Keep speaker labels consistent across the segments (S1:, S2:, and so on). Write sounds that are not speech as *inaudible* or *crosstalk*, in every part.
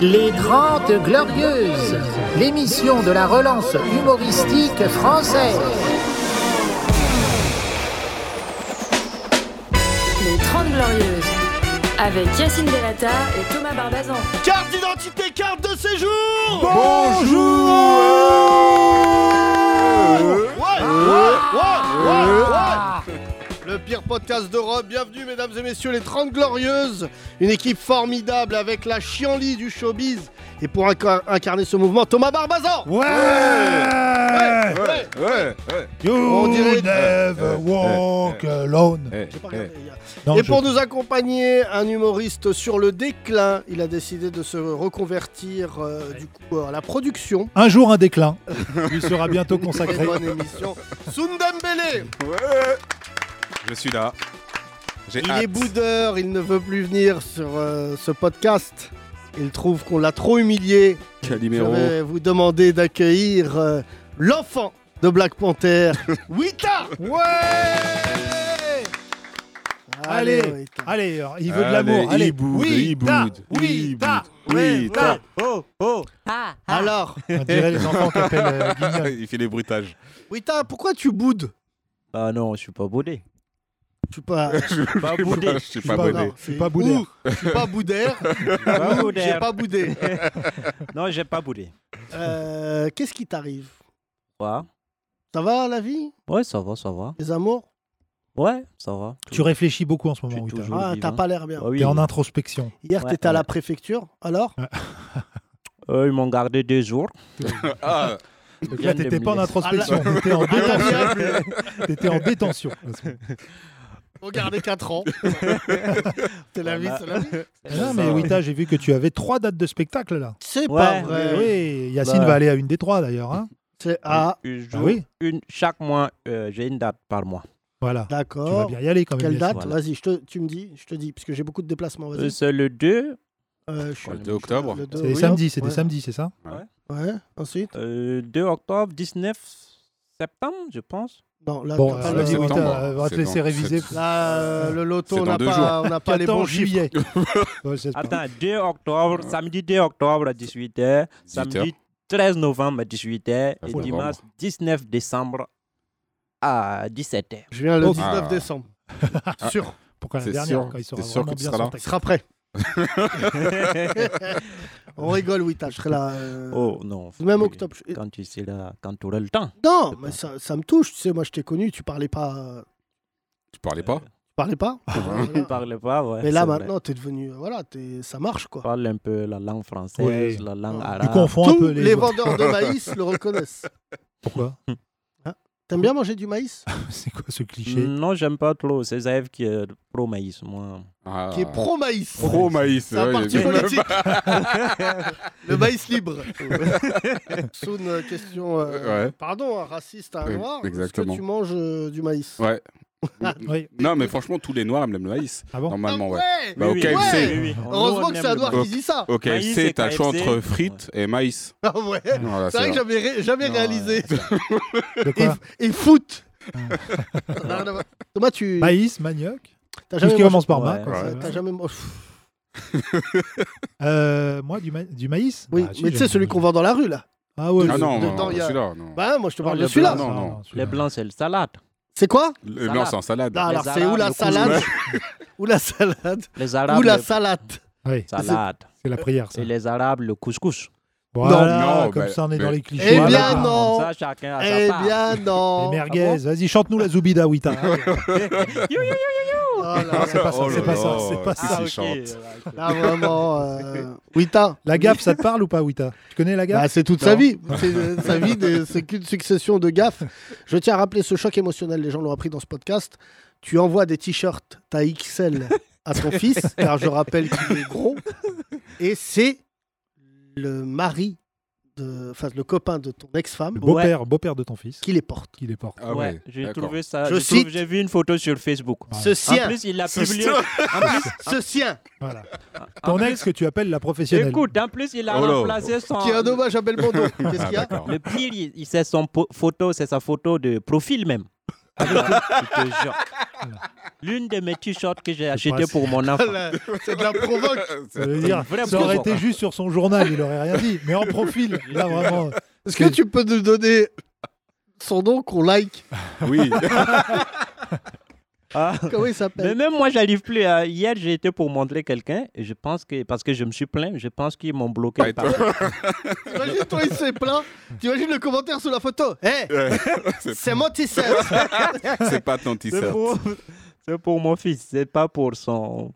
S1: Les Grandes Glorieuses, l'émission de la relance humoristique française.
S2: Les 30 Glorieuses, avec Yacine Delata et Thomas Barbazan.
S3: Carte d'identité, carte de séjour Ouais, ouais, ouais, ouais, ouais. Le pire podcast d'Europe, bienvenue mesdames et messieurs les 30 Glorieuses, une équipe formidable avec la chienlit du showbiz. Et pour inca- incarner ce mouvement, Thomas Barbazan
S4: Ouais,
S3: Ouais, ouais.
S5: Ouais, ouais.
S4: You
S3: On dirait-
S4: never walk alone.
S5: Eh,
S3: J'ai pas
S5: eh.
S3: regardé, les gars.
S4: Non,
S3: Et
S4: je-
S3: pour nous accompagner, un humoriste sur le déclin, il a décidé de se reconvertir euh, du coup à la production.
S4: Un jour, un déclin lui sera bientôt
S3: Très
S4: consacré.
S3: bonne émission. Sundembele,
S5: Ouais. Je suis là. J'ai
S3: il
S5: hâte.
S3: est boudeur, il ne veut plus venir sur euh, ce podcast. Il trouve qu'on l'a trop humilié.
S5: Calimero.
S3: Je vais vous demander d'accueillir euh, l'enfant de Black
S5: *laughs*
S3: Panther, Wita.
S4: Ouais Allez,
S3: Wita.
S4: Allez, alors, il veut de l'amour.
S5: Allez,
S4: Allez,
S5: il boude, il boude, il
S4: da,
S5: boude,
S4: oui,
S5: il
S4: da. oh.
S2: Ah,
S3: Alors,
S4: On dirait les enfants qui appellent euh,
S5: Ah, *laughs*
S4: Guignol.
S5: Il fait les bruitages.
S3: Wita, pourquoi tu boudes
S6: Ah non, je suis pas boudé.
S3: Je suis
S5: *laughs*
S3: pas, je
S6: Pas boudé.
S5: Ah, Je suis pas
S4: pas
S5: bonnet.
S4: non. Je suis pas boudeur.
S3: Ou, Je suis pas
S4: *laughs*
S3: boudère.
S6: Pas
S3: ou,
S6: boudé.
S3: J'ai pas boudé.
S6: Non, j'ai pas boudé.
S3: Euh, Qu'est-ce qui t'arrive
S6: Ouais.
S3: Ça va la vie
S6: ouais, ça va, ça va.
S3: Les amours
S6: Ouais, ça va.
S4: Tu réfléchis beaucoup en ce
S6: Je
S4: moment,
S6: suis
S4: Wita.
S6: toujours-
S3: Ah,
S6: vivre,
S3: t'as
S6: hein.
S3: pas l'air bien.
S6: Ah oui.
S4: T'es en introspection.
S3: Hier,
S6: Ouais,
S3: t'étais à la
S6: ouais.
S3: préfecture. Alors
S6: Eux, euh, ils m'ont gardé deux jours.
S5: Ah,
S4: Donc
S6: viens
S4: là,
S6: de
S4: t'étais
S6: me
S4: pas en
S6: laisser.
S4: introspection. T'étais en
S3: Ah, la
S4: détention.
S3: mienne,
S4: T'étais en détention.
S3: Regardez 4 ans. c'est la vie, Ah c'est
S6: euh,
S3: la vie.
S4: Non, mais Wita, j'ai vu que tu avais trois dates de spectacle là.
S3: C'est pas
S6: Ouais,
S3: vrai.
S4: Oui, Yacine
S6: Bah.
S4: va aller à une des trois d'ailleurs. hein.
S3: C'est ah,
S6: Ils
S4: Ah
S6: jouent
S4: oui,
S6: une, chaque mois, euh, j'ai une date par mois.
S4: voilà. Tu vas
S3: d'accord.
S4: bien y aller quand même.
S3: Quelle
S4: Yacine.
S3: date
S6: Voilà.
S3: Vas-y, je te- tu me dis, je te dis, parce que j'ai beaucoup de déplacements.
S6: Euh,
S3: Vas-y.
S6: C'est le 2,
S3: Euh, je suis-
S5: Le 2 octobre.
S3: le 2,
S4: C'est les
S3: oui.
S4: samedis, c'est
S3: Ouais.
S4: des samedis, c'est ça
S3: Ouais, ensuite
S6: euh, 2 octobre, 19 septembre, je pense.
S3: Non, là,
S4: Bon,
S3: t'as pas
S4: euh,
S3: le-
S4: vas-y,
S5: septembre.
S4: Wita, euh, on va te
S5: C'est
S4: laisser
S5: dans-
S4: réviser.
S5: c'est-
S3: Là, euh, le loto,
S5: C'est
S3: on
S5: dans
S3: n'a
S5: deux
S3: pas, on n'a pas les bons
S4: 14
S3: chiffres.
S4: juillet. Ouais, c'est pas-
S6: Attends, 2 octobre, samedi 2 octobre à 18h,
S5: 18
S6: samedi 13 novembre à 18h
S5: Ah,
S6: et
S5: novembre.
S6: dimanche 19 décembre à 17h.
S3: Je viens le
S4: Ok.
S3: 19
S5: Ah.
S3: décembre. Sûr,
S4: Pourquoi la
S5: C'est
S4: dernière
S5: sûr.
S4: quand il sera
S5: T'es sûr
S4: vraiment
S5: qu'il
S4: bien
S5: sera
S4: son
S5: là
S3: il
S4: texte.
S3: sera prêt. On rigole, oui, t'as- je serai là. euh,
S6: Oh non. faut
S3: Même
S6: que-
S3: octobre. je-
S6: Quand tu sais là, quand tu auras le temps.
S3: Non,
S6: pas.
S3: mais ça, ça me touche. Tu sais, moi, je t'ai connu, tu parlais pas. euh,
S5: tu parlais pas
S3: Tu parlais pas.
S6: *laughs* Tu parles pas,
S4: Ah,
S6: ouais.
S3: Ah, Mais là,
S6: c'est vrai.
S3: maintenant, t'es devenu. euh, Voilà, t'es- ça marche, quoi.
S6: Parle un peu la langue française,
S4: Ouais.
S6: la langue
S3: Tu
S6: arabe.
S4: Tu confonds un
S3: Tous
S4: peu
S3: les,
S4: les. autres.
S3: vendeurs
S4: *laughs*
S3: de maïs le reconnaissent.
S4: Pourquoi
S3: T'aimes bien manger du maïs
S5: Ah.
S4: *laughs* C'est quoi ce
S3: Mm.
S4: cliché
S6: Non, j'aime pas trop. C'est Zaev qui est pro maïs, moi.
S5: Ah.
S3: Qui est pro-maïs.
S5: Pro maïs.
S3: C'est un
S5: ouais,
S3: parti
S5: il y a-
S3: politique. *laughs*
S4: *laughs*
S3: le maïs libre. Soune, euh, question. euh,
S5: Ouais.
S3: Pardon, un raciste, à un
S5: Oui,
S3: noir. Est-ce
S5: exactement.
S3: que tu manges euh, du maïs
S5: Ouais.
S4: Oui.
S5: Non, mais franchement, tous les noirs aiment le maïs.
S4: Ah bon
S5: Normalement, ouais.
S3: Ah ouais
S5: Bah, au
S6: Oui, oui,
S5: KFC.
S6: oui, oui, oui. Nous,
S3: Heureusement
S6: on
S3: que
S6: aime
S3: c'est un
S6: le
S3: noir
S6: maïs.
S3: qui dit ça. *laughs*
S5: Au KFC,
S6: et
S5: t'as le choix
S6: KFC.
S5: entre frites et maïs.
S3: Ah ouais.
S5: Voilà,
S3: C'est vrai que
S5: vrai.
S3: j'avais ré- jamais
S5: Non,
S3: réalisé.
S4: De
S3: Et,
S4: quoi
S3: et
S4: *laughs*
S3: foot.
S4: Ah.
S3: Ça n'a rien à voir. Thomas, tu.
S4: Maïs, manioc,
S3: T'as
S4: Bah, tout ce
S3: jamais
S4: qui
S3: Ah, mangé.
S4: commence par ma.
S6: Ouais,
S4: quoi,
S3: Ouais,
S4: ça
S3: T'as
S4: va.
S3: jamais mangé.
S4: Euh, Moi, du ma- du maïs
S3: Oui,
S4: Bah, si,
S3: mais tu sais,
S4: j'aime
S3: celui
S4: bien.
S3: qu'on vend dans la rue, là.
S4: Ah ouais.
S5: Ah
S4: je-
S5: non, non,
S3: dedans,
S5: non,
S3: il y a-
S5: celui-là, non.
S3: Bah, moi, je te parle
S6: le
S3: de celui-là.
S5: blanc, non, non,
S6: Les
S4: celui-là.
S6: blancs, c'est le salade.
S3: C'est quoi
S5: Le
S6: Salade.
S5: blanc, c'est en salade.
S4: Ah,
S3: Non,
S6: Les
S3: alors c'est ou
S6: Arabes,
S3: la
S6: le
S3: salade, ou la salade,
S6: Les arabes,
S3: ou la
S6: le-
S3: salade.
S4: Oui,
S6: salade.
S4: c'est la prière. Ça.
S6: Et les arabes, le couscous.
S4: Voilà,
S5: Non,
S4: comme
S5: bah,
S4: ça, on est
S5: mais-
S4: dans les clichés.
S3: Eh
S4: Voilà.
S3: bien non,
S6: Ah, Ça, chacun a sa
S3: eh
S6: part.
S3: bien
S4: Les *laughs*
S3: non.
S4: merguez, vas-y, chante-nous la Zoubida, Wita.
S3: *laughs*
S6: You, you, you.
S3: Oh là là.
S4: c'est pas ça,
S5: Oh là
S4: c'est pas ça,
S5: là,
S4: c'est pas
S5: qui
S4: ça.
S5: s'y
S6: Ah, ok.
S5: chante.
S3: Là vraiment, euh... Wita.
S4: La gaffe, ça te parle ou pas, Wita Tu connais la gaffe
S3: Bah, c'est toute
S4: Non.
S3: sa vie. C'est, euh, sa vie, de- c'est qu'une succession de gaffes. Je tiens à rappeler ce choc émotionnel, les gens l'ont appris dans ce podcast. Tu envoies des t-shirts taille XL à ton fils, car je rappelle qu'il est gros. Et c'est le mari, de... enfin le copain de ton ex-femme
S4: Le beau-père, beau-père de ton fils,
S3: qui les porte.
S4: qui les porte.
S5: Ah
S6: ouais, j'ai
S5: d'accord.
S6: trouvé ça.
S3: Je
S6: j'ai trouvé-
S3: cite-
S6: J'ai vu une photo sur Facebook.
S4: Ouais.
S3: Ce
S6: En
S3: sien,
S6: plus, il l'a
S5: C'est
S6: publié.
S5: ça.
S6: En plus,
S3: ce sien.
S4: Voilà.
S3: Ah,
S6: en
S4: Ton
S6: plus-
S4: ex que tu appelles la professionnelle.
S6: Écoute, en plus, il a
S5: Oh là.
S6: remplacé son.
S3: Qui est un hommage à *laughs* Belmondo. Qu'est-ce
S5: Ah,
S3: qu'il y a
S5: *laughs* d'accord.
S6: Le pire, il- il- c'est son po- photo, c'est sa photo de profil même. Avec- je te jure. *laughs* L'une de mes t-shirts que j'ai acheté
S4: principe.
S6: pour mon enfant.
S3: C'est de la provoque.
S4: Ça veut dire,
S6: Vrai
S4: ça aurait
S6: provoque.
S4: été juste sur son journal, il aurait rien dit.
S3: *laughs*
S4: Mais en profil, là vraiment.
S3: Est-ce que tu peux nous donner son nom qu'on like
S6: *laughs*
S5: Oui.
S6: Ah.
S3: Comment il
S6: Mais
S3: s'appelle
S6: même moi, j'arrive plus. à- Hier, j'ai été pour montrer quelqu'un et je pense que, parce que je me suis plaint, je pense qu'ils m'ont bloqué.
S5: Ouais,
S6: par-
S3: Imagine toi, il s'est plaint. T'imagines le commentaire sous la photo Hé
S5: Ouais.
S3: *laughs* C'est mon t-shirt
S5: C'est pas ton
S6: C'est
S5: t-shirt.
S6: pour, c'est pour mon fils, c'est pas pour son.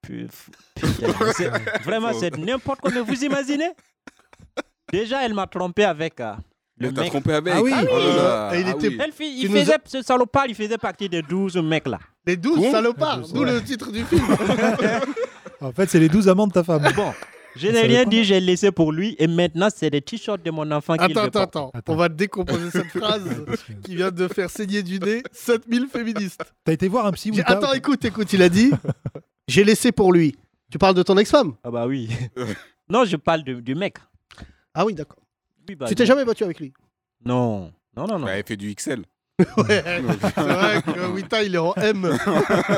S6: Pu-
S5: *laughs*
S6: putain, c'est- Vraiment, c'est n'importe quoi. Mais vous imaginez Déjà, elle m'a trompé avec. euh, le
S5: Elle t'a
S6: mec.
S5: trompé avec.
S3: Ah oui.
S5: Oh là là.
S3: Et il
S5: Ah
S3: était-
S5: oui.
S6: Elle fi-
S3: Tu
S6: il
S3: nous as-
S6: faisait, Ce salopard, il faisait partie des 12
S3: *laughs*
S6: mecs là.
S3: Les douze
S5: Bon.
S3: salopards, d'où le titre du film.
S4: En fait, c'est les 12 amants de ta femme.
S6: Bon, je
S4: savait
S6: n'ai rien
S4: pas.
S6: dit, j'ai laissé pour lui et maintenant, c'est les t-shirts de mon enfant qui
S3: Attends,
S6: le
S3: attends,
S6: porte.
S3: attends,
S4: Attends.
S3: On va décomposer cette phrase qui vient de faire saigner du nez 7000 féministes.
S4: T'as été voir un psy
S3: J'ai-
S4: Wita
S3: Attends, écoute, écoute, il a *laughs* dit J'ai laissé pour lui. Tu parles de ton ex-femme
S6: Ah
S3: *laughs*
S6: bah oui. non, je parle du, du mec.
S3: Ah oui, d'accord.
S6: Oui, bah,
S3: tu t'es
S6: oui.
S3: jamais battu avec lui
S6: Non, non, non, non.
S5: Bah, elle fait du XL.
S3: Ouais, c'est vrai que Wita, il est en *laughs* M. non, mais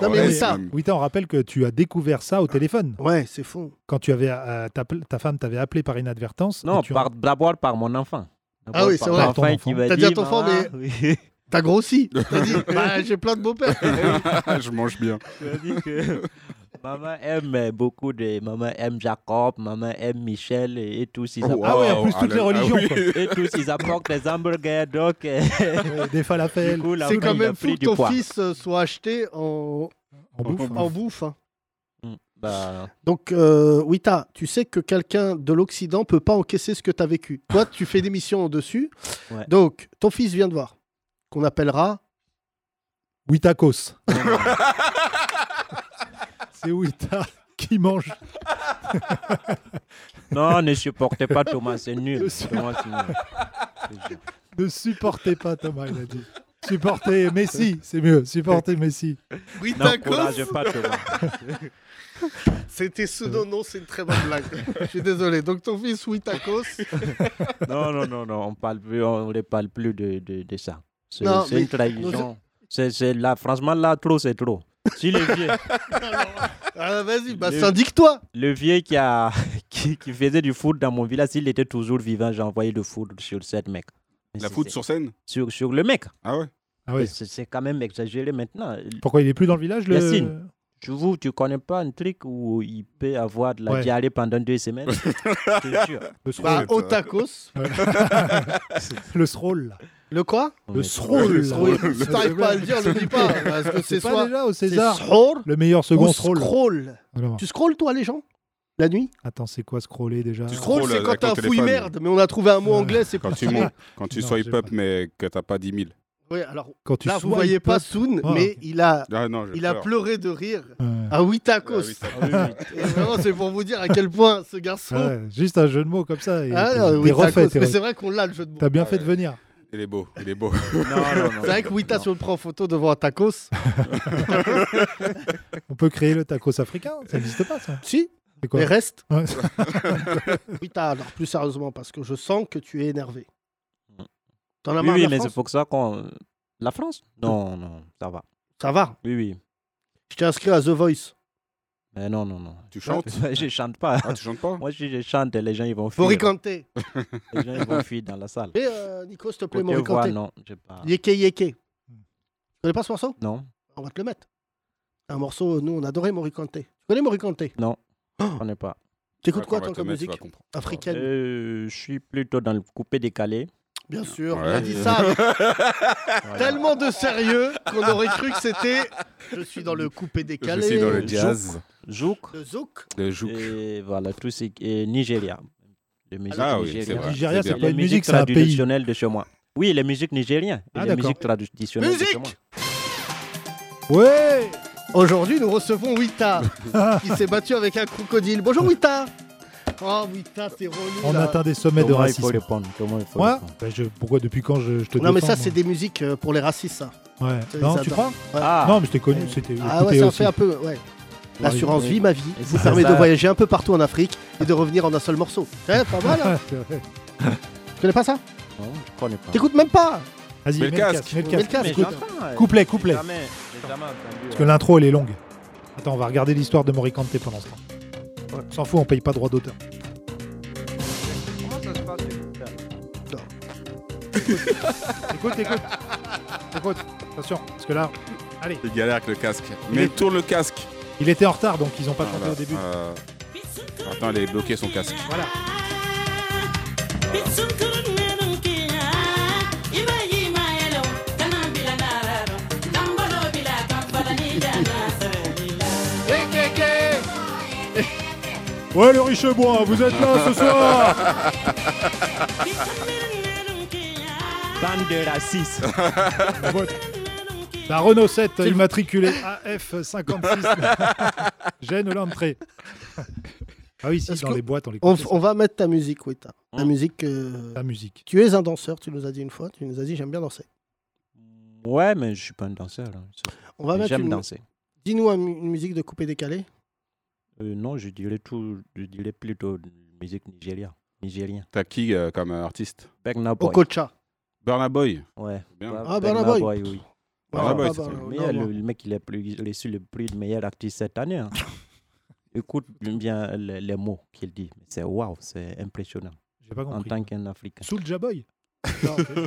S5: Ouais,
S4: mais-
S3: Wita.
S5: c'est-
S4: Wita, on rappelle que tu as découvert ça au téléphone.
S3: Ouais, c'est fou.
S4: Quand tu avais, euh, ta, ta femme t'avait appelé par inadvertance.
S6: Non,
S4: et tu
S6: par- d'abord par mon enfant.
S3: Ah oui, c'est vrai.
S4: Par ton enfant.
S3: T'as dit à ton enfant, mais-
S6: *laughs* mais.
S3: T'as *laughs* grossi. T'as dit Bah, j'ai plein de beaux-pères.
S5: *laughs* Je mange bien.
S6: T'as dit que. *laughs* Maman aime euh, beaucoup de. Maman aime Jacob, maman aime Michel et, et tous. Ils
S5: Oh,
S6: apportent,
S4: Ah ouais, en
S5: wow,
S4: plus, toutes
S5: ah
S4: les
S5: là- ah
S4: religions,
S5: oui.
S4: quoi.
S6: et tous, ils apportent les hamburgers. Donc, *laughs* euh,
S4: Euh, des
S6: du
S3: *laughs*
S4: falafels.
S6: coup, *laughs* la
S3: C'est
S6: femme
S3: quand
S6: a
S3: même
S6: pris
S3: fou que
S6: du
S3: ton
S6: poids.
S3: fils euh, soit acheté en,
S4: En bouffe.
S3: en bouffe. hein.
S6: Mm, bah,
S3: Donc, euh, Wita, tu sais que quelqu'un de l'Occident peut pas encaisser ce que tu as vécu. Toi, tu fais des missions dessus.
S6: Ouais.
S3: Donc, ton fils vient de voir, qu'on appellera. *laughs*
S4: Witakos. c'est Wita qui mange.
S6: Non, ne supportez pas Thomas, c'est nul. Thomas, c'est nul.
S4: Ne supportez pas, Thomas, il a dit. Supportez Messi, c'est mieux. Supportez Messi.
S6: Non, courage pas Thomas.
S3: C'était pseudo, non, c'est une très bonne *laughs* blague. Je suis désolé. Donc, ton fils, Witakos.
S6: Non, non, non, non, on parle plus, on ne parle plus de, de, de ça. C'est
S3: Non,
S6: c'est
S3: mais-
S6: une trahison. C'est c'est là, franchement, là, trop, c'est trop. Si le vieux,
S3: Ah, vas-y, bah,
S6: Les-
S3: syndique-toi.
S6: le vieux qui, a, *laughs* qui, qui faisait du foot dans mon village, s'il était toujours vivant, j'ai envoyé du foot sur cette mec.
S5: *laughs*
S6: Mais
S5: La
S6: c'est-
S5: foot
S6: c'est-
S5: sur scène
S6: sur, sur le mec.
S5: Ah ouais
S4: Ah oui.
S6: C'est c'est quand même exagéré maintenant.
S4: Pourquoi il est plus dans le village le...
S6: Yacine. Tu vois, tu connais pas un truc où il peut avoir de la
S4: Ouais.
S6: diarrhée pendant deux semaines Je te jure.
S4: Le Sroll.
S3: Bah, oh.
S5: putain.
S3: Otakos.
S4: le Sroll. là.
S3: Le quoi
S4: Le
S6: Mais-
S4: Sroll.
S5: Le
S4: là.
S5: Sroll.
S3: Si t'arrives pas à le dire, ne le dis *laughs* pas. Parce que c'est
S4: C'est pas
S3: soit.
S4: déjà au
S3: C'est
S4: César
S3: scroll
S4: le meilleur
S3: ou
S4: second Sroll.
S3: scroll.
S4: Alors,
S3: Tu scrolles, toi, les gens La nuit
S4: Attends, c'est quoi scroller déjà
S5: Tu
S3: Scroll,
S5: Scroll,
S3: c'est quand
S5: avec
S3: t'as un
S5: ton
S3: fouille
S5: téléphone.
S3: merde, mais on a trouvé un mot
S4: Ouais.
S3: anglais, c'est
S5: Quand
S3: plus
S4: *laughs*
S5: tu montes, quand tu
S4: Non,
S5: swipe
S4: j'ai
S5: up,
S4: pas.
S5: mais que t'as pas 10 000.
S3: Oui, alors
S4: Quand tu
S3: là, vous
S4: swipes
S3: voyez pas
S4: up,
S3: Soon,
S4: Ah,
S3: mais
S4: ok.
S3: il a,
S5: Ah non, j'ai
S3: il a
S5: peur.
S3: pleuré de rire
S4: euh,
S3: à
S5: Ah
S3: Witakos.
S5: oui, ça-
S6: Ah oui, oui.
S3: Et vraiment, c'est pour vous dire à quel point ce garçon.
S4: ouais, juste un jeu de mots comme ça. Et,
S3: Ah,
S4: t'es-
S3: non,
S4: t'es
S3: Witakos,
S4: refait, t'es
S3: mais
S4: refait.
S3: c'est vrai qu'on l'a le jeu de mots.
S4: T'as bien
S5: Ah
S4: fait de
S5: ouais.
S4: venir.
S5: Il est beau, il est beau.
S6: Non, non, non.
S3: C'est vrai que Wita, si on le prend en photo devant un tacos.
S4: On peut créer le tacos africain, ça n'existe pas ça.
S3: si,
S4: C'est quoi
S3: mais reste. *laughs*
S4: Ouais.
S3: Wita, alors plus sérieusement, parce que je sens que tu es énervé. T'en as
S6: Oui,
S3: marre
S6: oui,
S3: de la
S6: mais c'est
S3: France
S6: pour ça qu'on. La France Non, non, ça va.
S3: Ça va.
S6: Oui, oui.
S3: Je t'ai inscrit à The Voice.
S6: Mais non, non, *laughs* non.
S5: *laughs* Tu chantes
S6: Je chante pas.
S5: Ah, tu chantes pas
S6: Moi, si je chante, les gens, ils vont fuir.
S3: Pour Ricanté.
S6: Les gens, ils vont fuir dans
S4: *laughs*
S6: la salle.
S3: Mais euh, Nico, s'il te plaît,
S6: Côté
S3: Morikanté.
S6: voix, non, j'ai pas.
S3: Yeke Yeke. Tu
S4: Hmm.
S3: connais pas ce morceau
S6: Non,
S3: On va te le mettre. Un morceau, nous on adorait Morikante. Tu connais Morikante
S4: Oh,
S6: je connais pas.
S3: T'écoutes
S5: Ouais,
S3: quoi
S5: on va
S3: toi
S5: te
S3: comme
S5: mettre, bah, tu
S3: musique
S5: vas comprendre.
S3: africaine
S6: Euh, je suis plutôt dans le coupé décalé.
S3: Bien sûr,
S5: Ouais.
S3: on a dit ça avec
S4: Ah,
S6: Voilà.
S3: tellement de sérieux qu'on aurait cru que c'était je suis dans le coupé
S5: Je
S3: décalé.
S5: suis dans le
S6: Zouk.
S5: jazz,
S6: Zouk.
S3: Le zouk.
S5: le jouk.
S6: Et voilà, tout ce qui est Nigeria. Les musiques
S5: Ah oui, c'est
S6: nigériennes.
S5: vrai.
S4: Nigeria, c'est
S5: bien.
S4: pas
S6: Les
S4: une musique,
S6: musiques
S4: c'est un pays.
S6: traditionnelles de chez moi. Oui, les musiques nigériennes. Et
S4: Ah,
S6: les
S4: d'accord.
S6: musiques traditionnelles de chez moi.
S3: Musique
S4: Ouais
S3: Aujourd'hui, nous recevons Wita qui s'est battu avec un crocodile. Bonjour Wita. Oh Wita, t'es relou.
S4: On
S3: là.
S4: atteint des sommets de
S6: Comment il
S4: racisme.
S6: faut répondre Comment il faut
S4: Moi
S6: répondre
S4: Bah, je- Pourquoi depuis quand je, je te
S3: Non mais
S4: défends,
S3: ça
S4: moi
S3: c'est des musiques euh, pour les racistes ça.
S4: Ouais.
S3: Ça,
S4: Non,
S3: ça
S4: tu
S3: dort.
S4: crois
S6: Ah,
S4: Non, mais je t'ai connu, c'était.
S3: Ah ouais,
S4: écoutez
S3: ça
S4: aussi.
S3: fait un peu ouais. L'assurance
S6: oui.
S3: vie, ma vie,
S6: Et
S3: vous
S6: c'est
S3: permet
S6: ça.
S3: de voyager un peu partout en Afrique et de revenir en un seul morceau. Eh, pas mal,
S4: *laughs*
S6: *laughs*
S3: hein
S4: C'est vrai.
S3: Tu connais pas ça
S6: non, je connais pas.
S3: T'écoutes même pas
S4: Vas-y, mets le casque, mets le
S3: Mets le
S4: casque.
S3: casque.
S6: Mais
S3: écoute.
S6: j'entends, euh,
S4: Couplet, couplet.
S6: Jamais,
S5: jamais entendu.
S4: Parce que l'intro, elle est longue. Attends, on va regarder l'histoire de Morikante pendant ce temps. On s'en fout, on paye pas droit d'auteur.
S5: Comment ça se passe
S4: Écoute, écoute. écoute, attention, parce que là,
S5: Il galère avec le casque. Mais tourne le casque.
S4: il était en retard, donc ils ont pas chanté
S5: Voilà,
S4: au début.
S5: euh, Attends, elle est bloquée son casque.
S4: Voilà.
S5: ah.
S4: Ouais, le Richebois, vous êtes là
S5: *laughs*
S4: ce soir
S6: Bande de racistes.
S4: La vôtre. La Renault 7, immatriculée AF56, gêne l'entrée. Ah oui, si,
S3: Est-ce
S4: dans
S3: que-
S4: les boîtes, on les
S3: On,
S4: confisque.
S3: on va mettre ta musique, oui. Ta, ta
S6: Hmm.
S3: musique que.
S4: La musique.
S3: Tu es un danseur, tu nous as dit une fois, tu nous as dit j'aime bien danser.
S6: Ouais, mais je suis pas un danseur. hein.
S3: On va mettre
S6: J'aime
S3: une...
S6: danser.
S3: Dis-nous un- une musique de coupé décalé.
S6: Euh, non, je dirais, tout, je dirais plutôt de musique nigérienne. Nigérien.
S5: T'as qui euh, comme euh, artiste
S6: Burna Boy.
S3: Okocha.
S5: Burna Boy.
S6: Ouais.
S5: Bien.
S6: Bah,
S3: Ah, Burna
S6: Burna
S3: Boy.
S6: Boy, oui.
S5: Burna
S3: Ah,
S5: Boy,
S3: bah,
S5: c'est
S3: bah,
S5: ça.
S3: non,
S6: Mais, euh,
S3: non.
S6: le, le mec, il a, plus, il a su le prix de meilleur artiste cette année.
S3: *laughs*
S6: hein. Écoute bien le- les, mots qu'il dit. C'est waouh, c'est impressionnant.
S4: J'ai pas
S6: En
S4: compris.
S6: tant qu'un Africain.
S3: *laughs*
S4: Soulja Boy.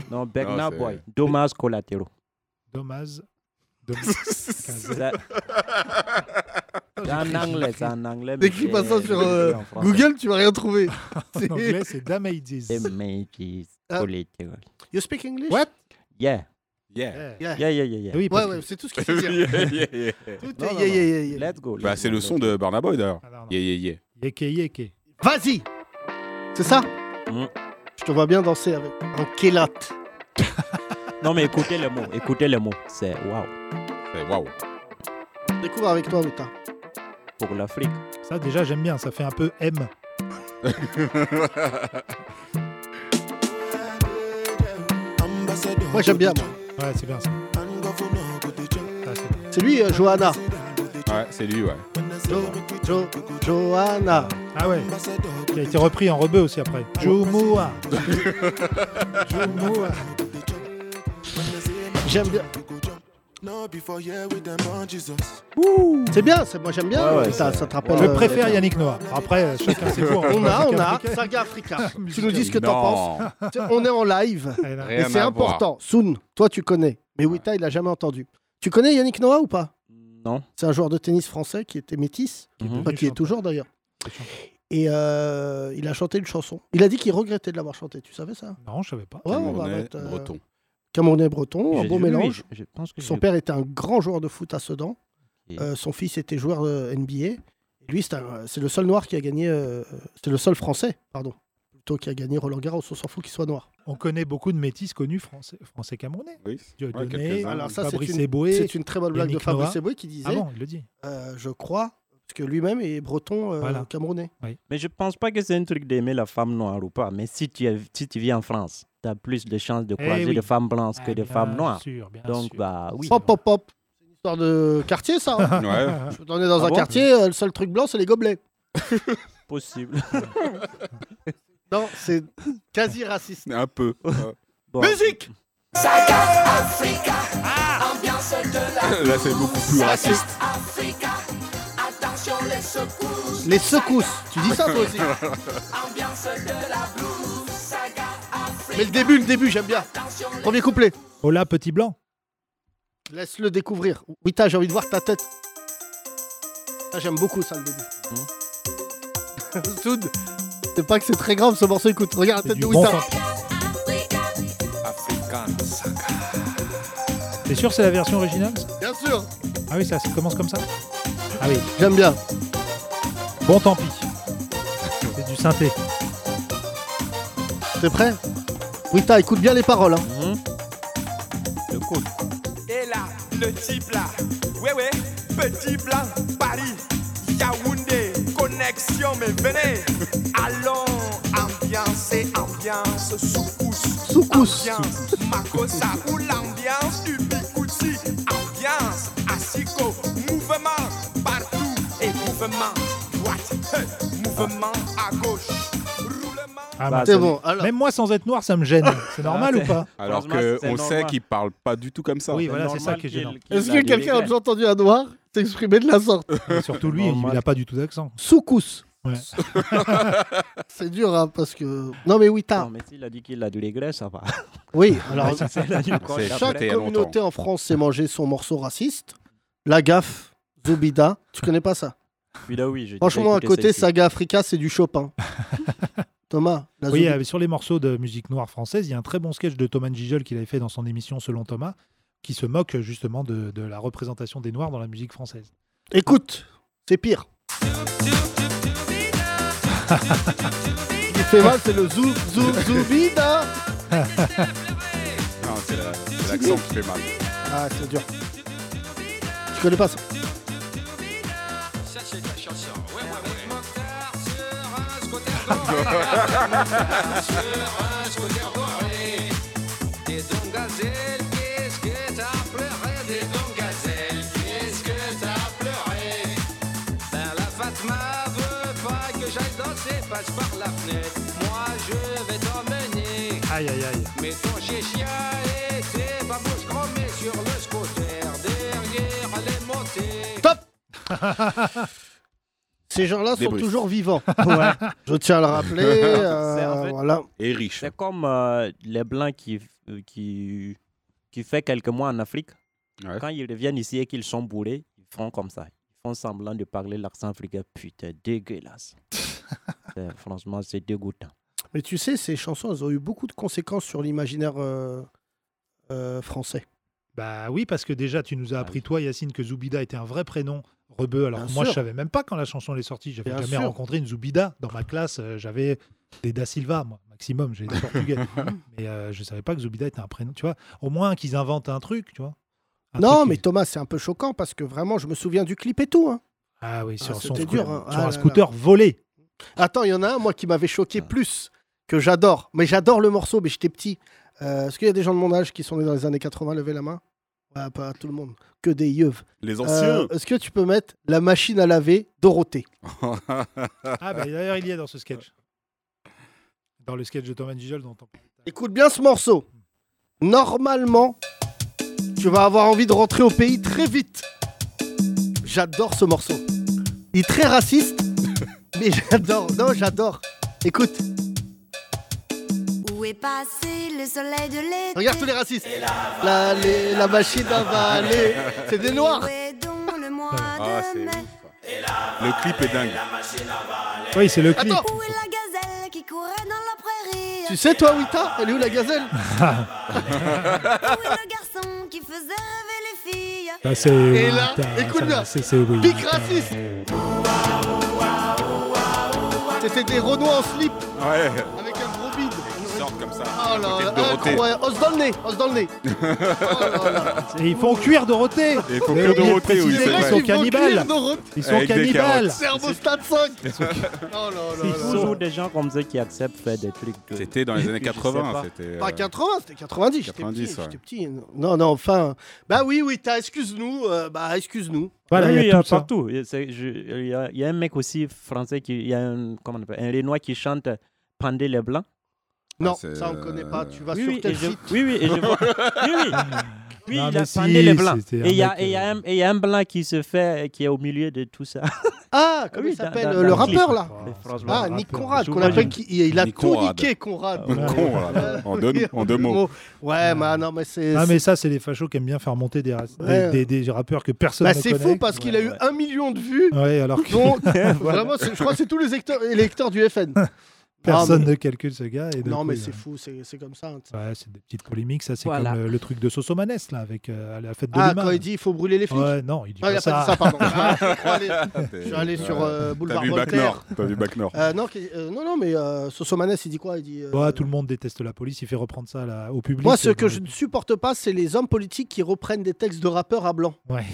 S6: Non, Berna
S5: c'est-
S6: Boy. Dommages collatéraux.
S4: Dommage. Dommage.
S6: C'est
S3: *laughs*
S6: c'est en anglais, c'est en anglais. mais
S3: N'écris pas
S6: c'est-
S3: ça sur
S6: c'est
S3: euh,
S6: en français.
S3: Google, tu vas rien trouver.
S4: En anglais, c'est Damages.
S6: Dommages
S3: Ah.
S6: collatéraux.
S3: You speak English
S4: What
S6: Yeah.
S3: *laughs*
S5: Yeah.
S4: Yeah.
S6: Yeah, yeah, yeah, yeah.
S4: Eh Oui,
S3: Ouais,
S4: parce
S3: ouais,
S4: que-
S3: c'est tout ce qu'il faut dire.
S5: Yeah, *laughs* yeah, yeah.
S3: Tout
S6: Non,
S3: est
S6: non,
S3: yeah,
S6: non.
S3: yeah, yeah, yeah.
S6: Let's go.
S5: Bah,
S6: let's
S5: c'est
S6: go,
S5: le
S6: let's
S5: son
S6: go.
S5: de Burna Boy d'ailleurs.
S4: Ah, non, non.
S5: Yeah, yeah, yeah.
S4: Yeke, yeke.
S3: Vas-y C'est ça
S6: Hmm.
S3: Je te vois bien danser avec un kélate.
S6: Non, mais écoutez le mot. Écoutez le mot. C'est waouh.
S5: C'est waouh.
S3: Découvre avec toi, Outa.
S6: Pour l'Afrique.
S4: Ça, déjà, j'aime bien. Ça fait un peu M.
S3: Moi, j'aime bien, moi.
S4: Ouais, c'est bien ça. Ah, c'est bien.
S3: C'est lui, euh, Johanna.
S5: Ouais, c'est lui, ouais.
S3: Jo, Jo, Johanna.
S4: Ah ouais. Il a été repris en rebeu aussi après. Jumua. Jumua.
S3: J'aime bien. C'est bien, c'est- moi j'aime bien.
S6: Ouais, ouais,
S3: Outa,
S6: c'est-
S3: ça te rappelle.
S4: Je
S3: euh,
S4: préfère Yannick Noah. Après, euh, chacun ses cours.
S3: *laughs* On a, on
S6: *laughs*
S3: a, Saga Africa. tu nous dis ce que t'en penses.
S5: Non.
S3: Tu- On est en live.
S4: Eh,
S3: *laughs*
S5: Rien
S3: Et c'est
S5: à voir.
S3: important. Soon, toi tu connais. Mais Wita, il l'a jamais entendu. Tu connais Yannick Noah ou pas
S6: Non.
S3: C'est un joueur de tennis français qui était métis.
S5: Mmh.
S6: Mhm.
S3: Enfin, qui est toujours d'ailleurs. Et euh, il a chanté une chanson. Il a dit qu'il regrettait de l'avoir chantée. Tu savais ça
S4: Non, je savais pas.
S3: Ouais, on va
S5: Camerounais,
S3: mettre, euh,
S5: breton.
S3: Camerounais breton, un
S6: J'ai
S3: beau
S6: dû- oui,
S3: mélange.
S6: je- je pense que
S3: Son
S6: j'ai-
S3: père était un grand joueur de foot à Sedan.
S6: Ok.
S3: Euh, son fils était joueur de NBA. Et lui, c'est un- c'est le seul noir qui a gagné. euh, c'est le seul français, pardon, plutôt qui a gagné Roland Garros. On s'en fout qu'il soit noir.
S4: On connaît beaucoup de métis connus français, français camerounais.
S5: Oui.
S4: Dieudonné,
S5: quelques-uns.
S3: Alors ça, c'est
S4: Fabrice
S3: une,
S4: Eboué.
S3: c'est une très bonne blague de
S4: Yannick
S3: Fabrice
S4: Noah.
S3: Eboué qui disait,
S4: Ah bon, il le dit.
S3: euh, je crois, parce que lui-même est breton euh,
S4: Voilà.
S3: camerounais.
S6: Mais je pense pas que c'est un truc d'aimer la femme noire ou pas. Mais si tu, es, si tu vis en France, tu as plus de chances de
S4: Eh
S6: croiser
S4: oui.
S6: des femmes blanches que
S4: Ah,
S6: des
S4: bien
S6: femmes noires.
S4: sûr, bien
S6: Donc,
S4: sûr.
S6: bah oui.
S3: Pop, pop, pop. C'est une histoire de quartier, ça. hein.
S4: *laughs*
S5: *laughs* Ouais.
S3: Je on est dans
S6: Ah
S3: un
S6: bon
S3: quartier, euh, le seul truc blanc, c'est les gobelets.
S6: Possible.
S3: Non, c'est quasi raciste. *laughs*
S5: Un peu.
S6: Bon.
S3: Musique
S5: Ah. Là, c'est beaucoup plus raciste.
S3: Les secousses. Tu dis ça toi aussi Mais le début, le début, j'aime bien. Premier couplet.
S4: Hola, ah. petit blanc.
S3: Laisse-le découvrir. Wita, j'ai envie de voir ta tête. Ça, j'aime beaucoup ça, le début. *laughs* Soud, c'est pas que c'est très grave ce morceau, écoute. Regarde la
S4: Hmm. C'est
S3: tête de
S4: du bon
S3: Wita.
S4: sang. T'es sûr que c'est la version originale ça
S3: bien sûr,
S4: Ah oui, ça, ça commence comme ça Ah oui,
S3: j'aime bien.
S4: bon tant pis. C'est du synthé.
S3: T'es prêt Wita, écoute bien les paroles. hein.
S6: Mhm. Le cool.
S7: Et là, le type là, ouais ouais, petit blanc, Paris, Yaoundé, connexion, mais venez. Allons, ambiance et ambiance, soukous,
S3: Soukous.
S7: ambiance, Makossa ou l'ambiance du Bikutsi, ambiance, Asiko, mouvement, partout et mouvement, droite, hey, mouvement à gauche, roulement.
S4: Ah,
S6: Bah,
S4: mais-
S3: C'est
S6: ça-
S3: bon, alors.
S4: Même moi, sans être noir, ça me gêne. C'est normal
S6: Ah,
S5: *laughs*
S4: ou pas
S5: Alors
S6: Franchement, c'est
S5: qu'on sait
S6: normal.
S5: qu'il parle pas du tout comme ça.
S4: Oui, voilà, c'est ça
S6: normal
S4: qui est gênant.
S6: qu'il- qu'il
S3: Est-ce
S6: a
S3: que
S6: des
S3: quelqu'un a
S6: regrets.
S3: déjà entendu un noir s'exprimer de la
S4: *laughs*
S3: sorte
S4: Et Surtout lui, il
S6: Normal.
S4: n'a pas du tout d'accent.
S3: Soukous.
S4: Ouais.
S3: C'est dur, hein, parce que. Non, mais oui,
S6: Non,
S3: tard.
S6: mais s'il a dit qu'il a du regret, ça va.
S3: Oui,
S4: Ah,
S3: alors.
S6: c'est la nuit
S5: C'est
S6: quand Ah, bah, il a
S5: chaque-
S3: Chaque
S5: Après, il y a
S3: communauté en France s'est mangé son morceau raciste. La gaffe, Zobida. Tu connais pas ça
S6: Puis là, oui, j'ai
S3: Franchement, à
S6: écouté ça
S3: côté,
S6: ici.
S3: Saga Africa, c'est du Chopin. Thomas, la
S4: Oui,
S3: Zobida.
S4: euh, sur les morceaux de musique noire française, il y a un très bon sketch de Thomas Gijol qu'il avait fait dans son émission Selon Thomas, qui se moque justement de, de la représentation des noirs dans la musique française.
S3: Écoute, c'est pire. Il fait mal, c'est le zou, zou, zoubida.
S5: Non, c'est la- c'est l'accent qui fait mal.
S3: Ah, c'est dur. Tu connais pas ça
S4: Aïe, aïe, aïe.
S3: Top Ces gens-là sont
S5: Débris.
S3: toujours vivants. Je tiens à le rappeler. euh,
S6: C'est en fait-
S3: Voilà.
S5: Et riche. hein.
S6: C'est comme euh, les Blancs qui, euh, qui, qui fait quelques mois en Afrique.
S5: Ouais.
S6: Quand ils reviennent ici et qu'ils sont bourrés, ils font comme ça. Ils font semblant de parler l'accent africain. Putain, dégueulasse. C'est- franchement, c'est dégoûtant.
S3: Mais tu sais, ces chansons, elles ont eu beaucoup de conséquences sur l'imaginaire euh, euh, français.
S4: Bah oui, parce que déjà, tu nous as appris, toi, Yacine, que Zoubida était un vrai prénom rebeu. Alors
S3: Bah Bien
S4: que moi,
S3: sûr.
S4: je savais même pas quand la chanson est sortie. J'avais
S3: Bien
S4: jamais
S3: sûr.
S4: rencontré une Zoubida. Dans ma classe, euh, j'avais des Da Silva, moi, maximum. J'ai des
S3: *laughs*
S4: Portugais. mais euh, je savais pas que Zoubida était un prénom. Tu vois, au moins qu'ils inventent un truc, tu vois. Un
S3: non,
S4: truc
S3: mais
S4: qui-
S3: Thomas, c'est un peu choquant parce que vraiment, je me souviens du clip et tout. hein.
S4: Ah oui, sur
S3: Ah,
S4: son
S3: c'était
S4: scooter,
S3: dur, hein.
S4: sur
S3: Ah
S4: un
S3: là
S4: scooter volé.
S3: Attends, il y en a un, moi, qui m'avait choqué
S6: Ah.
S3: plus, que j'adore. Mais j'adore le morceau, mais j'étais petit. Euh, Est-ce qu'il y a des gens de mon âge qui sont nés dans les années 80 Levez la main. Ouais, pas tout le monde. Que des yeux.
S5: Les
S3: Euh,
S5: *laughs* anciens.
S3: Est-ce que tu peux mettre la machine à laver Dorothée
S4: Ah bah d'ailleurs, il y est dans ce sketch. Dans le sketch de Thomas Gijol dont on
S3: Écoute bien ce morceau. Normalement, tu vas avoir envie de rentrer au pays très vite. J'adore ce morceau. Il est très raciste, *laughs* mais j'adore. Non, j'adore. Écoute,
S8: Où est passé le soleil de l'été
S3: regarde tous les racistes. La, les- la machine à valer. C'est des noirs.
S8: Où est donc le mois
S5: Ah,
S8: de
S5: c'est
S8: mai
S5: ouf. Le clip est dingue.
S4: parle. Oui, c'est le clip.
S3: Attends.
S8: Où est la gazelle qui courait dans la prairie
S3: Tu sais, toi, Wita, elle est où la gazelle
S8: Où est le garçon qui faisait rêver les filles
S4: Ah, c'est-
S3: Et là,
S4: Putain,
S3: écoute
S4: ça,
S3: bien.
S4: C'est c'est- oui.
S3: Pic raciste. C'était des Renois en slip
S5: Ouais.
S3: avec un gros bide.
S5: Ils sortent comme ça.
S3: Oh
S5: à
S3: là
S5: côté de
S3: là,
S5: Dorothée.
S3: incroyable. Os dans le nez, os dans le
S5: *laughs*
S3: nez. Oh là là.
S4: Et ils font cuire Dorothée.
S5: Et faut
S4: Mais
S5: que Dorothée,
S4: petits
S5: oui,
S4: c'est
S5: c'est
S4: vrai.
S5: vrai.
S4: sont cannibales. Ils sont
S5: Avec des
S4: cannibales.
S5: carottes.
S3: Thermostat
S5: *laughs*
S3: 5 Oh là
S6: Il y
S3: là
S6: a
S3: là
S6: toujours
S3: là
S6: des gens comme ça qui acceptent faire des trucs. de-
S5: C'était dans les années
S6: Je sais
S5: 80.
S6: pas.
S5: C'était. euh,
S3: Pas 80, c'était 90, j'étais
S5: 90,
S3: petit,
S5: ouais.
S3: j'étais petit. Non, non, enfin... Bah oui, oui, t'as, excuse-nous, euh, bah excuse-nous.
S4: Voilà,
S6: Oui,
S4: Ah,
S6: euh,
S4: il y a tout ça.
S6: partout. Il y a- c'est- je- il y, a, il y a un mec aussi français, qui, il y a un, comment on appelle, un Renoir qui chante euh, Pendez les Blancs.
S3: Non,
S5: Ah, c'est,
S3: ça on connaît pas,
S5: euh,
S3: tu vas
S6: oui,
S3: sur
S6: oui, et
S3: tel
S6: je-
S3: site.
S6: oui, oui,
S3: *laughs*
S6: et je vois. Oui, oui. *laughs* Oui,
S4: Non,
S6: il a
S4: mais si,
S6: pendé les blancs.
S4: c'était un
S6: Et il y, a-
S4: mec,
S6: et il y a
S4: euh,
S6: un- et il y a un blanc qui se fait, qui est au milieu de tout ça.
S3: Ah, comment
S6: Oui,
S3: il
S6: dans-
S3: s'appelle,
S6: dans-
S3: euh,
S6: dans
S3: le
S6: le clip. hein.
S3: rappeur là
S4: Oh, c'est
S6: franchement,
S4: pas
S3: Ah,
S6: le
S4: grave.
S3: Nick Conrad,
S6: je
S3: qu'on
S6: vois,
S3: appelle,
S6: je-
S3: qui- il a
S5: Nick
S3: tout
S5: Conrad.
S3: niqué, Conrad.
S5: Un con, voilà. En deux, en deux mots.
S3: Ouais, mais non, mais c'est...
S4: Ah, mais ça, c'est les fachos qui aiment bien faire monter des, ra- des-
S3: Ouais.
S4: des, des- des rappeurs que personne
S3: Bah,
S4: ne
S3: c'est
S4: connaît.
S3: fou parce qu'il a eu
S6: ouais.
S3: un million de vues,
S4: Ouais, alors
S3: *laughs*
S4: que
S3: donc vraiment, c'est- je crois que c'est tous les électeurs, électeurs du FN.
S4: personne
S3: Ah, mais-
S4: ne calcule ce gars. et d'un
S3: Non,
S4: coup,
S3: mais
S4: il a-
S3: c'est fou, c'est c'est comme ça. hein.
S4: Ouais, c'est des petites polémiques. Ça, c'est
S6: Voilà.
S4: comme euh, le, le truc de Sosomanes, là, avec euh, à la fête de
S3: Ah,
S4: l'humain.
S3: quand il dit il faut brûler les flics
S4: Ouais, non, il dit
S3: Non, il a
S4: pas
S3: pas dit ça, pardon. Ah, je, crois aller- je suis allé sur
S5: Ouais.
S3: euh,
S5: T'as
S3: Boulevard
S5: vu Bac
S3: Voltaire.
S5: Nord. T'as vu Bac Nord.
S3: Euh, non, qui- euh, non, non, mais euh, Sosomanes, il dit quoi Il dit. euh,
S4: Ouais, tout le monde déteste la police, il fait reprendre ça là, au public.
S3: Moi, ce
S4: euh,
S3: que *laughs* je ne supporte pas, c'est les hommes politiques qui reprennent des textes de rappeurs à blanc.
S4: Ouais.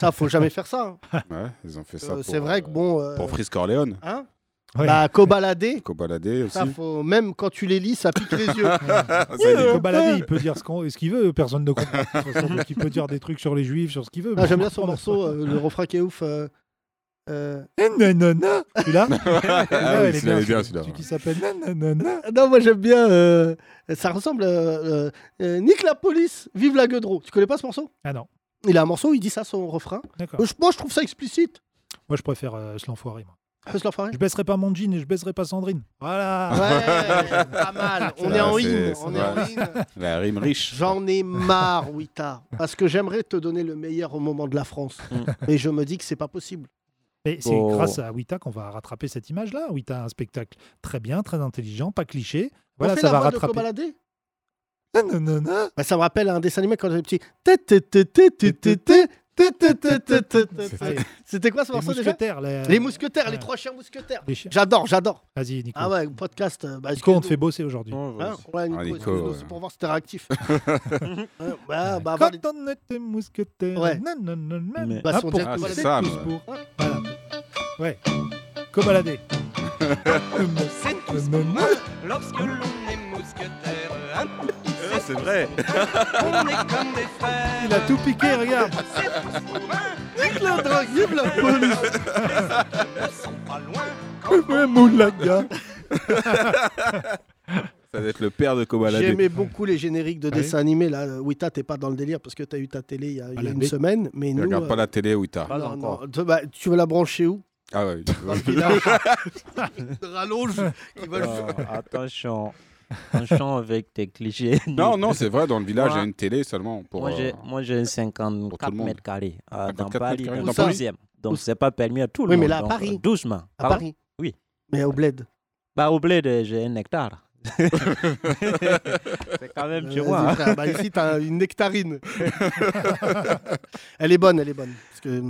S3: Ça,
S5: *laughs*
S3: faut jamais faire ça. hein.
S5: Ouais, ils ont fait ça.
S3: Euh,
S5: pour,
S3: c'est vrai que
S5: euh,
S3: bon. euh,
S5: Pour Frisk Corleone.
S3: hein
S4: Ouais.
S3: Bah,
S5: *laughs*
S3: Cobaladé,
S5: Cobaladé aussi.
S3: ça, faut... même quand tu les lis, ça pique les
S5: *laughs*
S3: yeux.
S5: Ah, ça, il est-
S4: Nico Baladé, il peut dire ce qu'on- ce qu'il veut, personne ne comprend. De toute façon, donc il peut dire des trucs sur les juifs, sur ce qu'il veut.
S3: Ah,
S4: mais
S3: J'aime
S4: on
S3: bien son
S4: comprend
S3: morceau, euh, le refrain qui est ouf. euh, Euh,
S4: Nanana Celui-là
S5: Ah
S4: ouais,
S5: oui,
S4: elle
S5: celui-là, il est bien,
S4: est bien, celui-
S5: celui-là.
S4: celui qui s'appelle Nanana.
S3: Non, moi j'aime bien. euh, ça ressemble. euh, euh, euh, Nique la police, vive la gueudreau. Tu connais pas ce morceau
S4: Ah non,
S3: Il a un morceau, il dit ça son refrain.
S4: d'accord.
S3: Euh, je- Moi je trouve ça explicite.
S4: Moi, je préfère euh, se l'enfoirer. moi.
S3: Fais-le
S5: *laughs*
S3: l'enfoiré.
S4: Je baisserai pas mon jean et je baisserai pas Sandrine. Voilà
S3: Ouais, pas mal. On
S5: Ça,
S3: est en
S5: c'est-
S3: hymne.
S5: c'est
S3: On est en
S5: vrai.
S3: hymne.
S5: La rime riche.
S3: J'en ai
S4: *laughs*
S3: marre, Wita, parce que j'aimerais te donner le meilleur au moment de la France.
S6: Mm.
S3: Mais je me dis que c'est pas possible.
S4: Mais c'est
S6: Bon.
S4: grâce à Wita qu'on va rattraper cette image-là. Wita a un spectacle très bien, très intelligent, pas cliché. Voilà,
S3: On fait
S4: ça
S3: la
S4: va
S3: voix de
S4: rattraper.
S3: Cobaladé
S4: Nanana.
S3: Bah, ça me rappelle un dessin animé quand j'étais petit. Té, té, té, té, té, té, té, té, té, té, té, té, té.
S4: Allez,
S3: C'était quoi ce
S4: les
S3: morceau déjà
S4: mousquetaires. Les,
S3: Les mousquetaires,
S4: ouais.
S3: les trois chiens mousquetaires.
S4: les chiens.
S3: J'adore, j'adore.
S4: Vas-y, Nico.
S3: Ah ouais, podcast. euh, bah,
S4: Nico, on te
S3: excuse-nous.
S4: fait bosser aujourd'hui.
S6: Non,
S3: Hein,
S6: vas-y.
S3: ouais, Nico,
S5: Ah, Nico,
S3: excuse-nous,
S5: ouais.
S3: c'est pour voir si t'es réactif.
S4: *laughs*
S3: Hein, bah, bah,
S4: Quand
S3: bah, les-
S4: on était mousquetaire.
S3: Ouais.
S4: nanana,
S6: Mais-
S3: Bah, si on
S4: pour
S3: dirait
S5: Ah,
S4: tous
S5: c'est
S4: les
S5: ça,
S4: tous
S5: moi.
S4: pour- Voilà. Ouais. Cobaladé.
S9: C'est tous pour moi lorsque l'on est mousquetaire. hein.
S10: Ah,
S5: Ouais, C'est vrai.
S9: On est comme des frères.
S4: Il a tout piqué, regarde.
S9: C'est tous pour moi.
S3: hein. Nique la drogue, vive la
S4: *laughs*
S3: police.
S9: Ils sont pas loin.
S4: Ouais, Moulaga.
S5: Ça va être le père de Kobalade.
S3: J'aimais beaucoup les génériques de
S5: Ah
S4: Ouais.
S3: dessins animés. Là, euh, Wita, t'es pas dans le délire parce que t'as eu ta télé il y a, il y a
S4: la
S3: une
S4: baie.
S3: semaine. Mais
S5: Il
S3: nous.
S5: regarde
S3: euh,
S5: pas la télé, Wita.
S6: Pas
S3: non,
S6: encore.
S3: non. Tu- bah, tu veux la brancher
S5: *laughs*
S3: où
S5: Ah ouais.
S3: Dans le village. Ils rallongent, ils veulent-
S6: Non, Oh, attention. Attention avec tes clichés.
S3: *laughs*
S5: Non, non,
S6: *laughs*
S5: c'est vrai, dans le village, il y a
S6: Moi-
S5: une télé seulement pour.
S6: Moi, j'ai-
S5: euh,
S6: moi, j'ai
S5: pour tout
S6: 54
S5: le monde.
S6: mètres carrés
S3: Ah,
S6: euh, dans
S5: 54
S6: Paris,
S5: mètres carrés
S6: dans
S3: dans
S6: le
S3: Paris
S6: 12e.
S3: Où
S6: Donc,
S3: ça
S6: c'est pas permis à tout le
S3: Oui,
S6: monde.
S3: mais là, à
S6: Donc,
S3: Paris.
S6: Doucement.
S3: À
S6: Pardon
S3: Paris
S6: Oui.
S3: Mais au bled.
S6: Bah, au bled, euh, j'ai un hectare. *laughs* c'est quand même chez
S3: Vas-y,
S6: moi. hein.
S3: frère. Bah, ici, t'as une nectarine. *laughs* elle est bonne, elle est bonne. Parce que,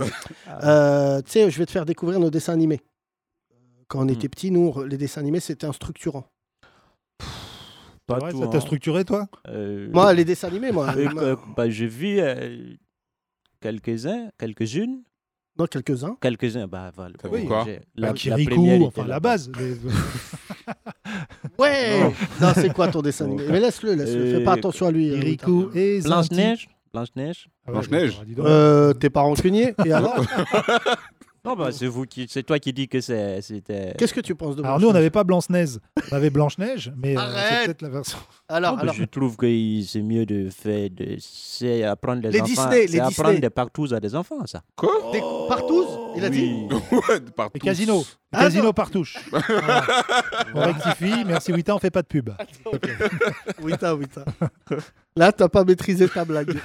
S6: Ah.
S3: euh, tu sais, je vais te faire découvrir nos dessins animés. Euh, Quand on était
S6: Hmm.
S3: petits, nous, on re- les dessins animés, c'était un structurant.
S6: Pas
S4: Ouais,
S6: tout,
S4: ça t'a
S6: hein.
S4: structuré, toi
S6: Euh,
S3: Moi, les dessins animés, moi.
S6: euh,
S3: moi-
S6: euh, bah, J'ai vu euh, quelques-uns, quelques-unes.
S3: Non, quelques-uns.
S6: Quelques-uns, bah voilà.
S5: T'as vu quoi
S6: j'ai-
S4: La
S6: première
S4: Kirikou,
S6: était
S4: Bah, enfin la
S6: là-bas.
S4: base. Les-
S3: Ouais
S6: Non.
S3: Non, c'est quoi ton dessin
S6: Non.
S3: animé Mais laisse-le, laisse-le.
S6: Euh,
S3: Fais pas attention à lui. euh,
S4: Kirikou
S3: Wita.
S4: et Ah
S6: Blanche-Neige Blanche-Neige
S5: Blanche-Neige.
S4: bah,
S3: Euh, T'es pas
S4: *laughs*
S3: rancunier Et alors
S6: Non, bah, c'est vous qui, c'est toi qui dis que c'est, c'était.
S3: Qu'est-ce que tu penses de
S4: Alors
S3: Euh, Blanche-Neige
S4: nous, on n'avait pas Blanche-Neige, on avait Blanche-Neige, mais euh,
S3: Arrête
S4: c'est peut-être la version.
S3: Alors,
S6: Non, mais
S3: alors,
S6: bah, Je trouve que il- c'est mieux de faire, de, c'est apprendre les,
S3: Les
S6: enfants,
S3: Disney,
S6: c'est
S3: les
S6: apprendre
S3: Disney.
S6: des partouzes à des enfants, ça.
S5: Quoi
S3: des- partous Il a dit
S5: *laughs* Ouais, partout.
S4: Les casinos, les
S3: Ah,
S4: casinos
S3: non. *laughs*
S4: partouche. Voilà. On rectifie, merci Wita, on fait pas de pub.
S3: Ah, Wita,
S4: *laughs*
S3: Wita. Là, t'as pas maîtrisé ta blague.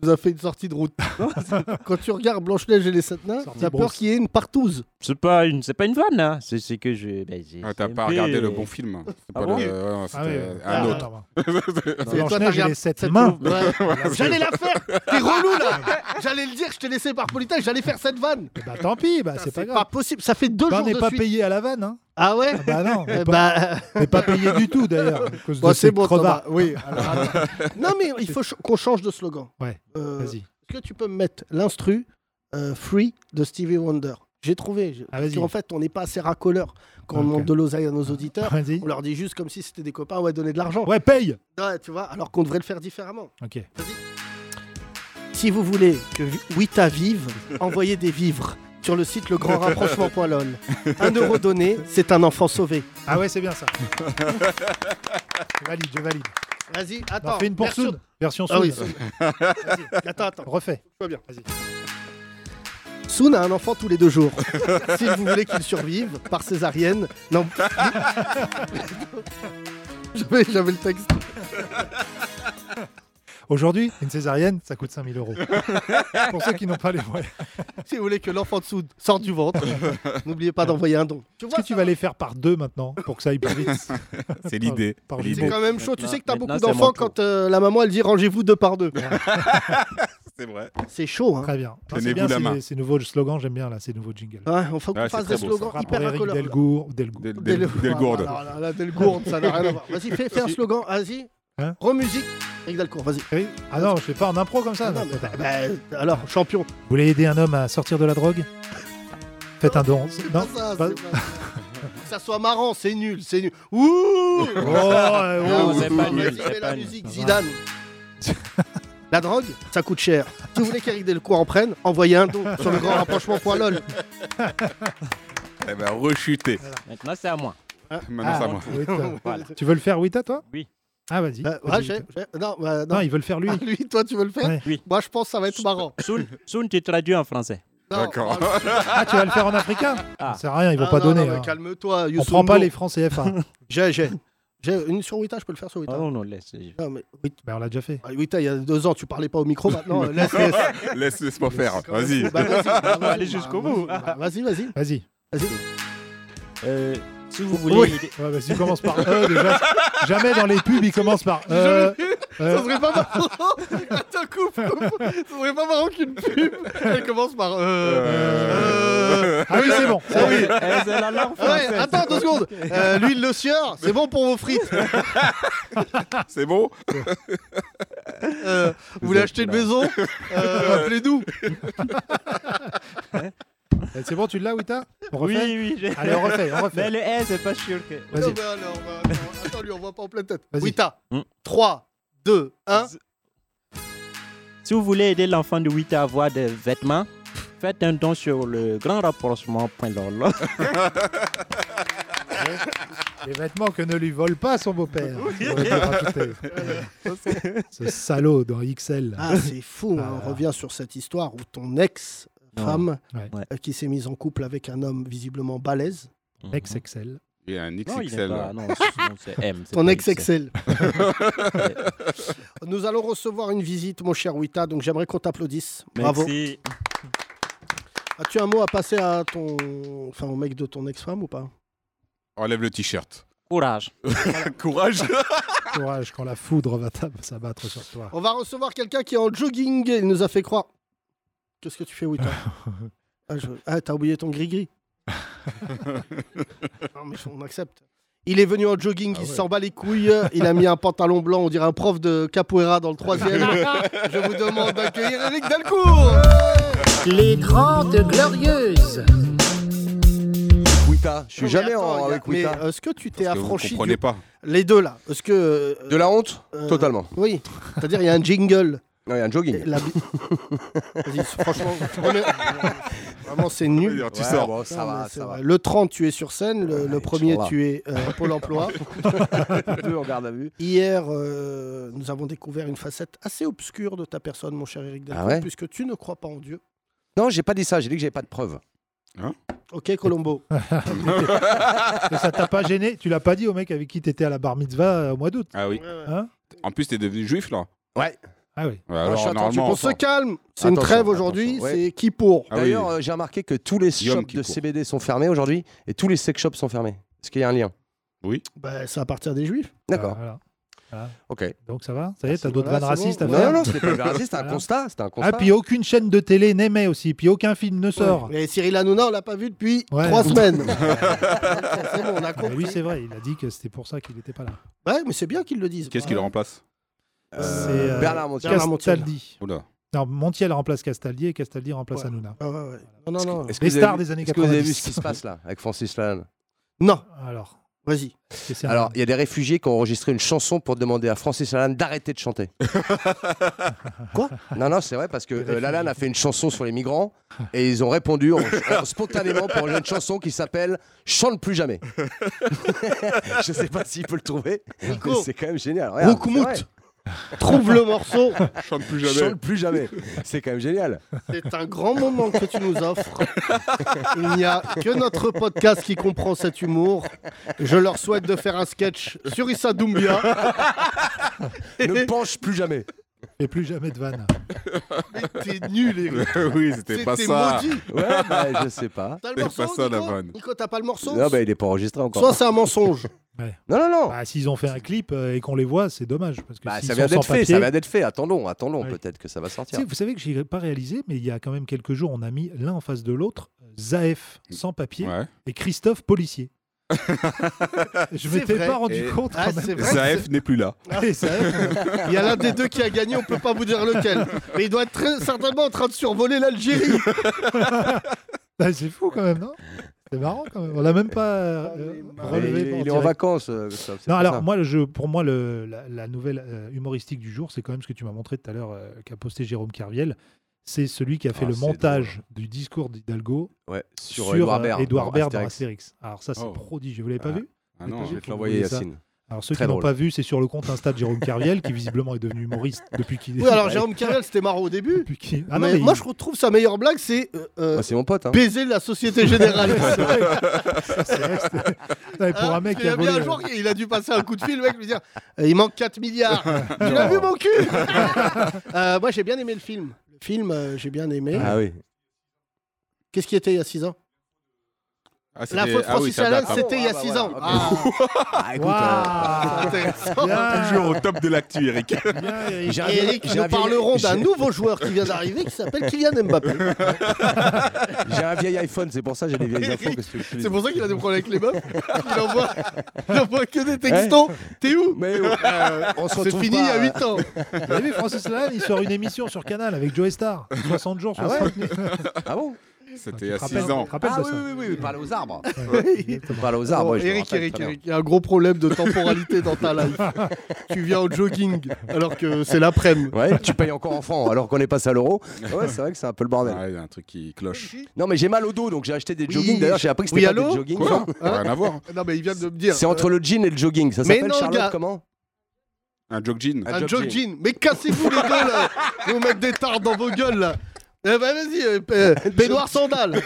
S3: Tu nous as fait une sortie de route. *laughs* Quand tu regardes Blanche-Neige et les sept nains,
S4: Sortie
S3: t'as peur
S4: brousse.
S3: qu'il y ait une partouze.
S6: C'est pas une, c'est pas une vanne, hein. C'est, c'est que je. ben, j'ai-
S5: Ah, T'as
S6: j'ai
S5: pas
S6: aimé-
S5: regardé le bon film. C'est
S6: Ah
S5: pas
S6: bon
S5: le- ouais, non,
S4: Ah ouais.
S5: C'était
S4: Ah,
S5: un
S4: non,
S5: autre.
S4: non,
S3: C'est
S4: non.
S3: toi, t'as
S4: Blanche-Neige et
S3: regardé
S4: les sept
S3: cette
S4: mains.
S3: Ouais.
S4: *laughs*
S3: J'allais la faire T'es relou, là J'allais le dire, je t'ai laissé par politesse, j'allais faire cette vanne
S4: Bah tant pis, bah, c'est pas
S3: Pas
S4: grave.
S3: possible, ça fait deux
S4: Bah, on
S3: jours de
S4: n'est pas
S3: suite.
S4: payé à la vanne, hein.
S3: Ah ouais
S4: Ah, Bah non, on
S3: Eh
S4: n'est pas,
S3: Bah,
S4: on n'est pas payé du tout d'ailleurs. à cause
S3: bon,
S4: de
S3: c'est
S4: ces
S3: bon,
S4: crevards.
S3: Thomas. Oui.
S4: *laughs*
S3: alors, attends. non, mais il faut ch- qu'on change de slogan.
S4: Ouais,
S3: Euh,
S4: Vas-y.
S3: Est-ce que tu peux me mettre l'instru euh, Free de Stevie Wonder J'ai trouvé. j'ai-
S4: Ah,
S3: parce
S4: vas-y.
S3: qu'en fait, on n'est pas assez racoleur quand on
S4: Ok.
S3: demande de l'oseille à nos
S4: *laughs*
S3: auditeurs.
S4: Vas-y.
S3: On leur dit juste comme si c'était des copains, ouais, donner de l'argent.
S4: Ouais, paye.
S3: Ouais, tu vois, alors qu'on devrait le faire différemment.
S4: Ok.
S3: Si vous voulez que Vi- Wita vive,
S4: *laughs*
S3: envoyez des vivres sur le site legrandrapprochement.lol.
S4: *laughs*
S3: Un euro donné, c'est un enfant sauvé.
S4: Ah ouais,
S3: *laughs*
S4: c'est bien ça. je valide, je valide.
S3: Vas-y,
S4: On
S3: attends.
S4: en fait Bah, une pour
S3: version-
S4: Soud. Version Soud.
S3: Ah oui, Soud.
S4: *laughs*
S3: Vas-y, attends, attends.
S4: Refait.
S3: Très bien.
S4: Vas-y.
S3: Soun a un enfant tous les deux *laughs* jours. si vous voulez qu'il survive, par césarienne, *laughs* non. J'avais j'avais le texte.
S4: Aujourd'hui, une césarienne, ça coûte
S5: *laughs*
S4: 5000 euros. Pour ceux qui n'ont pas les moyens.
S3: Si vous voulez que l'enfant de Soun sorte du *laughs* ventre, n'oubliez pas d'envoyer un don. Tu vois,
S4: Est-ce que tu vas les faire par deux maintenant pour que ça aille plus vite
S5: C'est l'idée. C'est
S4: Par- par-
S3: c'est
S5: l'idée.
S3: quand même chaud. Tu sais que t'as
S6: Maintenant,
S3: beaucoup
S6: c'est mon
S3: d'enfants
S6: tour.
S3: quand euh, la maman elle dit rangez-vous deux par deux.
S5: C'est vrai.
S3: *laughs* C'est chaud, hein.
S4: Très bien. Non, C'est
S5: Tenez-vous
S4: bien
S5: la
S4: ces-
S5: main.
S4: ces nouveaux slogans, j'aime bien là, ces nouveaux jingles.
S3: Ouais, on faut qu'on
S5: Ah, c'est
S3: fasse
S5: très
S3: des
S5: beau, ça.
S3: slogans
S4: Rapport
S3: hyper
S4: Eric
S3: racoleurs. là.
S4: Delgour, Delgour.
S5: Del-
S3: Del-
S5: Del- Delgourde.
S3: Alors Ah, là, là, Delgourde, ça n'a rien à voir. Vas-y, fais, fais un slogan, vas-y.
S4: Hein
S3: Remusique. Eric Delcourt, vas-y.
S4: Oui. Ah non, je fais pas en impro comme ça.
S3: Ah Non,
S4: non.
S3: mais- bah, alors, champion.
S4: Vous voulez aider un homme à sortir de la drogue Faites un don.
S3: C'est
S4: Non
S3: pas ça,
S4: pas-
S3: c'est pas ça.
S4: *laughs*
S3: Faut que ça soit marrant, c'est nul, c'est nul. Ouh
S4: Oh, euh,
S6: Non,
S5: *laughs*
S4: oh.
S6: c'est pas nul,
S3: Vas-y,
S6: c'est
S3: mets
S4: *laughs*
S6: pas
S3: la
S6: nul.
S3: musique, Zidane. La drogue, ça coûte cher. Si vous voulez qu'Eric Delcourt en prenne, envoyez un don sur le grand
S4: *laughs*
S3: rapprochement.lol.
S5: Eh ben, rechuté.
S6: Maintenant, c'est à moi.
S5: Maintenant, c'est à moi.
S3: *laughs*
S6: Voilà.
S4: Ah, Tu veux le faire, Wita, toi
S6: Oui.
S4: Ah, vas-y.
S3: Euh, ouais,
S4: Vas-y,
S3: j'ai-
S4: Wita.
S3: j'ai- Non, bah, non.
S4: non, ils veulent
S3: *laughs*
S4: faire lui.
S3: Ah, lui, toi, tu veux le faire
S4: Ouais.
S6: Oui.
S3: Moi, je pense que ça va être marrant.
S6: Soun, Soun, tu traduis en français.
S3: Non,
S5: D'accord.
S3: non,
S4: Ah, tu vas le faire en africain
S6: Ah.
S4: Ça sert à rien, ils vont
S3: non,
S4: pas
S3: non,
S4: donner.
S3: non, mais
S4: hein.
S3: Calme-toi,
S4: On
S3: Youssou
S4: prend pas
S3: N'Dour.
S4: les francs CFA.
S3: *laughs* J'ai, j'ai. J'ai une sur Wita, je peux le faire sur
S6: Ah
S3: Wita.
S6: non, non, laisse.
S3: Non, mais
S4: Ben, on l'a déjà fait.
S3: Ah, Wita, il y a deux ans, tu parlais pas au micro.
S4: *laughs*
S3: Maintenant, euh, laisse, laisse.
S5: Laisse, laisse-moi faire. Vas-y.
S3: Bah, vas-y, bah, vas-y,
S6: aller
S3: bah,
S6: jusqu'au
S3: vas-y,
S6: bout.
S3: bah, Vas-y, vas-y.
S4: Vas-y.
S3: *laughs*
S6: Euh, si vous voulez.
S3: Oui.
S6: une idée-
S4: Ouais, bah, S'ils commencent par E, déjà. Jamais dans les pubs, ils commencent par E.
S3: Ça serait pas marrant. Attends, coupe. coupe. Ça serait pas marrant qu'une pub. Elle commence par. euh,
S5: Euh,
S4: Ah oui, c'est bon.
S3: Ah oui.
S6: Eh, c'est la langue
S3: Ah ouais,
S6: française.
S3: attends deux secondes. Euh, L'huile de sieur, c'est bon pour vos *laughs* frites.
S5: C'est bon
S3: Euh, vous voulez acheter une maison Euh, Appelez-nous.
S4: Eh, C'est bon, tu l'as, Wita On
S6: Oui,
S4: refait
S6: oui. j'ai-
S4: Allez, on refait, on
S6: Mais
S4: refait.
S6: le S, c'est pas sûr que.
S4: Vas-y.
S3: Non, mais alors, bah, attends, attends, lui, on voit pas en pleine tête.
S4: Vas-y.
S3: Wita.
S6: Hmm.
S3: 3, 2, 1.
S6: Si vous voulez aider l'enfant de 8 à avoir des vêtements, faites un don sur le grand rapprochement.lol.
S4: Les vêtements que ne lui vole pas son beau-père. On va le rajouter. Ce salaud dans XL.
S3: Ah, c'est fou. hein,
S4: Ah.
S3: On revient sur cette histoire où ton ex femme
S4: Ouais.
S6: Ouais.
S3: euh, qui s'est mise en couple avec un homme visiblement balèze.
S10: Mmh.
S4: Ex XL.
S5: Il y a un
S6: Non, il est
S5: XXL.
S6: pas. Non, c'est-
S10: *laughs*
S6: non, c'est M. c'est
S3: Ton
S6: pas
S3: ex excelle.
S6: Ouais.
S3: Nous allons recevoir une visite, mon cher Wita, donc j'aimerais qu'on t'applaudisse. Bravo.
S6: Merci.
S3: As-tu un mot à passer à ton, enfin au mec de ton ex-femme ou pas
S5: Enlève le t-shirt.
S6: Courage.
S5: Ah, Courage.
S4: Courage quand la foudre va t'ab- s'abattre sur toi.
S3: On va recevoir quelqu'un qui est en jogging. Il nous a fait croire. Qu'est-ce que tu fais, Wita Ah, je- ah, t'as oublié ton gris-gris. *laughs* non, mais on accepte. Il est venu en jogging,
S5: Ah
S3: il
S5: ouais.
S3: s'en bat les couilles. Il a mis un pantalon blanc, on dirait un prof de capoeira dans le troisième. je vous demande d'accueillir Eric Delcourt.
S1: Les Grandes Glorieuses.
S10: Wita, je suis
S3: Non, mais
S10: jamais
S3: attends,
S10: en,
S3: il y a-
S10: avec
S3: mais
S10: Wita.
S3: Est-ce que tu t'es
S5: Parce que vous
S3: affranchi
S5: comprenez
S3: du-
S5: pas.
S3: les deux là Est-ce que euh,
S10: De la honte
S3: euh,
S10: Totalement.
S3: Oui. C'est-à-dire il y a un jingle.
S10: Non, il y a un jogging.
S3: Et la bi- Vas-y, franchement, premier- vraiment c'est nul.
S5: Tu
S10: Ouais,
S5: sors.
S10: bon, ça
S3: Non, mais
S10: va,
S3: c'est
S10: ça va.
S3: vrai. Le 30, tu es sur scène. Le, le
S10: Ouais,
S3: premier,
S10: Inch'Allah.
S3: tu es euh, Pôle emploi.
S10: *laughs* Deux en garde à vue.
S3: Hier, euh, nous avons découvert une facette assez obscure de ta personne, mon cher Eric Delcourt,
S10: Ah ouais
S3: puisque tu ne crois pas en Dieu.
S10: Non, j'ai pas dit ça, j'ai dit que j'avais pas de preuves.
S3: Ok, Colombo.
S4: Et ça t'a pas gêné Tu l'as pas dit au mec avec qui t'étais à la bar mitzvah euh, au mois d'août
S5: Ah oui.
S4: hein
S5: En plus, t'es devenu juif là.
S4: Ah oui.
S5: Ouais,
S10: je suis
S5: Alors,
S10: attendu
S5: normalement.
S3: On
S10: pour
S3: se
S10: Enfin.
S3: calme. C'est une
S10: Attention,
S3: trêve aujourd'hui.
S10: attention, ouais.
S3: C'est qui pour
S5: Ah oui.
S10: D'ailleurs, euh, j'ai remarqué que tous les
S5: Yom
S10: shops de
S5: Kippour.
S10: CBD sont fermés aujourd'hui et tous les sex shops sont fermés. Est-ce qu'il y a un lien
S3: Bah, C'est à partir des Juifs.
S10: D'accord,
S4: Ah, Voilà.
S10: ok.
S4: Donc ça va Ça y est, t'as
S3: c'est-
S4: d'autres
S3: voilà,
S4: vannes
S3: c'est
S4: racistes
S3: bon.
S4: à
S10: Non,
S4: faire
S10: non, non, c'était pas raciste, c'était un
S4: Voilà.
S10: constat. C'était un constat.
S4: Ah, puis aucune chaîne de télé n'aimait aussi, puis aucun film ne sort.
S3: Et Cyril Hanouna, on l'a pas vu depuis
S4: Ouais.
S3: trois
S10: *laughs*
S3: semaines. c'est bon, on
S10: Ah,
S3: a
S4: Mais
S3: compris.
S4: lui, c'est vrai, il a dit que c'était pour ça qu'il n'était pas là.
S3: Ouais, mais c'est bien qu'ils le disent.
S5: Qu'est-ce qui le remplace
S10: Euh,
S4: C'est, euh,
S10: Bernard Montiel.
S3: Bernard Montiel.
S4: Castaldi.
S5: Oula.
S4: Non, Montiel remplace Castaldi et Castaldi remplace Hanouna.
S3: Ah ouais, ouais. Non, non, non.
S10: Est-ce
S4: Les
S10: vous avez
S4: stars
S10: vu-
S4: des années
S10: Est-ce que vous avez vu
S4: 90.
S10: ce qui se passe là avec Francis Lalanne
S3: Non,
S4: Alors,
S5: *laughs*
S3: vas-y.
S4: est-ce que c'est un-
S10: Alors, il y a des réfugiés qui ont enregistré une chanson pour demander à Francis Lalanne d'arrêter de chanter.
S3: Quoi
S10: Non, non, c'est vrai parce que
S4: Les
S10: euh, Lalanne
S4: réfugiés.
S10: a fait une chanson sur les migrants et ils ont répondu en- en- spontanément pour une chanson qui s'appelle Chante plus jamais. *laughs* Je sais pas s'il peut le trouver, mais c'est quand même génial. Regarde,
S3: Roukoumont.
S10: c'est
S3: Trouve le
S5: *laughs*
S3: morceau.
S5: Chante plus
S10: vrai.
S5: jamais.
S10: Chante plus jamais. C'est quand même génial.
S3: C'est un grand moment que tu nous offres. Il n'y a que notre podcast qui comprend cet humour. Je leur souhaite de faire un sketch sur Issa
S5: *laughs*
S3: Doumbia.
S10: Ne penche plus jamais.
S4: Et plus jamais de vannes.
S3: Mais T'es nul, Eric.
S5: oui, c'était pas
S3: C'était
S5: ça.
S3: maudit.
S10: Ouais, bah, je sais pas.
S3: T'as le
S5: C'est
S3: morceau,
S5: pas ça, la
S3: Nico
S5: vanne.
S3: Nico, t'as pas le morceau
S10: Non, bah, il est pas enregistré encore.
S3: Soit c'est un mensonge.
S10: Non, non, non.
S4: Bah, S'ils ont fait un clip euh, et qu'on les voit, c'est dommage. Parce que
S10: Oh. Bah,
S4: s'ils
S10: ça vient
S4: sont sans
S10: d'être fait,
S4: papier-
S10: ça vient d'être fait. Attendons, attendons,
S4: Ouais.
S10: peut-être que ça va
S4: Tu
S10: sortir.
S4: sais, vous savez que je n'ai pas réalisé, mais il y a quand même quelques jours, on a mis l'un en face de l'autre Zaef sans papier
S5: Ouais.
S4: et Christophe
S10: *laughs*
S4: policier. je
S3: C'est
S4: m'étais
S3: vrai.
S4: pas rendu
S5: Et-
S4: compte.
S3: Ah,
S4: quand même.
S3: c'est vrai. que
S5: Zaef n'est plus là.
S4: Et Zaef,
S3: c'est- Il y a l'un des deux qui a gagné, on peut pas vous dire lequel. Mais il doit être très- certainement en train de survoler l'Algérie.
S4: bah, c'est fou quand même, non C'est marrant quand même. On l'a même pas
S3: Ah,
S4: euh, relevé.
S10: il,
S4: en
S10: il est en
S4: direct.
S10: vacances, euh, Christophe. c'est
S4: Non,
S10: pour
S4: alors
S10: ça.
S4: moi, le jeu- pour moi, le- la, la nouvelle euh, humoristique du jour, c'est quand même ce que tu m'as montré tout à l'heure, euh, qu'a posté Jérôme Carviel. C'est celui qui a fait
S10: Ah,
S4: le
S10: c'est
S4: montage du discours d'Hidalgo
S10: Ouais, sur, euh, Édouard
S4: euh,
S10: Baird dans
S4: dans
S10: Astérix.
S4: Astérix. Alors ça, c'est
S10: Oh.
S4: prodigieux. Vous l'avez pas
S10: Ah.
S4: vu
S10: Ah
S4: Vous l'avez
S10: non,
S4: pas
S10: je
S4: vu
S10: vais
S4: Faut
S10: te
S4: que vous
S10: l'envoyer,
S4: voyez ça.
S10: Yacine.
S4: Alors ceux
S10: Très
S4: qui n'ont
S10: drôle.
S4: pas vu, c'est sur le compte Insta de Jérôme Carviel, qui visiblement est devenu humoriste depuis qu'il est.
S3: Oui,
S4: *laughs*
S3: alors Jérôme Carrel, c'était marrant au début.
S4: Ah non,
S3: mais
S4: mais
S3: moi,
S4: il-
S3: je retrouve sa meilleure blague, c'est euh, euh,
S10: Bah, c'est mon pote. hein.
S3: baiser la Société Générale.
S10: C'est vrai.
S3: *laughs* Non, mais
S4: pour un mec
S3: parce
S4: qui
S3: qu'il
S4: a
S3: a bien
S4: volé,
S3: un jour,
S4: euh,
S3: il a dû passer un coup de fil, le mec, lui dire euh, Il manque 4 milliards. tu l'as vu, mon cul *laughs* Euh, Moi, j'ai bien aimé le film. Le film, euh, j'ai bien aimé.
S10: Ah oui.
S3: Qu'est-ce qui était il y a 6 ans
S5: Ah, c'était-
S3: La faute
S5: ah oui,
S3: Francis
S5: ça date,
S3: Allen,
S5: ah bon.
S3: c'était il y a
S5: Ah, bah
S3: 6
S5: voilà.
S3: ans.
S5: Ah, bon.
S10: Ah, écoute,
S3: Waouh.
S10: *laughs*
S5: euh,
S3: C'est
S4: Ah,
S3: intéressant.
S5: Toujours au top de l'actu, *laughs* Eric.
S10: J'ai un
S3: Et
S10: vieil-
S3: Eric,
S10: j'ai un
S3: nous
S10: vieil-
S3: parlerons d'un
S10: j'ai-
S3: nouveau joueur qui vient d'arriver qui s'appelle Kylian Mbappé.
S10: J'ai un vieil iPhone, c'est pour ça que j'ai
S3: *laughs*
S10: des vieilles infos. qu'est-ce que tu veux
S3: *laughs* C'est
S10: que
S3: pour ça qu'il a des problèmes avec les
S10: *laughs*
S3: meufs. Il envoie, il envoie que des textos. T'es où
S10: Mais, euh, on se
S3: C'est
S10: retrouve
S3: fini
S10: pas,
S3: il y a
S10: euh.
S3: 8 ans.
S10: *laughs*
S4: Vous avez vu, Francis Lalanne, il sort une émission sur Canal avec Joey Star. 60 jours,
S10: Ah ouais
S4: 60 minutes.
S10: je- Ah bon
S5: C'était il y a
S4: te rappelles-
S5: 6 ans.
S4: tu te rappelles
S10: Ah
S4: de
S10: oui,
S4: ça
S10: oui, oui, oui, parle aux arbres.
S3: Oui.
S10: Parle aux arbres.
S3: Bon,
S10: ouais, je me
S3: Eric,
S10: rappelle
S3: Eric,
S10: très bien.
S3: Eric, il y a un gros problème de temporalité dans ta
S10: *laughs*
S3: life. tu viens au jogging alors que c'est l'après-midi.
S10: Ouais, tu payes encore en francs alors qu'on est passé
S3: *laughs*
S10: à l'euro. Ouais, c'est vrai que c'est un peu le bordel.
S5: Ah, il y a un truc qui cloche.
S10: Non, mais j'ai mal au dos, donc j'ai acheté des
S3: Oui.
S10: joggings. D'ailleurs, j'ai appris que c'était
S3: Oui,
S10: pas
S3: allô
S10: des joggings.
S5: Quoi
S3: Hein
S5: Rien à voir.
S3: Non, mais il vient de me dire.
S10: C'est entre le jean et le jogging. Ça
S3: mais
S10: s'appelle
S3: non,
S10: Charlotte
S3: gars. *laughs*
S10: comment
S5: Un jog jean.
S10: Ah,
S3: euh, Un
S10: jogging.
S3: jogging. Mais cassez-vous les deux là Vous mettez des tards dans vos gueules là eh ben vas-y, euh, p-
S10: *laughs*
S3: euh, peignoir sandal.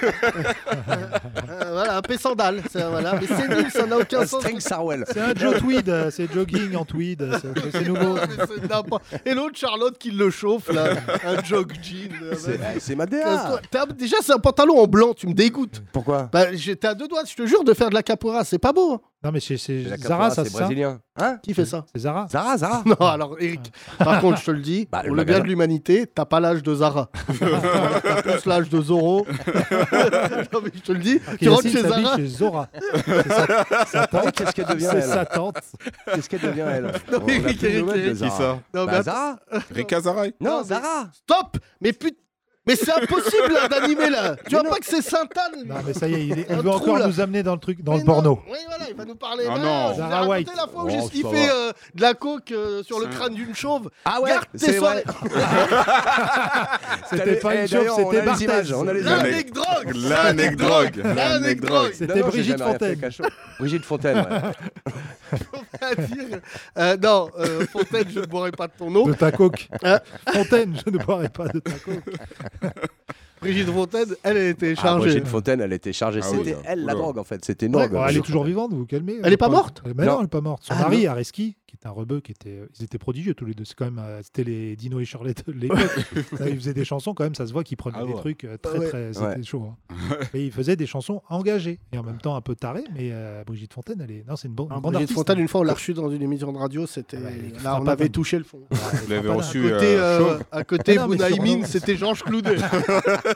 S3: voilà, un p sandal. c'est- Voilà. Mais c'est nul, ça n'a aucun
S10: Un
S3: sens.
S10: string Sarwell.
S4: C'est un Joe Tweed, euh, c'est jogging en tweed, euh, c'est c'est *laughs* nouveau.
S3: Non, mais c'est n'importe- Et l'autre Charlotte qui le chauffe là, un jog jean. euh,
S10: C'est-
S3: vas-y.
S10: eh, C'est ma DA.
S3: Casse-toi. T'as- Déjà c'est un pantalon en blanc, tu me dégoûtes.
S10: Pourquoi
S3: Bah, j'étais à deux doigts, je te jure, de faire de la capoeira, c'est pas beau. hein.
S4: Non, mais c'est c'est
S10: La
S4: Zara,
S10: Capora,
S4: ça,
S10: c'est
S4: c'est ça
S10: brésilien. Hein
S3: Qui fait ça
S4: C'est Zara
S10: Zara, Zara.
S3: Non, alors Eric, par contre, je te le dis,
S10: Mm. Bah, le
S3: pour le bien
S10: magasin.
S3: de l'humanité, t'as pas l'âge de
S10: *laughs*
S3: Zara. t'as plus l'âge de Zoro. non, mais je te le dis, tu rentres
S4: Yacine
S3: chez
S4: s'habille
S3: Zara.
S4: chez Zora. C'est sa, sa tante.
S10: Qu'est-ce qu'elle devient,
S4: C'est
S10: elle
S4: sa tante.
S10: Qu'est-ce qu'elle devient, elle
S3: *laughs*
S10: Oh, On
S3: mais
S10: a
S3: Eric,
S10: plus de
S3: Eric,
S10: nouvelles de
S3: Eric,
S5: Qui
S10: Zara.
S5: ça
S3: Non, mais
S10: Bah,
S3: att-
S10: Zara
S5: Rika Zaraï.
S3: Non,
S10: Non,
S3: mais-
S10: Zara
S3: Stop Mais putain mais c'est impossible là, d'animer là Tu vois pas que c'est Sainte-Anne
S4: Non, mais ça y est, il, est- il
S3: Un
S4: veut
S3: trou,
S4: encore
S3: là.
S4: nous amener dans le truc, dans
S3: Mais
S4: le
S3: non,
S4: porno.
S3: Oui, voilà, il va nous parler.
S5: Ah
S3: de
S5: non.
S3: Je vous ai
S4: Zara
S3: raconté
S4: White.
S3: la fois où j'ai
S10: Oh, ça
S3: skiffé
S10: va.
S3: euh, de la coke euh, sur le crâne d'une chauve.
S10: Ah ouais
S3: Garde tes
S10: C'est vrai.
S3: soirées.
S4: C'était pas une
S10: Eh,
S4: chose,
S10: d'ailleurs, on a
S4: c'était
S10: les
S4: Barthez.
S10: images, on a les
S5: La-
S3: L'anec drogue
S10: *laughs*
S3: *laughs*
S5: L'anec drogue.
S3: L'anec drogue
S4: C'était
S10: Non, non, j'ai
S4: Brigitte
S10: jamais rien fait,
S4: Fontaine.
S10: cachot. Brigitte Fontaine, ouais.
S3: à dire. Euh, non, euh, Fontaine, je ne boirai pas de ton nom.
S4: *laughs* De ta coke.
S3: Hein
S4: Fontaine, je ne boirai pas de ta coke.
S3: Brigitte Fontaine, elle, elle était
S10: Ah,
S3: chargée.
S10: Brigitte Fontaine, elle était chargée.
S5: Ah oui,
S10: C'était
S5: là.
S10: elle la
S5: Oula.
S10: drogue en fait. C'était une
S4: Ouais,
S10: drogue.
S4: bah, elle est toujours vivante, vous vous calmez.
S3: Elle est pas morte
S4: Mais bah non,
S10: Non.
S4: elle est pas morte. Son
S3: Ah,
S4: mari, Areski, qui est un rebeu, qui était, euh, ils étaient prodigieux tous les deux. C'est quand même, euh, c'était les Dino et Shirley de l'époque. *laughs* Ça, ils faisaient des chansons quand même, ça se voit qu'ils prenaient
S5: Ah
S4: des
S5: ouais.
S4: trucs euh, très,
S3: Ouais.
S4: très. C'était chaud. hein. Mais ils faisaient des chansons engagées et en même temps un peu tarées. Mais euh, Brigitte Fontaine, elle est. Non, c'est une, bon, une bonne
S3: Ah, Brigitte
S4: artiste. hein.
S3: Fontaine, une fois, on l'a reçue dans une émission de radio. C'était
S4: Ah bah, elle est
S3: là, on
S4: frappable.
S3: avait touché le fond.
S5: Vous l'avez reçu.
S3: Côté,
S5: euh,
S3: euh,
S5: chauve.
S3: à côté,
S4: Ah non, mais
S3: Bounaïmin,
S4: sûrement.
S3: c'était Georges
S4: *laughs*
S3: Cloudet.
S4: hein.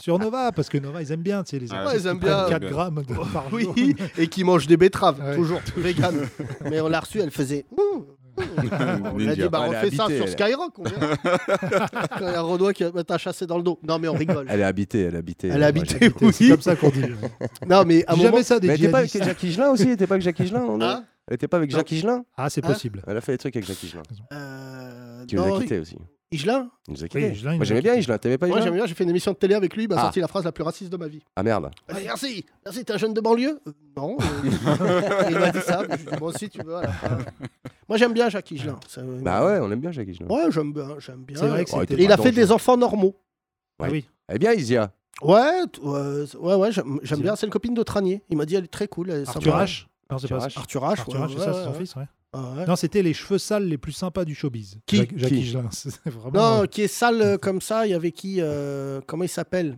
S4: Sur Nova, parce que Nova, ils aiment bien, tu sais, les
S5: Ah,
S3: ils aiment bien.
S4: 4 grammes de-
S3: *laughs*
S4: par
S3: Oui,
S4: jour.
S3: et qui mange des betteraves,
S4: Ouais.
S3: toujours vegan. Mais on l'a reçue, elle faisait. On lui a dit,
S5: Ninja.
S3: bah, on
S10: Elle est
S3: fait ça
S10: habitée,
S3: sur
S10: elle.
S3: Skyrock. On verra. *laughs* Quand il y a Renoir qui va t'a chassé dans le dos. Non, mais on rigole.
S10: Elle est habitée, elle est habitée.
S3: Elle est
S10: Ouais, j'ai-
S3: habitée,
S4: *laughs* C'est
S3: oui.
S4: comme ça qu'on dit.
S3: Non, mais à un
S4: Dis
S3: moment.
S4: jamais ça des
S10: Mais elle était pas avec
S4: djihadistes.
S10: Jacques Higelin aussi Elle était pas avec Jacques Higelin non, non
S3: Hein
S10: Elle était pas avec Jacques Higelin
S4: Ah, c'est
S3: Hein
S4: possible.
S10: Elle a fait des trucs avec Jacques Higelin.
S3: Euh,
S10: Qui nous
S3: non,
S10: a quittés aussi.
S3: Higelin
S10: Il nous a
S4: Oui,
S10: quittés.
S4: Higelin, il
S10: Moi
S4: nous a
S10: j'aimais bien
S4: quittés.
S10: Higelin. T'aimais pas
S3: Moi,
S10: Higelin
S3: j'aime bien, j'ai fait une émission de télé avec lui, il m'a
S10: Ah.
S3: sorti la phrase la plus raciste de ma vie.
S10: Ah merde.
S3: Euh, Merci, merci, t'es un jeune de banlieue Euh, Non.
S4: *laughs*
S3: euh, il m'a dit ça, mais je lui ai dit, moi aussi, tu veux. à la fin. Moi, j'aime bien Jacques Higelin. ça, euh,
S10: Bah ouais, on aime bien Jacques Higelin.
S3: Ouais, j'aime bien, j'aime bien.
S4: C'est vrai que
S10: Oh, il
S4: c'était.
S10: était
S3: Et il a
S10: pas
S3: fait
S10: dangereux.
S3: des enfants normaux.
S4: Ah oui.
S10: Eh bien Isia.
S3: Ouais, t- ouais, c- ouais, ouais, j'aime j'aime bien. C'est une copine de Tranier. Il m'a dit, elle est très cool. Elle est
S4: Arthur
S3: sympa.
S4: H. Non, c'est pas
S10: Arthur H.
S3: Arthur H.
S4: Arthur
S3: ouais,
S4: H, c'est ça,
S3: ouais,
S4: c'est son
S3: ouais.
S4: fils, ouais.
S3: Ah ouais.
S4: Non, c'était les cheveux sales les plus sympas du showbiz.
S3: Qui
S4: Jacques, Jacques
S10: Qui
S4: Higelin, *laughs* c'est vraiment
S3: Non,
S4: euh,
S3: qui est sale euh, comme ça, il y avait qui euh, Comment il s'appelle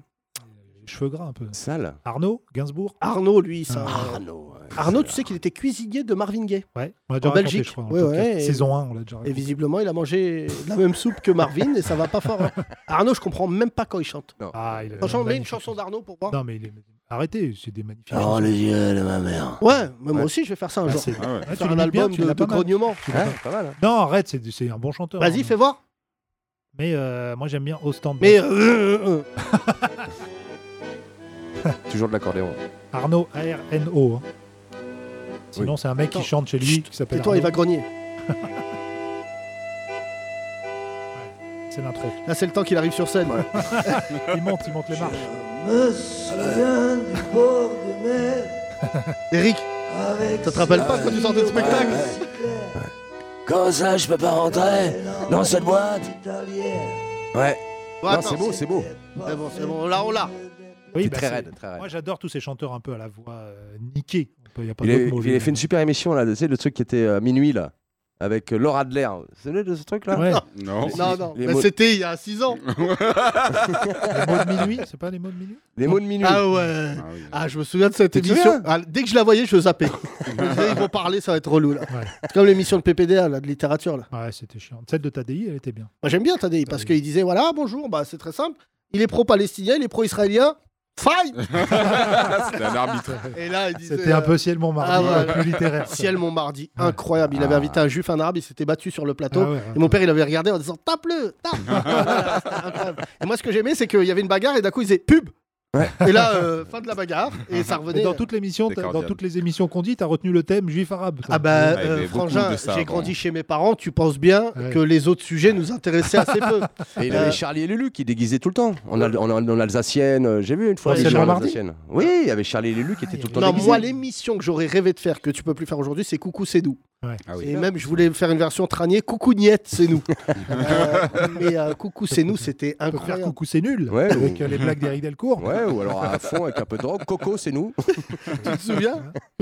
S4: les cheveux gras un peu.
S10: Sale.
S4: Arnaud Gainsbourg
S3: Arnaud, lui. Ça... euh.
S10: Arnaud. ouais,
S3: Arnaud,
S10: c'est-
S3: tu sais qu'il était cuisinier de Marvin Gaye.
S4: Ouais, on l'a déjà
S3: En
S4: raconté,
S3: Belgique.
S4: je crois, dans
S3: Ouais,
S4: le podcast.
S3: ouais, et-
S4: Saison 1, on l'a déjà
S3: Et
S4: raconté.
S3: visiblement, il a mangé la même soupe que Marvin et ça va pas
S4: *laughs*
S3: fort. hein. Arnaud, je comprends même pas quand il chante.
S4: Ah, il a-
S3: Franchement, mets une
S4: magnifique.
S3: chanson d'Arnaud Ah, pour moi.
S4: Non, mais il est- arrêtez, c'est des magnifiques.
S10: Oh
S4: chansons.
S10: les yeux de ma mère.
S3: Ouais, mais moi aussi, je vais faire ça un
S4: Ah,
S3: jour.
S4: c'est-
S5: Ah ouais.
S4: Ouais, tu
S3: Faire un
S4: l'imites bien,
S3: album
S4: tu
S3: de,
S4: l'as
S3: de
S4: pas mal.
S3: grognement.
S4: Tu l'as
S10: Hein,
S4: pas-
S10: Pas mal. hein.
S4: Ah Non, arrête, c'est c'est un bon chanteur.
S3: Vas-y,
S4: Arnaud. euh,
S3: fais voir. euh,
S4: Mais euh, moi, j'aime bien Ostend.
S3: Mais euh, euh, euh,
S10: Tu hein. toujours de l'accordéon.
S4: Arnaud A-R-N-O. hein. Sinon, c'est un mec qui chante chez lui qui s'appelle.
S3: tais-toi, il va grogner.
S4: C'est l'intro.
S3: Là, c'est le temps qu'il arrive sur scène.
S4: il monte, il monte les marches.
S11: me souviens du bord de mer.
S3: Eric,
S11: ça
S3: te rappelle pas quand tu sortais de spectacle
S11: Comment ça, je peux pas rentrer dans cette boîte
S10: Ouais.
S3: Bon,
S10: Non,
S3: attends,
S10: c'est beau, c'est beau.
S3: C'est bon, c'est bon, là, on l'a.
S10: C'est
S4: bah,
S10: très
S4: c'est-
S10: raide, très raide.
S4: Moi, j'adore tous ces chanteurs un peu à la voix euh, niquée. On peut- y a pas
S10: Il,
S4: d'autre
S10: a-
S4: mot,
S10: il
S4: lui.
S10: a fait une super émission là, tu sais, le truc qui était euh, minuit là, avec euh, Laura Adler. C'est le de ce
S4: *laughs*
S10: truc là
S4: Ouais.
S10: Non.
S3: Non, non,
S10: Les
S3: mais
S10: mots-
S3: c'était il y a 6 ans.
S4: Les mots de
S10: *laughs*
S4: minuit, c'est pas les mots de minuit
S10: Les mots de minuit.
S3: Ah ouais. Ah, je me souviens de cette
S10: Tu te
S3: émission.
S10: souviens
S3: Ah, dès que je la voyais, je *laughs* zappais. je me disais, ils vont parler, ça va être relou là. C'est comme l'émission de PPDA là, de littérature là.
S4: Ouais, c'était chiant. Celle de Tadi, elle était bien.
S3: Moi j'aime bien Tadei parce qu'il disait voilà bonjour, bah c'est très simple. Il est pro-palestinien, il est pro-israélien. Fight
S5: C'était un arbitre.
S3: *laughs* Et là, il disait.
S4: C'était un peu Ciel Montmardi,
S3: euh, ah, voilà.
S4: plus
S3: *laughs*
S4: littéraire.
S3: Ciel Montmardi, incroyable. Il avait invité un juif, un arabe, il s'était battu sur le plateau.
S4: Ah ouais, ouais.
S3: Et mon père, il avait regardé en disant tape-le,
S4: *laughs*
S3: tape Voilà, c'était incroyable. Et moi, ce que j'aimais, c'est qu'il y avait une bagarre et d'un coup, ils disaient pub Et là, euh, fin de la bagarre, et ça revenait.
S4: Et dans toutes les émissions, t'as- dans
S3: cordial.
S4: toutes les émissions qu'on dit, t'as retenu le thème juif arabe. toi.
S3: Ah bah, euh, Frangin, j'ai grandi chez mes parents, tu penses bien
S4: Ouais.
S3: que les autres sujets nous intéressaient assez
S10: *laughs*
S3: peu.
S10: Et il
S3: Euh,
S10: avait Charlie et Lulu qui déguisaient tout le temps. En, al- en- en- en alsacienne, euh, j'ai vu une fois
S3: Ouais,
S10: des
S3: c'est
S10: gens
S3: le
S10: en
S3: Ah, mardi.
S10: alsacienne. Oui, il y avait Charlie et Lulu qui étaient tout le temps
S3: Non,
S10: déguisés.
S3: moi, l'émission que j'aurais rêvé de faire, que tu peux plus faire aujourd'hui, c'est Coucou, c'est nous.
S4: Ouais.
S5: Ah
S3: Et même, je voulais faire une version tranier, Coucou, Niette, c'est
S10: *laughs*
S3: nous. Euh, mais euh, Coucou, c'est nous, c'était
S4: On peut faire
S3: incroyable.
S4: coucou, c'est nul.
S10: Ouais,
S4: avec
S10: ou-
S4: euh, les blagues d'Éric Delcourt.
S10: Ouais, ou alors à fond avec un peu de drogue. Coco, c'est nous.
S3: Tu te souviens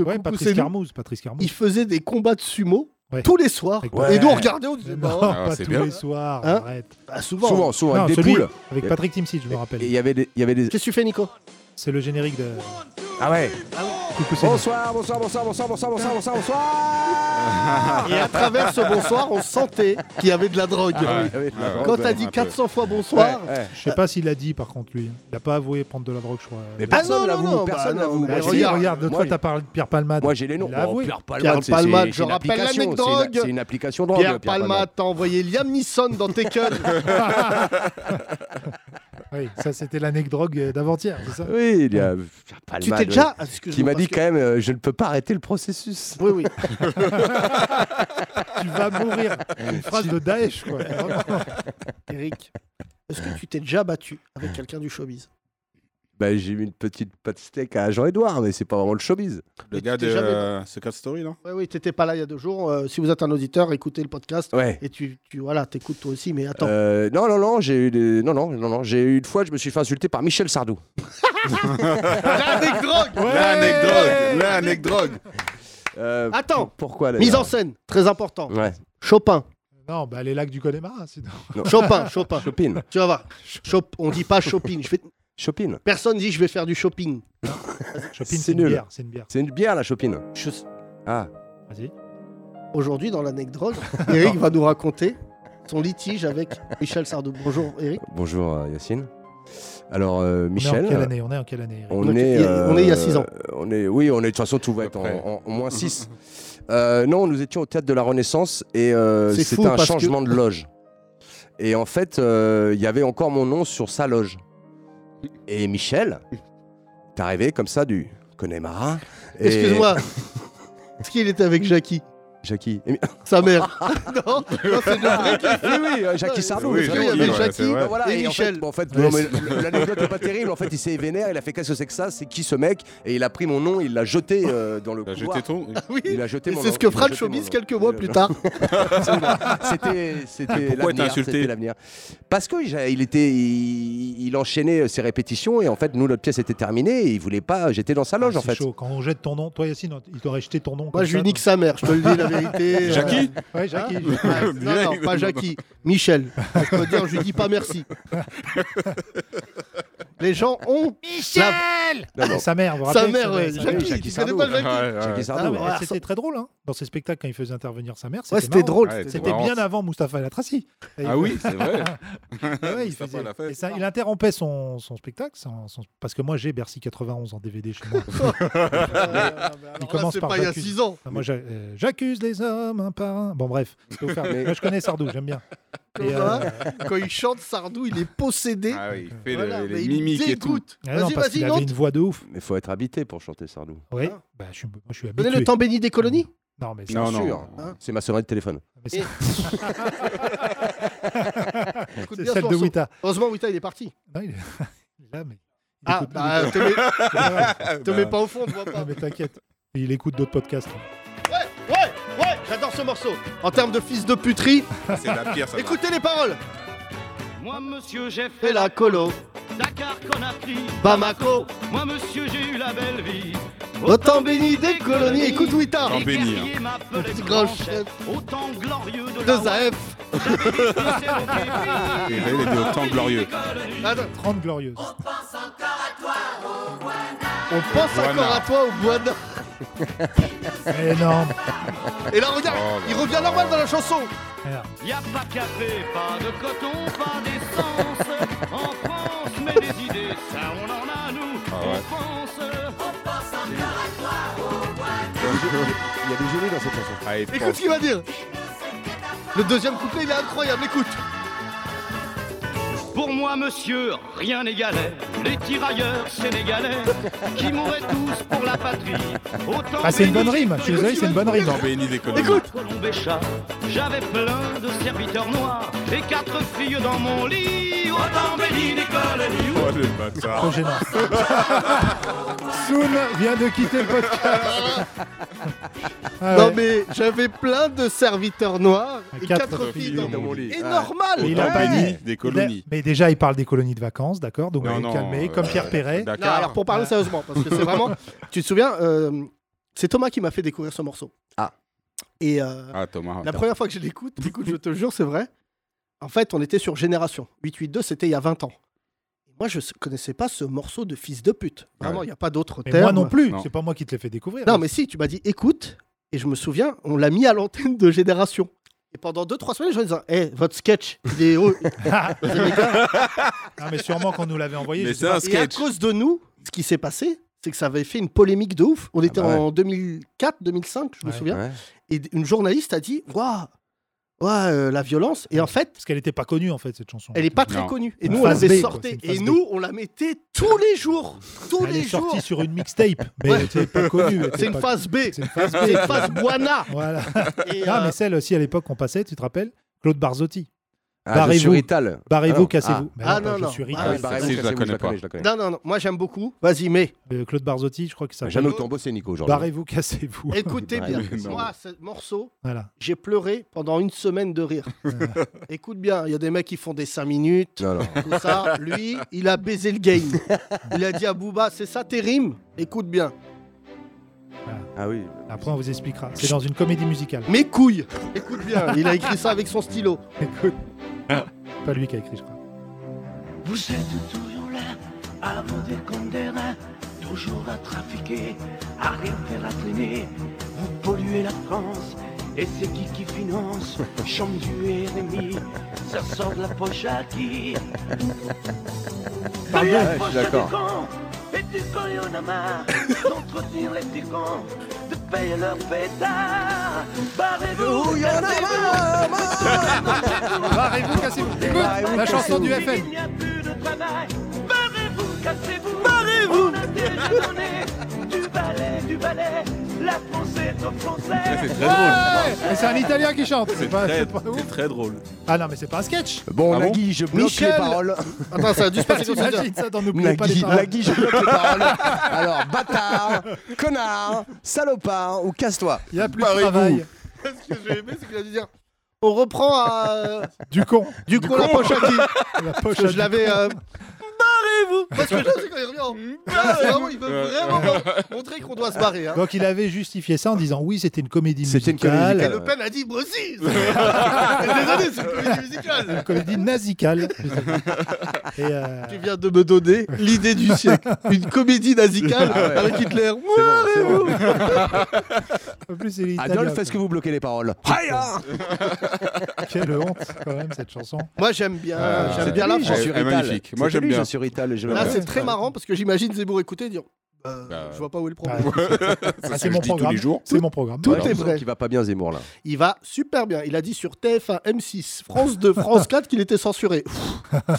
S4: Ouais,
S3: c'est
S4: Patrice
S3: nous.
S4: Carmouze. Patrice Carmouze.
S3: Ils faisaient des combats de sumo
S4: Ouais.
S3: tous les soirs.
S10: Ouais.
S3: Et nous, on regardait, on disait,
S4: Non,
S3: bah,
S10: Ah,
S4: pas
S10: c'est
S4: tous
S10: bien.
S4: les soirs,
S3: Hein
S4: arrête.
S3: bah, souvent.
S10: Souvent, souvent,
S4: Non,
S10: avec des
S4: celui
S10: poules.
S4: Avec Patrick Timsit, je me rappelle.
S10: Et il y avait des. il Y avait des...
S3: Qu'est-ce que tu fais, Nico
S4: C'est le générique de
S10: Ah ouais.
S4: Coucou, c'est nous.
S10: Bonsoir, bonsoir, bonsoir, bonsoir, bonsoir, bonsoir, bonsoir,
S3: Ah
S10: bonsoir.
S3: Et à travers ce bonsoir, on sentait qu'il y avait de la drogue.
S10: Ah ouais, il y avait de la drogue,
S3: Quand t'as
S10: ouais, un
S3: dit
S10: peu.
S3: 400 fois bonsoir,
S10: Ouais, ouais.
S4: Je sais pas s'il a dit par contre lui. Il a pas avoué prendre de la drogue, je crois.
S10: Mais
S4: Euh,
S10: personne
S3: Ah non, non,
S10: ne l'avoue,
S3: non,
S10: personne
S3: bah
S10: ne l'avoue.
S3: non,
S10: Moi,
S3: mais
S10: j'ai-
S3: regarde,
S4: Regarde, l'autre
S10: moi,
S4: fois, t'as parlé de Pierre Palmade.
S10: Moi j'ai les noms.
S4: Il l'a
S10: Bon,
S4: avoué.
S10: Pierre
S3: Pierre
S10: Palmade, c'est-
S3: Palmade,
S10: c'est-
S3: je
S10: c'est une
S3: rappelle
S10: application, c'est une-
S3: l'anecdrogue.
S10: C'est une application drogue.
S3: Pierre Palma t'a envoyé Liam Neeson dans
S10: *laughs*
S3: Taken.
S4: Oui, ça c'était l'anecdote d'avant-hier, c'est ça
S10: Oui, il y a Pierre Palmade.
S3: tu
S10: ouais.
S3: t'es déjà. excuse-moi,
S10: Qui m'a
S3: parce
S10: dit
S3: que-
S10: quand même, euh, je ne peux pas arrêter le processus.
S3: Oui, oui.
S4: Tu vas
S10: *laughs*
S4: mourir.
S10: Eh,
S4: Une phrase de Daesh, quoi. Vraiment.
S3: Eric, est-ce que tu t'es déjà battu avec quelqu'un du showbiz
S10: Bah, j'ai eu une petite pâte steak à Jean-Edouard, mais c'est pas vraiment le showbiz.
S5: Le
S3: Mais
S5: gars
S3: tu
S5: de
S3: t'es jamais-
S5: euh, Secret Story, non
S3: Oui, oui, t'étais pas là il y a deux jours. Euh, si vous êtes un auditeur, écoutez le podcast.
S10: Ouais.
S3: Et tu, tu voilà, t'écoutes toi aussi, mais attends.
S10: Euh, non, non, non, j'ai eu des... non, non, non, non, j'ai eu une fois, je me suis fait insulter par Michel Sardou.
S3: L'anecdote
S5: L'anecdote L'anecdote
S10: Euh,
S3: Attends.
S10: Pourquoi d'ailleurs
S3: Ah. Mise en scène, très important.
S10: Ouais.
S3: Chopin,
S4: Non, bah les lacs du Connemara, sinon.
S10: *laughs*
S3: Chopin, Chopin.
S10: Chopin.
S3: Tu vas voir. Chop... On dit pas shopping. Je fais-
S10: Chopin.
S3: Personne dit je vais faire du shopping.
S4: Chopin,
S10: C'est
S4: c'est une
S10: nul.
S4: bière. C'est une bière.
S10: C'est une bière, la Chopin.
S3: Je-
S10: Ah.
S4: Vas-y.
S3: Aujourd'hui, dans l'anecdote, Eric va nous raconter son litige avec Michel Sardou. Bonjour, Eric.
S10: Bonjour euh, Yacine. Alors euh,
S4: On est en quelle
S10: Michel, euh,
S4: année On est en quelle année Eric
S10: on,
S3: Donc,
S10: est, euh,
S3: il y a- on est il y a six ans.
S10: On est, oui, on est de toute façon tout va être en,
S5: près.
S10: en-
S5: *laughs*
S10: en moins 6 non, nous étions au théâtre de la Renaissance et euh,
S3: C'est
S10: c'était
S3: fou
S10: un
S3: parce que-
S10: changement de loge. Et en fait, euh, il y avait encore mon nom sur sa loge. Et Michel, t'es arrivé comme ça du Connemara. et-
S3: Excuse-moi. Est-ce qu'il était avec Jackie
S10: Jackie. Et-
S3: Sa mère. non, *laughs* non c'est de vrai qu'il
S10: *laughs* Oui, oui, euh,
S5: *laughs*
S10: Jackie Sardou.
S5: Oui,
S10: mais
S5: Jackie,
S10: vraiment,
S3: il y
S10: il-
S3: avait
S5: ouais,
S3: Jackie
S5: c'est vrai.
S10: Bah voilà,
S3: et,
S10: et en fait-
S3: Michel.
S10: bon, En fait,
S4: Ouais,
S10: non, mais l- l'anecdote n'est pas terrible. En fait, il s'est vénère, il a fait qu'est-ce que c'est que ça C'est qui ce mec Et il a pris mon nom, il l'a jeté euh, dans le
S5: T'as
S10: couloir.
S5: jeté ton
S3: Oui.
S10: Il a jeté
S3: Et
S10: mon
S3: c'est
S10: nom,
S3: ce que
S10: il a
S3: fera le
S10: jeté mon
S3: showbiz
S10: nom.
S3: quelques
S10: Il
S3: mois
S10: a-
S3: plus tard.
S10: C'était c'était
S5: Pourquoi t'as
S10: l'avenir,
S5: insulté
S10: c'était l'avenir. Parce que j'a- il était il, il enchaînait euh, ses répétitions et en fait nous notre pièce était terminée et il voulait pas euh, j'étais dans sa loge en
S4: Ah, C'est
S10: fait.
S4: chaud. Quand on jette ton nom, toi Yacine, on- il t'aurait jeté ton nom.
S3: Moi,
S4: comme
S3: je lui
S4: ça,
S3: nique sa mère, je te le dis la vérité.
S5: *laughs* Jackie
S4: dans-
S3: *laughs*
S4: Ouais, Jackie.
S3: Euh, ouais, non, non, pas Jackie. Michel. Je peux dire, je lui dis pas merci. Les gens ont. Michel
S10: Non, non.
S4: Sa mère, vous vous
S3: Sa
S4: rappelez que
S3: mère,
S4: c'est-
S3: ouais.
S4: c'est-
S10: Jackie
S3: Jackie, tu connais
S10: Sardou.
S3: pas
S5: Ouais,
S3: Jackie
S5: ouais.
S10: Jackie
S4: Ah,
S10: Sardou.
S4: mais
S3: ouais,
S4: C'était
S3: ça-
S4: très drôle, hein, dans ses spectacles, quand il faisait intervenir sa mère.
S3: Ouais, c'était
S4: marrant.
S3: drôle.
S5: Ouais,
S3: c'était- hein.
S4: C'était
S5: marrant.
S4: bien avant Mustapha El Atrassi.
S5: Ah oui, c'est vrai.
S4: Ah Ouais, il,
S5: Mustapha
S4: faisait-
S5: l'a fait.
S4: et ça- il interrompait son, son spectacle son- son- parce que moi j'ai Bercy 91 en DVD chez
S3: *laughs*
S4: moi.
S3: bah, Alors là,
S4: commence
S3: c'est
S4: par
S3: pas Ah, il y a
S4: Jacques.
S3: 6 ans.
S4: Enfin, moi j'a- euh, j'accuse les hommes un par un. Bon bref, c'est offert.
S10: Mais-
S4: moi je connais Sardou, j'aime bien. euh,
S3: Quand il chante Sardou, il est possédé.
S5: Ah oui, il fait
S3: Voilà,
S5: le-
S3: mais
S5: les
S3: il est
S5: mimique et tout.
S3: dégoûte. Ah non, Vas-y, parce vas-y, qu'il avait Nantes. une
S4: voix de ouf.
S10: Mais faut être habité pour chanter Sardou.
S4: Oui, bah, je, suis- moi, je suis
S3: Donnez
S4: habitué.
S3: le temps béni des colonies
S4: Non, mais
S10: Non,
S4: c'est
S10: non.
S4: sûr. Hein.
S10: C'est ma sonnerie de téléphone.
S4: Mais c'est-
S3: Écoute
S4: C'est
S3: bien ce
S4: celle de
S3: morceau.
S4: Wita.
S3: Heureusement, Wita, il est parti.
S4: Non, il *laughs* est il est là, mais. il
S3: Ah,
S4: écoute-
S3: bah,
S4: il écoute-
S3: te mets-
S5: *laughs*
S4: Ouais.
S3: te
S5: Bah.
S3: mets pas au fond, on te voit pas.
S4: Non, mais t'inquiète. Il écoute d'autres podcasts.
S3: *laughs* Ouais, ouais, j'adore ce morceau. En termes de fils de puterie,
S4: C'est la
S3: *laughs*
S4: pire, ça.
S3: écoutez les paroles.
S12: Moi, monsieur, j'ai fait
S3: Fais la colo,
S12: Dakar, Conakry,
S3: Bamako,
S12: Moi, monsieur, j'ai eu la belle vie.
S3: autant béni des colonies. Écoute Wita.
S12: Les guerriers m'appelaient grand chef. Autant glorieux de la
S3: Deux AF.
S5: Et là, il était au temps glorieux.
S4: 30 glorieuses.
S3: *laughs* On pense
S5: Au
S3: encore
S5: Boana.
S3: à toi au Boana.
S4: Énorme.
S3: Et là, regarde,
S5: Oh
S3: il revient normal dans la chanson.
S12: Y a pas de café, pas de coton, pas d'essence. En France, mais des idées, ça on en a nous.
S10: Ah
S12: on
S10: ouais.
S12: pense.
S10: Il y a du génie dans cette chanson.
S5: Ah,
S3: Écoute ce qu'il va dire. Le deuxième couplet, il est incroyable. Écoute.
S12: Pour moi, monsieur, rien n'égalait. Les tirailleurs sénégalais qui mouraient tous pour la patrie. Autant
S4: Ah, c'est une bonne
S12: béni-
S4: rime. Je suis désolé, c'est une bonne rime.
S5: Temps béni des colonies.
S12: Écoute J'avais plein de serviteurs noirs et quatre filles dans mon lit. Autant béni des colonies.
S5: Oh le bâtard.
S4: Trop gênant. *laughs* Soon vient de quitter le podcast. Ah
S3: Non
S4: ouais.
S3: mais j'avais plein de serviteurs noirs et
S4: Quatre
S3: quatre, filles dans mon lit. Et
S10: Ouais.
S3: normal.
S4: Il a
S5: Autant
S4: pas
S5: béni
S4: dit.
S5: des colonies.
S4: Mais déjà, il parle des colonies de vacances, d'accord Donc,
S5: Non,
S4: on est
S5: non,
S4: calmé,
S5: euh,
S4: comme Pierre Perret.
S3: Non, alors pour parler sérieusement, parce que c'est
S4: *laughs*
S3: vraiment. Tu te souviens, euh, c'est Thomas qui m'a fait découvrir ce morceau.
S10: Ah.
S3: Et euh,
S5: Ah Thomas.
S3: la première fois que je l'écoute, écoute, je te jure, c'est vrai. En fait, on était sur Génération. 882, c'était il y a 20 ans. Moi, je connaissais pas ce morceau de fils de pute. Vraiment, il
S5: Ouais.
S3: n'y a pas d'autre
S4: Mais
S3: terme.
S4: moi non plus,
S5: Non.
S4: c'est pas moi qui te l'ai fait découvrir. *laughs*
S3: Non, mais si, tu m'as dit écoute, et je me souviens, on l'a mis à l'antenne de Génération. Et pendant 2-3 semaines, les gens disaient Eh, votre sketch, il est haut.
S4: Ah, mais sûrement qu'on nous l'avait envoyé.
S5: Mais
S4: je sais
S5: c'est
S4: pas.
S5: un
S3: Et à
S5: sketch.
S3: cause de nous, ce qui s'est passé, c'est que ça avait fait une polémique de ouf. On était
S10: bah ouais.
S3: en 2004, 2005, je me
S4: Ouais.
S3: souviens.
S10: Ouais.
S3: Et d- une journaliste a dit Waouh, waouh, euh, la violence. Et en fait,
S4: Parce qu'elle n'était pas connue en fait cette chanson.
S3: elle n'est pas très
S5: Non.
S3: connue. Et
S4: Une
S3: nous, on
S4: phase B,
S3: l'avait
S4: quoi, c'est
S3: sortie.
S4: une phase
S3: Et
S4: B.
S3: nous, on la mettait tous les jours. Tous
S4: Elle
S3: les
S4: est
S3: jours.
S4: sortie sur une mixtape, mais
S3: Ouais.
S4: elle était pas connue. elle était
S3: C'est une
S4: pas-
S3: phase B. C'est
S4: une phase B.
S3: une phase Buana.
S4: Voilà.
S3: Et,
S4: Ah,
S3: euh,
S4: mais celle aussi à l'époque qu'on passait, tu te rappelles Claude Barzotti.
S10: Ah, je
S4: Barrez-vous.
S10: suis Rital.
S4: Barrez-vous,
S10: Ah non.
S4: cassez-vous. Mais
S3: Ah,
S4: pas
S3: non,
S4: je
S3: non.
S4: suis
S10: Ah, ah oui,
S4: Rital.
S10: barrez-vous,
S5: Si, je la
S10: cassez-vous, je la
S5: connais
S10: connais, je la connais.
S3: Non, non, non. Moi, j'aime beaucoup. Vas-y, mais
S4: Euh, Claude Barzotti, je crois que ça.
S10: Jamais autant bossé, Nico, aujourd'hui.
S4: Barrez-vous, cassez-vous.
S3: écoutez bien.
S5: Mais non.
S3: Moi, ce morceau,
S4: Voilà.
S3: j'ai pleuré pendant une semaine de
S4: *laughs*
S3: rire. Écoute bien, il y a des mecs qui font des 5 minutes.
S10: Non, non.
S3: Tout ça, lui, il a baisé le game. Il a dit à Booba, c'est ça tes rimes Écoute bien.
S10: Ah oui.
S4: Après, on vous expliquera. C'est dans une comédie musicale.
S3: Mes couilles Écoute bien, il a écrit ça avec son stylo.
S4: Écoute. Pas lui qui a écrit, je crois.
S11: Vous êtes tout en l'air, à vous des condamnés, toujours à trafiquer, à rien faire à traîner. Vous polluez la France, et c'est qui qui finance Chambre du RMI, ça sort de la poche à qui
S10: Pardon, ouais, je suis d'accord.
S11: Et du coup, il y en a marre d'entretenir les petits cons, de payer leurs pétards. Barrez-vous, il y en a
S4: Barrez-vous, cassez-vous. Écoute, la chanson du FN.
S11: il n'y a plus de travail. Barrez-vous, cassez-vous. Barrez-vous. On a déjà donné du balai, du balai. La France est aux
S5: Ça,
S11: Français.
S5: C'est très drôle.
S4: Mais c'est un Italien qui chante. C'est pas,
S5: Très-
S4: c'est pas ouf.
S5: C'est très drôle.
S4: Ah non, mais c'est pas un sketch.
S10: Bon,
S5: Ah bon
S10: Nagui, je bloque
S3: Michel.
S10: les paroles.
S3: Attends, ça a dû se passer comme ça.
S4: T'imagines ça dans N'oubliez pas les
S10: Nagui,
S4: paroles.
S10: Nagui, je bloque les paroles. Alors, bâtard, connard, salopard ou casse-toi.
S4: Il y a plus de travail.
S3: Ce que j'ai aimé, c'est qu'il a dû dire. On reprend à. euh,
S4: Du con.
S3: Du coup, *laughs* la poche à qui
S4: La poche.
S3: Parce que
S4: à
S3: je
S4: du-
S3: l'avais. euh, Barrez-vous Parce que là, c'est quand il revient. en- Là, c'est vraiment, il veut vraiment montrer qu'on doit se barrer. hein.
S4: Donc il avait justifié ça en disant oui, c'était une comédie
S10: C'était une comédie
S4: musicale.
S3: Et
S10: musicale.
S3: Le Pen a dit, moi aussi Désolé, c'est une comédie musicale
S4: Une comédie nasicale. Et euh,
S3: Tu viens de me donner l'idée du siècle. Une comédie nasicale
S10: Ah ouais.
S3: avec Hitler.
S10: C'est bon, c'est bon.
S4: en plus, il est italien.
S10: Adolphe, Ah, est-ce que vous bloquez les paroles Hiya
S4: Quelle honte, quand même, cette chanson.
S3: Moi, j'aime bien.
S5: Ah,
S3: j'aime
S5: c'est
S3: bien la
S5: délicieux.
S3: France.
S5: Elle est magnifique. Moi,
S10: C'était
S5: j'aime
S10: lui,
S5: bien.
S10: Je suis Rital. et je
S3: Là,
S10: l'aime
S3: c'est très marrant parce que j'imagine Zemmour écouter et dire
S5: Bah,
S3: Je vois pas où est le
S4: Ah,
S3: problème.
S5: C'est ce que je dis tous les jours.
S3: C'est mon programme. Tout
S10: Alors,
S3: est
S10: on sent
S3: vrai.
S10: qu'il va pas bien Zemmour là.
S3: Il va super bien. Il a dit sur TF1, M6, France 2, France 4 qu'il était censuré. Pfff. Ça,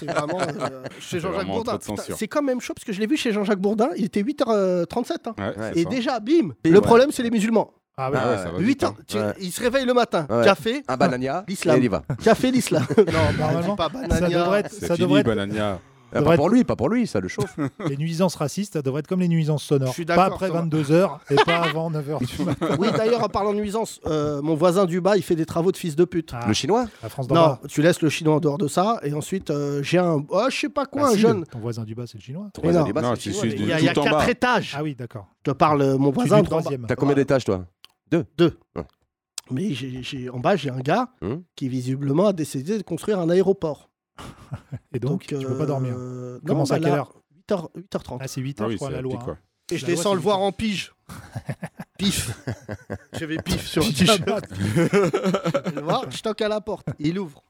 S3: c'est vraiment euh,
S10: C'est
S3: chez Jean-Jacques
S10: vraiment
S3: Bourdin.
S10: trop de censure.
S3: Putain, C'est quand même chaud parce que je l'ai vu chez Jean-Jacques Bourdin. Il était 8h37. hein.
S10: Ouais, c'est
S3: Et
S10: ça.
S3: déjà, bim,
S10: Bim,
S3: le
S10: ouais.
S3: problème, c'est les musulmans.
S10: Ah ouais, Ah ouais, ça va
S3: 8
S10: vite,
S3: ans.
S10: hein.
S3: Tu-
S10: Ouais.
S3: Il se réveille le matin.
S10: Ouais.
S3: Café.
S10: Un *laughs* banania,
S3: L'islam.
S10: et il y va.
S3: Café, l'islam. *laughs* non,
S4: Normalement,
S3: pas
S4: ça
S3: banania.
S4: devrait être-
S10: C'est
S4: ça
S10: fini,
S4: devrait être-
S10: Banania.
S4: ça
S10: Ah,
S4: devrait
S10: pas
S4: être-
S10: pour lui, pas pour lui, ça le chauffe.
S4: Les nuisances racistes, ça devrait être comme les nuisances sonores.
S3: suis
S4: Pas
S3: d'accord,
S4: après
S3: Thomas.
S4: 22h et pas avant 9h du matin.
S3: Oui, d'ailleurs, en parlant de nuisance, euh, mon voisin du bas, il fait des travaux de fils de pute.
S10: Le chinois
S4: La France d'en
S3: Non,
S4: bas.
S3: tu laisses le chinois en dehors de ça. Et ensuite, euh, j'ai un. Oh, je sais pas quoi,
S4: Ah,
S3: un
S4: si,
S3: jeune.
S4: le- Ton voisin du bas, c'est le chinois.
S10: Ton voisin du bas, Non, c'est le tu chinois, suis mais-
S3: Il y a, il y a
S10: tout en
S3: quatre
S10: bas.
S3: étages.
S4: Ah oui, d'accord.
S3: Je te parle, euh, mon
S4: Tu es
S3: voisin.
S4: du
S3: de en bas.
S4: troisième.
S10: T'as combien d'étages toi Deux.
S3: Deux.
S10: Ouais.
S3: Mais j'ai- j'ai- en bas, j'ai un gars
S10: Hum.
S3: qui visiblement a décidé de construire un aéroport.
S4: Et donc, tu peux pas dormir.
S3: euh, non,
S4: Commence
S3: bah
S4: à quelle
S3: là,
S4: heure
S3: 8h, 8h30.
S4: Ah, c'est 8h, je crois, la loi. hein.
S3: Et je
S4: La loi,
S3: descends
S4: c'est
S3: le voir en
S4: *laughs*
S3: pige. Pif. J'avais pif sur un
S4: Pyjama.
S3: t-shirt. Je
S4: *laughs*
S3: vois, je toque à la porte. Il ouvre.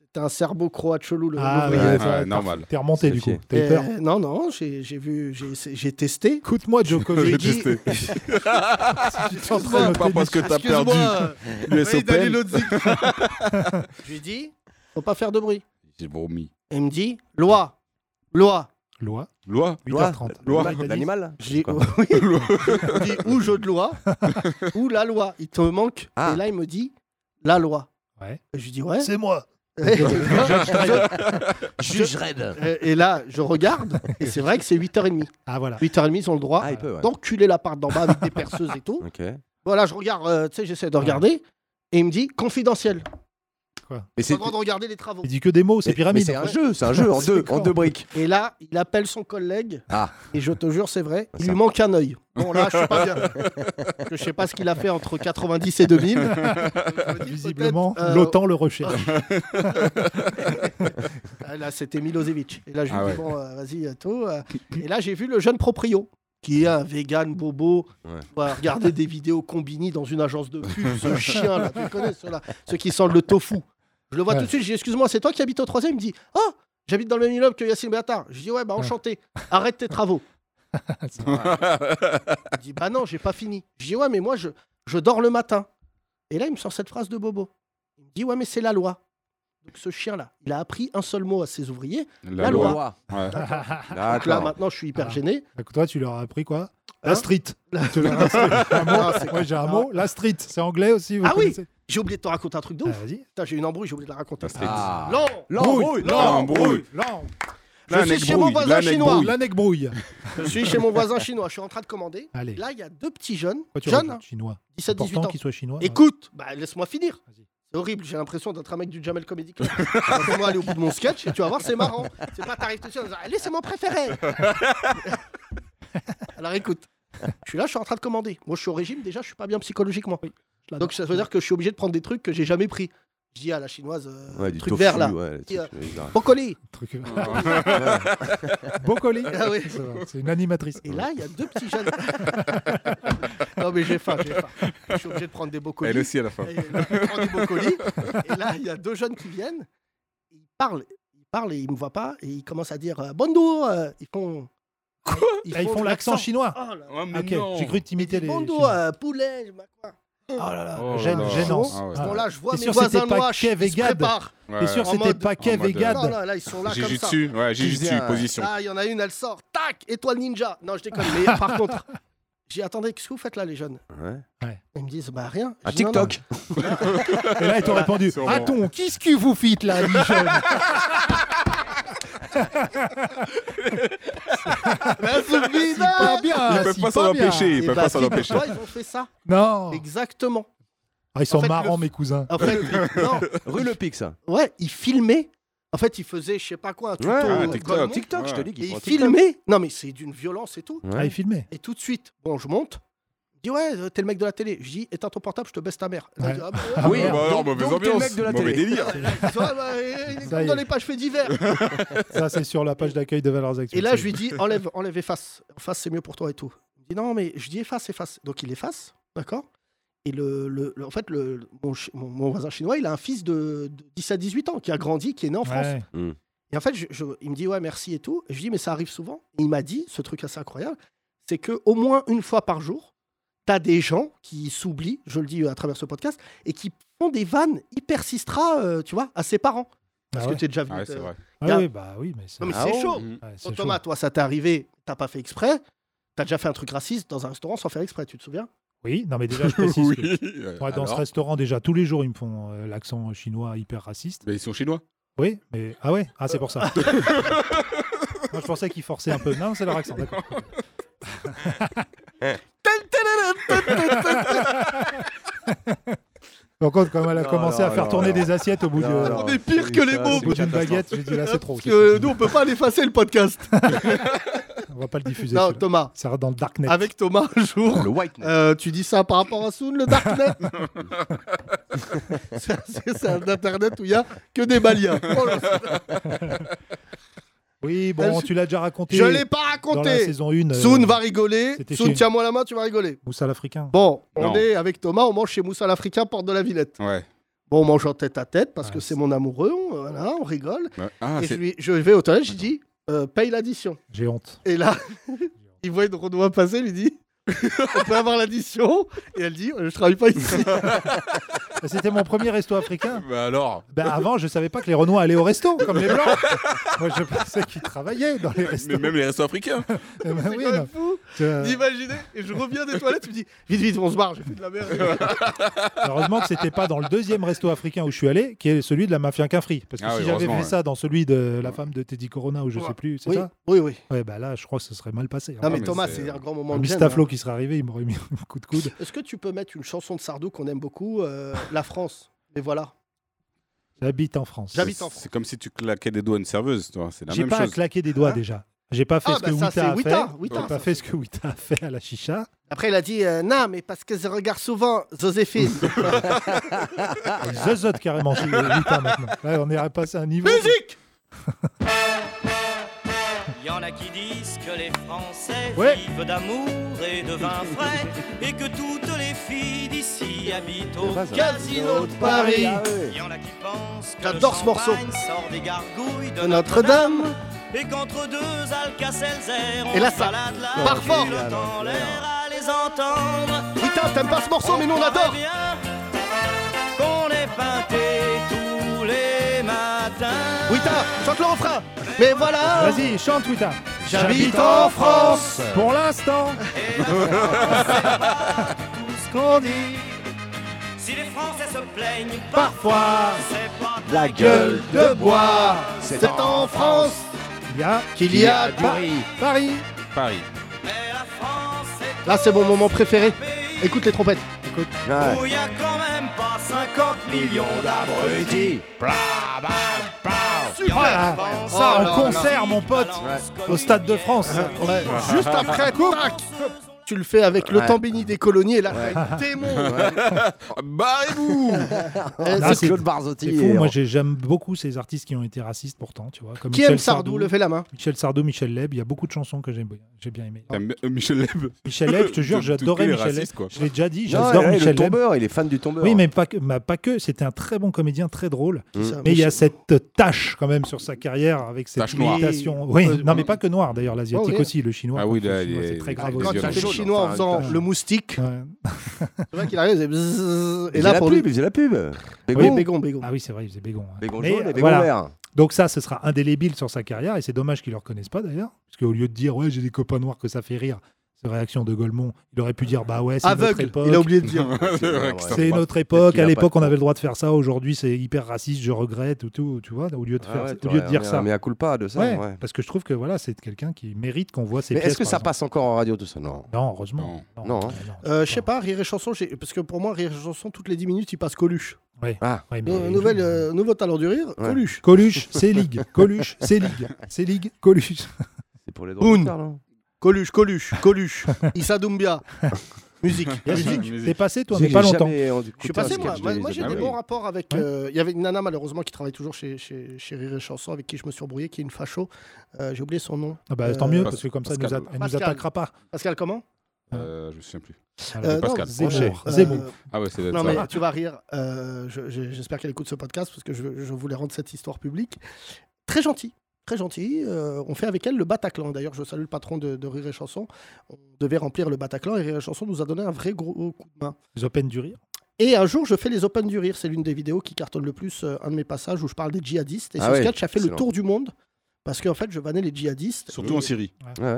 S3: C'était un serbo-croate chelou. Le
S4: Ah,
S3: l'ouvrier.
S4: ouais, ouais, normal. T'es remonté, du coup. T'as eu
S3: Euh,
S4: peur.
S3: Non, non, j'ai j'ai vu, j'ai- c'est- j'ai testé.
S4: Écoute-moi, Djokovic.
S3: J'ai dit-
S4: Testé.
S3: Excuse-moi.
S5: Pas parce que t'as perdu
S3: Excuse-moi.
S5: l'US
S3: Valide Ali
S5: Open.
S10: *laughs*
S3: Lodzik. Je lui dis, faut pas faire de bruit.
S5: J'ai vomi.
S3: Il me dit, loi, loi.
S4: Loi.
S5: Loi.
S10: Loi.
S4: 8h30.
S5: Loi.
S10: L'animal- L'animal
S3: J'ai
S10: Quoi
S3: oui.
S10: *laughs*
S3: Il dit, ou jeu de loi, ou la loi. Il te manque.
S10: Ah.
S3: Et là, il me dit, la loi.
S4: Ouais.
S3: Et je lui dis, ouais.
S4: C'est moi.
S3: *laughs* Et-
S10: Juge raide.
S3: Euh, Et là, je regarde, et c'est vrai que c'est 8h30.
S4: Ah, voilà.
S3: 8h30, ils ont le droit
S10: Ah, il peut, ouais.
S3: d'enculer la part d'en bas avec des perceuses et
S10: *laughs*
S3: tout.
S10: Ok.
S3: Voilà, je regarde, euh, tu sais, j'essaie de regarder, et il me dit confidentiel.
S10: Mais
S3: Pas
S10: c'est
S3: le droit de regarder les travaux.
S4: Il dit que des mots, c'est
S10: mais- mais
S4: pyramide.
S10: c'est un jeu, *laughs* c'est un jeu en deux, en deux briques.
S3: Et là, il appelle son collègue,
S10: Ah,
S3: et je te jure, c'est vrai, il
S10: Ça.
S3: lui manque un œil. Bon, là, je suis pas bien.
S10: *laughs*
S3: Parce que je sais pas ce qu'il a fait entre 90 et 2000. Je me dis,
S4: Visiblement,
S3: peut-être, euh,
S4: l'OTAN le recherche.
S3: Ah, Là, c'était Milosevic. Et là, je lui
S5: Ah
S3: dis,
S5: ouais.
S3: bon, euh, vas-y, euh, tout. euh. Et là, j'ai vu le jeune proprio, qui est un vegan bobo,
S10: Ouais.
S3: qui va regarder des vidéos combini dans une agence de pub. Ce chien-là, tu connais ceux-là, ceux qui sentent le tofu. Je le vois
S4: Ouais.
S3: tout de suite, je dis, excuse-moi, c'est toi qui habites au troisième Il me dit, oh, j'habite dans le même immeuble que Yacine Béatard. Je dis, ouais, bah enchanté, arrête tes
S5: *laughs*
S3: travaux. Il dit, bah non, j'ai pas fini. Je dis, ouais, mais moi, je, je dors le matin. Et là, il me sort cette phrase de Bobo. Il me dit, ouais, mais c'est la loi. Donc ce chien-là, il a appris un seul mot à ses ouvriers.
S5: La,
S3: La
S5: loi.
S3: loi.
S5: Ouais.
S3: Donc là,
S10: D'accord.
S3: maintenant, je suis hyper
S4: Ah.
S3: gêné.
S4: Donc, toi, tu leur as appris quoi
S3: Hein
S4: La street. Tu leur as appris
S3: *laughs*
S4: un mot. Moi, j'ai un mot. La street. C'est anglais aussi. vous
S3: Ah oui
S4: connaissez
S3: J'ai oublié de te raconter un truc de
S4: Ah,
S3: ouf.
S4: Vas-y.
S3: Putain, j'ai une embrouille, j'ai oublié de la raconter.
S5: La street.
S10: Ah.
S3: Non
S10: L'embrouille,
S5: L'embrouille.
S4: L'anec
S3: Je suis chez mon voisin chinois.
S5: brouille.
S4: brouille.
S3: Je suis chez mon voisin chinois. Je suis en train de
S4: *laughs*
S3: commander.
S4: Allez.
S3: Là, il y a deux petits jeunes.
S4: Pourquoi tu
S3: jeunes,
S4: racontes chinois
S3: 17, 18
S4: Important
S3: ans.
S4: qu'il soit chinois.
S3: Écoute, bah, laisse-moi finir.
S4: Vas-y.
S3: C'est horrible, j'ai l'impression d'être un mec du Jamel Comedy Club. *laughs* Laisse-moi aller au bout de mon sketch et tu vas voir, c'est marrant. C'est pas t'arrives tout Ah, de suite en disant Allez, c'est mon *laughs* préféré Alors écoute, je suis là, je suis en train de commander. Moi, je suis au régime, déjà, je suis pas bien psychologiquement. Donc ça veut dire que je suis obligé de prendre des trucs que j'ai jamais pris. Je dis à la chinoise euh,
S10: Ouais, du
S3: truc
S10: tofu,
S3: vert là.
S10: ouais,
S3: Qui,
S10: des
S3: euh, *laughs*
S10: trucs bizarres. *laughs*
S3: Brocoli
S4: Truc- Brocoli.
S3: Ah oui.
S4: Ça va, C'est une animatrice.
S3: Et là, il y a deux petits
S10: *laughs*
S3: jeunes. non, mais j'ai faim, j'ai faim. Je suis obligé de prendre des brocolis.
S5: Elle aussi à la fin.
S3: Et là, je prends des brocolis. Et là, il y a deux jeunes qui viennent. Ils parlent, ils parlent et ils me voient pas. Et ils commencent à dire euh, Bonjour. euh, Ils font. Quoi
S4: Ah, ils font l'accent chinois.
S3: Oh là là.
S5: Oh, mais
S4: Ok,
S5: non.
S4: j'ai cru t'imiter les.
S3: Bonjour,
S4: Chinois.
S3: euh, poulet, je sais pas quoi.
S4: Oh là là,
S5: Oh là
S4: gêne-
S5: là.
S4: gênance.
S5: Ah ouais.
S4: Ah.
S3: Bon, là, je vois
S4: T'es
S3: mes
S4: sûr que
S3: voisins
S4: c'était pas
S3: noirs qui
S4: Kev et
S3: se
S4: Gad
S3: préparés.
S5: Ouais,
S4: T'es sûr
S5: ouais.
S4: que
S3: En
S4: c'était
S3: mode- euh,
S4: pas Kev
S5: en mode,
S4: et Gad
S3: Non, non, là, ils sont là comme ça.
S5: Jujutsu, ouais, Jujutsu,
S10: Putain.
S5: position.
S3: Là, il y en a une, elle sort. Tac Étoile ninja. Non, je déconne. Mais par contre, j'ai attendez, qu'est-ce que vous faites là, les jeunes
S10: Ouais.
S3: Ils me disent Bah rien.
S10: Un
S3: Je dis, Non, non.
S10: TikTok.
S3: *laughs*
S4: Et là, ils t'ont répondu
S5: Sûrement.
S4: Attends, qu'est-ce que vous faites là, les jeunes
S3: La
S4: Pas
S3: Zoubida
S5: Ils
S4: bien, hein,
S5: peuvent
S4: si,
S5: pas s'en
S4: bien.
S5: empêcher. Ils
S3: Et
S5: peuvent
S3: bah,
S5: pas s'en empêcher.
S3: figure-toi, ils ont fait ça.
S4: Non
S3: Exactement.
S4: Ah, Ils sont
S3: En fait,
S4: marrants,
S3: le-
S4: mes cousins.
S3: En fait, non,
S10: Rue Le Pic, ça.
S3: ouais, ils filmaient. En fait, ils faisaient, je sais pas quoi, un tuto.
S10: Ouais,
S5: Ah,
S3: euh,
S5: TikTok.
S3: Golemont,
S10: TikTok, je te
S5: Ouais.
S10: dis
S3: Et
S10: qu'il
S3: ils
S10: faut
S3: filmaient. Non, mais c'est d'une violence et tout.
S4: Ah, ils filmaient.
S3: Et tout de suite, bon, je monte. Je dis, ouais, euh, t'es le mec de la télé. Je dis, éteins ton portable, je te baisse ta mère. Elle
S4: Ouais.
S3: dit, Ah, bah,
S4: Ah,
S10: Oui,
S5: Ah, bah, non,
S10: donc-
S5: mauvaise
S10: donc t'es le
S5: ambiance.
S10: mec de la
S5: mauvais
S10: télé.
S5: délire.
S3: ouais, tu vois, bah, il est
S4: Ça y
S3: dans
S4: est.
S3: les pages faits divers.
S4: Ça, c'est sur la page d'accueil de Valeurs Actuelles.
S3: Et là, je lui dis enlève, enlève, efface. Efface, c'est mieux pour toi et tout. Il me dit non, mais je dis efface, efface. Donc il efface, d'accord Et le, le- le- en fait, le, le- mon, chi- mon- mon voisin chinois, il a un fils de, 10 à 18 ans qui a grandi, qui est né en France.
S4: Ouais.
S3: Et en fait, je- je- il me dit ouais, merci et tout. Et je lui dis mais ça arrive souvent. Et il m'a dit ce truc assez incroyable, c'est que au moins une fois par jour, t'as des gens qui s'oublient, je le dis euh, à travers ce podcast, et qui font des vannes hyper sistra, euh, tu vois, à ses parents. Parce
S4: Ah ouais.
S3: que t'es déjà venu.
S4: Ah ouais, c'est
S3: te-
S4: vrai.
S3: y a-
S4: Ah oui, bah oui, mais c'est-
S3: Non, mais
S4: Ah
S3: c'est
S4: ouais.
S3: chaud.
S4: Mmh. Ouais, c'est
S3: Oh, Thomas,
S4: chaud.
S3: toi, ça t'est arrivé, t'as pas fait exprès, t'as déjà fait un truc raciste dans un restaurant sans faire exprès, tu te souviens
S4: Oui, non
S3: *laughs*
S4: mais déjà je précise que-
S5: Oui,
S4: Ouais,
S5: euh,
S4: dans ce
S5: alors
S4: restaurant déjà tous les jours ils me font euh, l'accent chinois hyper raciste.
S5: Mais ils sont chinois.
S4: Oui, mais ah ouais, ah c'est pour
S3: *laughs*
S4: ça. Moi je pensais qu'ils forçaient un peu. Non, c'est leur
S3: *laughs*
S4: accent. D'accord. Par contre, quand elle a
S5: Non,
S4: commencé
S5: non,
S4: à faire
S5: non,
S4: tourner
S5: non.
S4: des assiettes au bout
S5: Non,
S4: de,
S5: non, On est pire
S4: oui,
S5: que les
S4: ça,
S5: mômes.
S4: au bout d'une
S5: Catastrophe.
S4: baguette, j'ai dit là c'est trop.
S3: Parce
S4: Oh, c'est
S3: que
S4: trop.
S3: nous, on peut pas l'effacer le podcast.
S4: on va pas le diffuser.
S3: Non,
S4: celui-là.
S3: Thomas.
S4: Ça va dans le darknet.
S3: Avec Thomas, un jour, euh, tu dis ça par rapport à Soon, le
S5: *laughs*
S3: Darknet *laughs* C'est- C'est c'est un internet où il y a que des
S4: *laughs*
S3: Maliens. Oh là là.
S4: Oui,
S3: Euh,
S4: bon,
S3: je-
S4: tu l'as déjà raconté.
S3: Je l'ai pas
S4: Dans la
S3: raconté.
S4: saison 1.
S3: Soun va rigoler.
S4: c'était
S3: Soun,
S4: chez-
S3: tiens-moi la main, tu vas rigoler.
S4: Moussa l'Africain.
S3: Bon, on
S4: Non.
S3: est avec Thomas, on mange chez Moussa l'Africain, porte de la Villette.
S5: Ouais.
S3: Bon, on mange en tête à tête
S4: Ah,
S3: parce que c'est mon amoureux, on, voilà, on rigole.
S5: Ouais. Ah,
S3: et je,
S5: c'est-
S3: lui- je vais au toilette, je lui dis, euh, paye l'addition.
S4: J'ai honte.
S3: Et là, *laughs* il voit une Renoir passer, il lui dit, *laughs* on peut avoir l'addition Et elle dit, euh, je travaille pas ici.
S4: Ah C'était mon premier resto africain.
S5: Bah alors
S4: Ben avant, je savais pas que les Renois allaient au resto, comme les Blancs. Moi, je pensais qu'ils travaillaient dans les restos.
S5: Mais même les restos africains.
S4: Eh ben oui,
S3: quand même
S4: non.
S3: fou
S4: Tu euh, vois.
S3: d'imaginer. Et je reviens des toilettes, tu me dis, Euh. vite, vite, on se barre, j'ai fait de la *laughs* merde.
S4: Heureusement que c'était pas dans le deuxième resto africain où je suis allé, qui est celui de la mafia Quinfri. Parce que
S5: Ah
S4: si
S5: oui,
S4: j'avais fait
S5: heureusement, ouais.
S4: ça dans celui de la femme de Teddy Corona ou je sais plus, c'est
S3: Oui,
S4: ça
S3: oui, oui.
S4: Ouais, bah là, je crois que ce serait mal passé. hein. Ah,
S3: Non, Ah, mais Thomas, c'est un grand moment de gêne,
S4: Mistaflo
S3: hein.
S4: qui serait arrivé, il m'aurait mis un coup de coude.
S3: Est-ce que tu peux mettre une chanson de Sardou qu'on aime beaucoup, euh, La France Et voilà.
S4: J'habite en France.
S3: J'habite en France.
S5: C'est comme si tu claquais des doigts à une serveuse, toi. C'est la
S4: J'ai
S5: même
S4: pas à
S5: chose.
S4: claquer des doigts déjà. J'ai pas
S3: Hein
S4: fait
S3: Ah,
S4: ce
S3: bah
S4: que
S3: ça, c'est
S4: Wita a
S3: Wita,
S4: fait.
S3: Wita,
S4: J'ai pas
S3: ça.
S4: fait ce que Wita a fait à la chicha.
S3: Après, il a dit euh, Non, mais parce que je regarde souvent Joséphine.
S13: Ah.
S4: Zozote carrément chez Wita maintenant. Là, on est repassé à un niveau.
S3: Musique
S13: Y en a qui disent que les Français
S4: Ouais.
S13: vivent d'amour et de vin frais et que toutes les filles d'ici habitent au
S3: Ça, ça.
S13: casino de Paris.
S3: Ah ouais.
S13: Y en a qui pensent que
S3: J'adore
S13: le
S3: ce morceau.
S13: champagne sort
S3: Ah,
S13: des gargouilles de,
S3: De Notre-Dame.
S13: et qu'entre deux Alcacelser on
S3: Et là,
S13: se
S3: ça-
S13: balade la
S3: par fort.
S13: culotte en l'air à les entendre.
S3: Putain, t'aimes pas ce morceau, mais nous on
S13: comprend
S3: adore
S13: bien Qu'on est peinté tous les matins.
S3: Wita, chante le refrain Mais voilà
S4: Vas-y, chante Wita.
S3: J'habite en France.
S4: Pour l'instant.
S13: ce qu'on dit. Si les Français se plaignent parfois, c'est pas de
S3: La gueule de bois, c'est en France
S4: Il y a
S3: qu'il y a du
S4: Pa-
S3: riz.
S4: Paris.
S5: Paris.
S3: Là, c'est mon moment préféré. Écoute les trompettes.
S4: Écoute.
S13: où il y a quand même pas 50 millions d'abrutis. Bla, bla, bla.
S3: Super.
S13: Y en a
S4: Ah,
S13: qui pensent
S4: ça,
S13: à
S4: en
S13: leur
S4: concert,
S13: vie,
S4: mon pote.
S13: balance comme
S4: Au Stade de France.
S13: Ah,
S3: Ouais.
S5: Ah,
S3: Juste après, tac, tu le fais avec le
S4: Ah, Ouais.
S3: temps béni des colonies et là,
S4: Ouais.
S3: t'as une démon.
S5: Barrez-vous
S3: Eh,
S4: Non,
S3: c'est-
S4: c'est fou. Moi, j'ai- j'aime beaucoup ces artistes qui ont été racistes pourtant, tu vois. Comme
S3: Qui
S4: Michel
S3: aime Sardou Levez la main.
S4: Michel Sardou, Michel Leb. Il y a beaucoup de chansons que j'aime bien- j'ai bien aimées.
S5: T'aimes bien- euh, Michel Leb.
S4: Michel Leb, je te jure,
S5: Tout- tout
S4: j'adorais
S5: est
S4: Michel
S5: raciste,
S4: Leb.
S5: quoi.
S4: Je l'ai déjà dit,
S5: Non,
S4: j'adore
S5: ouais, le
S4: Michel Leb.
S10: tombeur, il est fan du tombeur.
S4: Oui, mais pas que, bah, pas que. C'était un très bon comédien, très drôle.
S10: Qui ça,
S4: Mm. Mais il y a
S10: Michel
S4: cette tache quand même sur sa carrière avec cette
S5: Tache noire.
S4: imitation.
S5: Oui.
S4: Oui,
S5: Euh,
S4: non, mais pas que noir d'ailleurs, l'asiatique
S3: oui.
S4: aussi, le chinois.
S5: Ah oui,
S4: Le
S5: là,
S4: chinois,
S5: il est-
S4: c'est très grave
S5: il est
S4: aussi.
S3: Quand il fait le
S5: Chaud,
S3: chinois en faisant le
S4: *laughs*
S3: moustique, c'est vrai qu'il arrive, il faisait bzzz, et
S10: Il
S3: là
S10: faisait la
S3: pour
S10: pub,
S3: lui-
S10: il faisait la pub. Bégon.
S3: Oui, Bégon, Bégon.
S4: Ah oui, c'est vrai, il faisait Bégon. hein.
S10: Bégon
S4: Mais,
S10: jaune et
S4: euh,
S10: Bégon
S4: voilà.
S10: vert.
S4: Donc ça, ce sera indélébile sur sa carrière et c'est dommage qu'il ne le reconnaisse pas d'ailleurs. Parce qu'au lieu de dire, ouais, j'ai des copains noirs que ça fait rire, cette réaction de Golemont, il aurait pu dire, bah ouais, c'est notre
S3: Aveugle,
S4: époque.
S3: il a oublié de dire.
S5: C'est vrai que
S4: *laughs* C'est
S5: pas-
S4: notre
S5: peut-être
S4: époque.
S5: qu'il a
S4: À
S5: pas
S4: l'époque,
S5: de-
S4: on avait le droit de faire ça. Aujourd'hui, c'est hyper raciste. Je regrette ou tout. Tu vois, au lieu de,
S10: Ah
S4: faire,
S10: ouais,
S4: au lieu de
S10: t'aurais
S4: dire
S10: un-
S4: ça.
S10: un mea culpa de ça,
S4: Ouais,
S10: ouais.
S4: Parce que je trouve que voilà, c'est quelqu'un qui mérite qu'on voit ses
S10: Mais
S4: pièces.
S10: est-ce que
S4: par
S10: ça
S4: exemple.
S10: passe encore en radio tout ça Non.
S4: Non, heureusement.
S10: Non. hein.
S3: Euh, Je sais pas, Rire et Chanson, j'ai- parce que pour moi, Rire et Chanson, toutes les 10 minutes, il passe Coluche.
S4: Ouais.
S10: Ah.
S4: Ouais, mais-
S3: Nou- nouvelle, euh, nouveau talent du rire,
S10: Ouais.
S3: Coluche.
S4: Coluche, c'est ligue. Coluche, c'est ligue. C'est ligue. Coluche.
S10: C'est pour les droits.
S3: Boone, Coluche, Coluche,
S4: *laughs*
S3: Coluche, Issa Doumbia. Musique, musique.
S4: T'es passé toi,
S10: Tu
S4: mais
S10: sais que
S4: pas
S10: j'ai
S4: longtemps.
S10: jamais écouté
S3: Je suis
S10: un
S3: passé,
S10: sketch
S3: moi.
S10: de
S3: Moi,
S10: Lisa
S3: moi, j'ai
S5: Ah
S3: des
S10: Bourne.
S3: bons rapports avec. euh, Il y avait une nana, malheureusement, qui travaille toujours chez, chez, chez Rire et Chanson, avec qui je me suis embrouillé, qui est une facho. Euh, j'ai oublié son nom.
S4: Ah bah,
S3: Euh,
S4: tant mieux, parce que comme ça, elle nous,
S5: Pascal.
S4: a- elle nous
S3: Pascal.
S4: attaquera pas.
S3: Pascal, comment
S5: Euh, je me souviens plus.
S4: Alors,
S5: De Pascal.
S4: Zemmour.
S5: Rocher.
S4: Euh, Zemmour.
S5: Ah ouais, c'est
S3: Non,
S5: ça.
S3: mais tu vas rire. Euh, je- je- J'espère qu'elle écoute ce podcast parce que je, je voulais rendre cette histoire publique. très gentil. Très gentil. Euh, on fait avec elle le Bataclan. D'ailleurs, je salue le patron de, de Rire et Chanson. On devait remplir le Bataclan et Rire et Chanson nous a donné un vrai gros coup de main.
S4: Les Open du rire.
S3: Et un jour, je fais les Open du Rire. C'est l'une des vidéos qui cartonne le plus, euh, un de mes passages où je parle des djihadistes. Et
S10: Ah
S3: ce
S10: ouais,
S3: sketch a fait le
S10: excellent.
S3: tour du monde parce qu'en fait, je vannais les djihadistes.
S5: Surtout
S3: Et-
S5: en Syrie.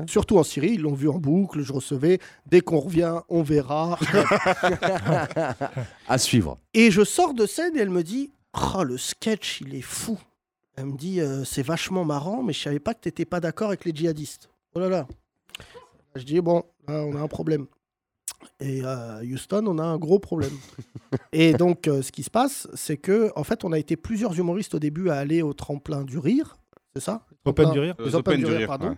S3: Surtout en Syrie, ils l'ont vu en boucle. Je recevais dès qu'on revient, on
S10: *laughs*
S3: verra.
S10: À suivre.
S3: Et je sors de scène et elle me dit Oh, le sketch, il est fou. Elle me dit Euh, C'est vachement marrant, mais je savais pas que t'étais pas d'accord avec les djihadistes. Oh là là. Je dis Bon, là, on a un problème. Et euh, Houston, on a un gros problème. *laughs* et donc, euh, ce qui se passe, c'est que, en fait, on a été plusieurs humoristes au début à aller au tremplin du rire. C'est ça
S4: Open
S3: Tremplin-
S4: du rire.
S3: les
S4: Les
S3: Open du rire, pardon.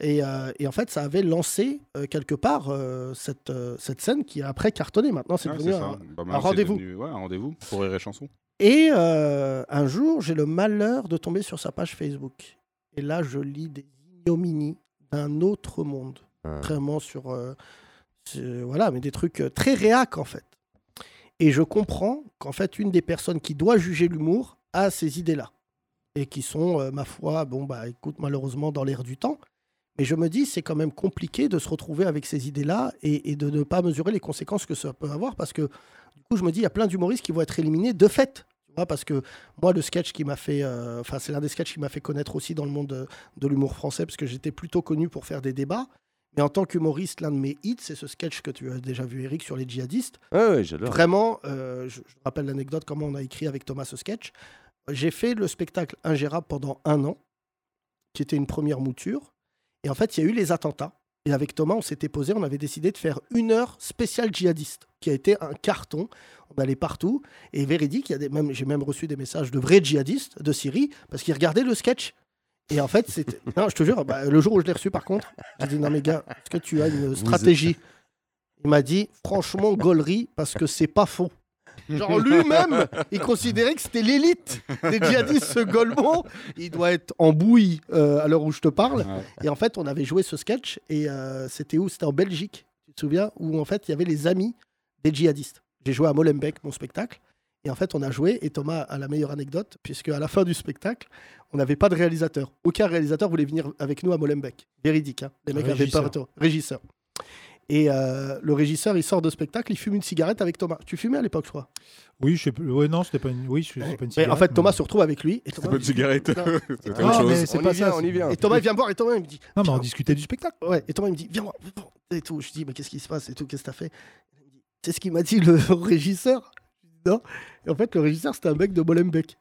S3: Et, euh, et en fait, ça avait lancé euh, quelque part euh, cette, euh, cette scène qui a après cartonné. Maintenant, Ah, c'est
S5: Ouais,
S3: devenu
S5: ça.
S3: un,
S5: Bah,
S3: un
S5: maintenant, c'est
S3: rendez-vous.
S5: devenu- ouais, un rendez-vous pour Rire et Chanson.
S3: Et euh, un jour, j'ai le malheur de tomber sur sa page Facebook. Et là, je lis des ignominies d'un autre monde. Vraiment sur, euh, sur- Voilà, mais des trucs euh, très réac, en fait. Et je comprends qu'en fait, une des personnes qui doit juger l'humour a ces idées-là. Et qui sont, euh, ma foi, bon, bah écoute, malheureusement, dans l'air du temps. Mais je me dis, c'est quand même compliqué de se retrouver avec ces idées-là et, et de ne pas mesurer les conséquences que ça peut avoir. Parce que, du coup, je me dis, il y a plein d'humoristes qui vont être éliminés de fait. Tu vois, parce que moi, le sketch qui m'a fait. euh, Enfin, c'est l'un des sketchs qui m'a fait connaître aussi dans le monde de, de l'humour français, parce que j'étais plutôt connu pour faire des débats. Mais en tant qu'humoriste, l'un de mes hits, c'est ce sketch que tu as déjà vu, Eric, sur les djihadistes.
S10: Ouais, ouais, j'adore.
S3: Vraiment, euh, je, je rappelle l'anecdote, comment on a écrit avec Thomas ce sketch. J'ai fait le spectacle Ingérable pendant un an, qui était une première mouture. Et en fait, il y a eu les attentats. Et avec Thomas, on s'était posé, on avait décidé de faire une heure spéciale djihadiste, qui a été un carton. On allait partout. Et véridique, il y a des, même, j'ai même reçu des messages de vrais djihadistes de Syrie, parce qu'ils regardaient le sketch. Et en fait, c'était. Non, je te jure, bah, le jour où je l'ai reçu, par contre, j'ai dit Non, mais gars, est-ce que tu as une stratégie Il m'a dit Franchement, gaulerie, parce que c'est pas faux. Genre lui-même, il considérait que c'était l'élite des djihadistes, ce Golemont. Il doit être en bouillie euh, à l'heure où je te parle. Et en fait, on avait joué ce sketch et euh, c'était où C'était en Belgique, tu te souviens Où en fait, il y avait les amis des djihadistes. J'ai joué à Molenbeek, mon spectacle. Et en fait, on a joué et Thomas a la meilleure anecdote, puisque à la fin du spectacle, on n'avait pas de réalisateur. Aucun réalisateur voulait venir avec nous à Molenbeek. Véridique, hein. les mecs
S4: Régisseur.
S3: avaient peur. de toi. Régisseur. Et euh, le régisseur, il sort de spectacle, il fume une cigarette avec Thomas. Tu fumais à l'époque, je crois
S4: Oui, je sais plus. Ouais, non, c'était pas une. Oui, c'est c'est pas une
S3: mais en
S4: cigarette,
S3: fait,
S4: mais-
S3: Thomas se retrouve avec lui. et Thomas
S4: pas
S3: me
S4: une
S3: dit,
S4: cigarette.
S3: Putain.
S4: C'était autre Non, chose. mais c'est
S3: On
S4: pas
S3: y
S4: ça,
S3: vient,
S4: c'est-
S3: on y vient. Et Thomas, il vient me voir et Thomas, il me dit.
S4: Non, mais on discutait du spectacle.
S3: Ouais, et Thomas, il me dit, viens voir. Et tout. Je dis, mais qu'est-ce qui se passe et tout, qu'est-ce que t'as fait C'est ce qu'il m'a dit le *laughs* régisseur. Je dis, Non. Et en fait, le régisseur, c'était un mec de Molenbeek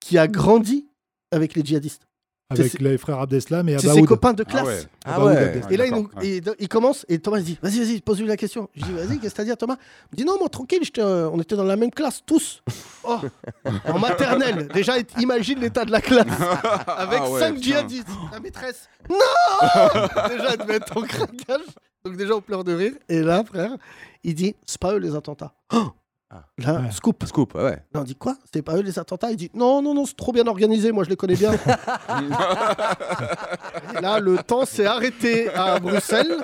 S3: qui a grandi avec les djihadistes. C'est-
S4: Avec les frères Abdeslam et
S3: c'est
S4: Abaoud. Ah
S3: ses copains de classe.
S10: Ah
S4: Abaoud, Abdeslam.
S3: Et là, il, nous- et do- il commence et Thomas il dit Vas-y, vas-y, pose-lui la question. Je dis Vas-y, qu'est-ce que t'as dit à Thomas Il me dit Non, moi, tranquille, j'étais, euh, on était dans la même classe,
S5: *laughs*
S3: tous. Oh, en maternelle. Déjà, et- imagine l'état de la classe. Avec
S5: Ah ouais,
S3: 5
S5: putain.
S3: djihadistes. La maîtresse Non *laughs* Déjà, de mettre en craquage. Donc, déjà, on pleure de rire. Et là, frère, il dit C'est pas eux les attentats. Oh
S5: Ah.
S3: Là, scoop.
S10: Scoop, Ah ouais, ouais.
S3: Là, on dit quoi C'est pas eux les attentats Il dit non, non, non, c'est trop bien organisé, moi je les connais
S4: *laughs*
S3: bien. Et là, le temps s'est arrêté à Bruxelles.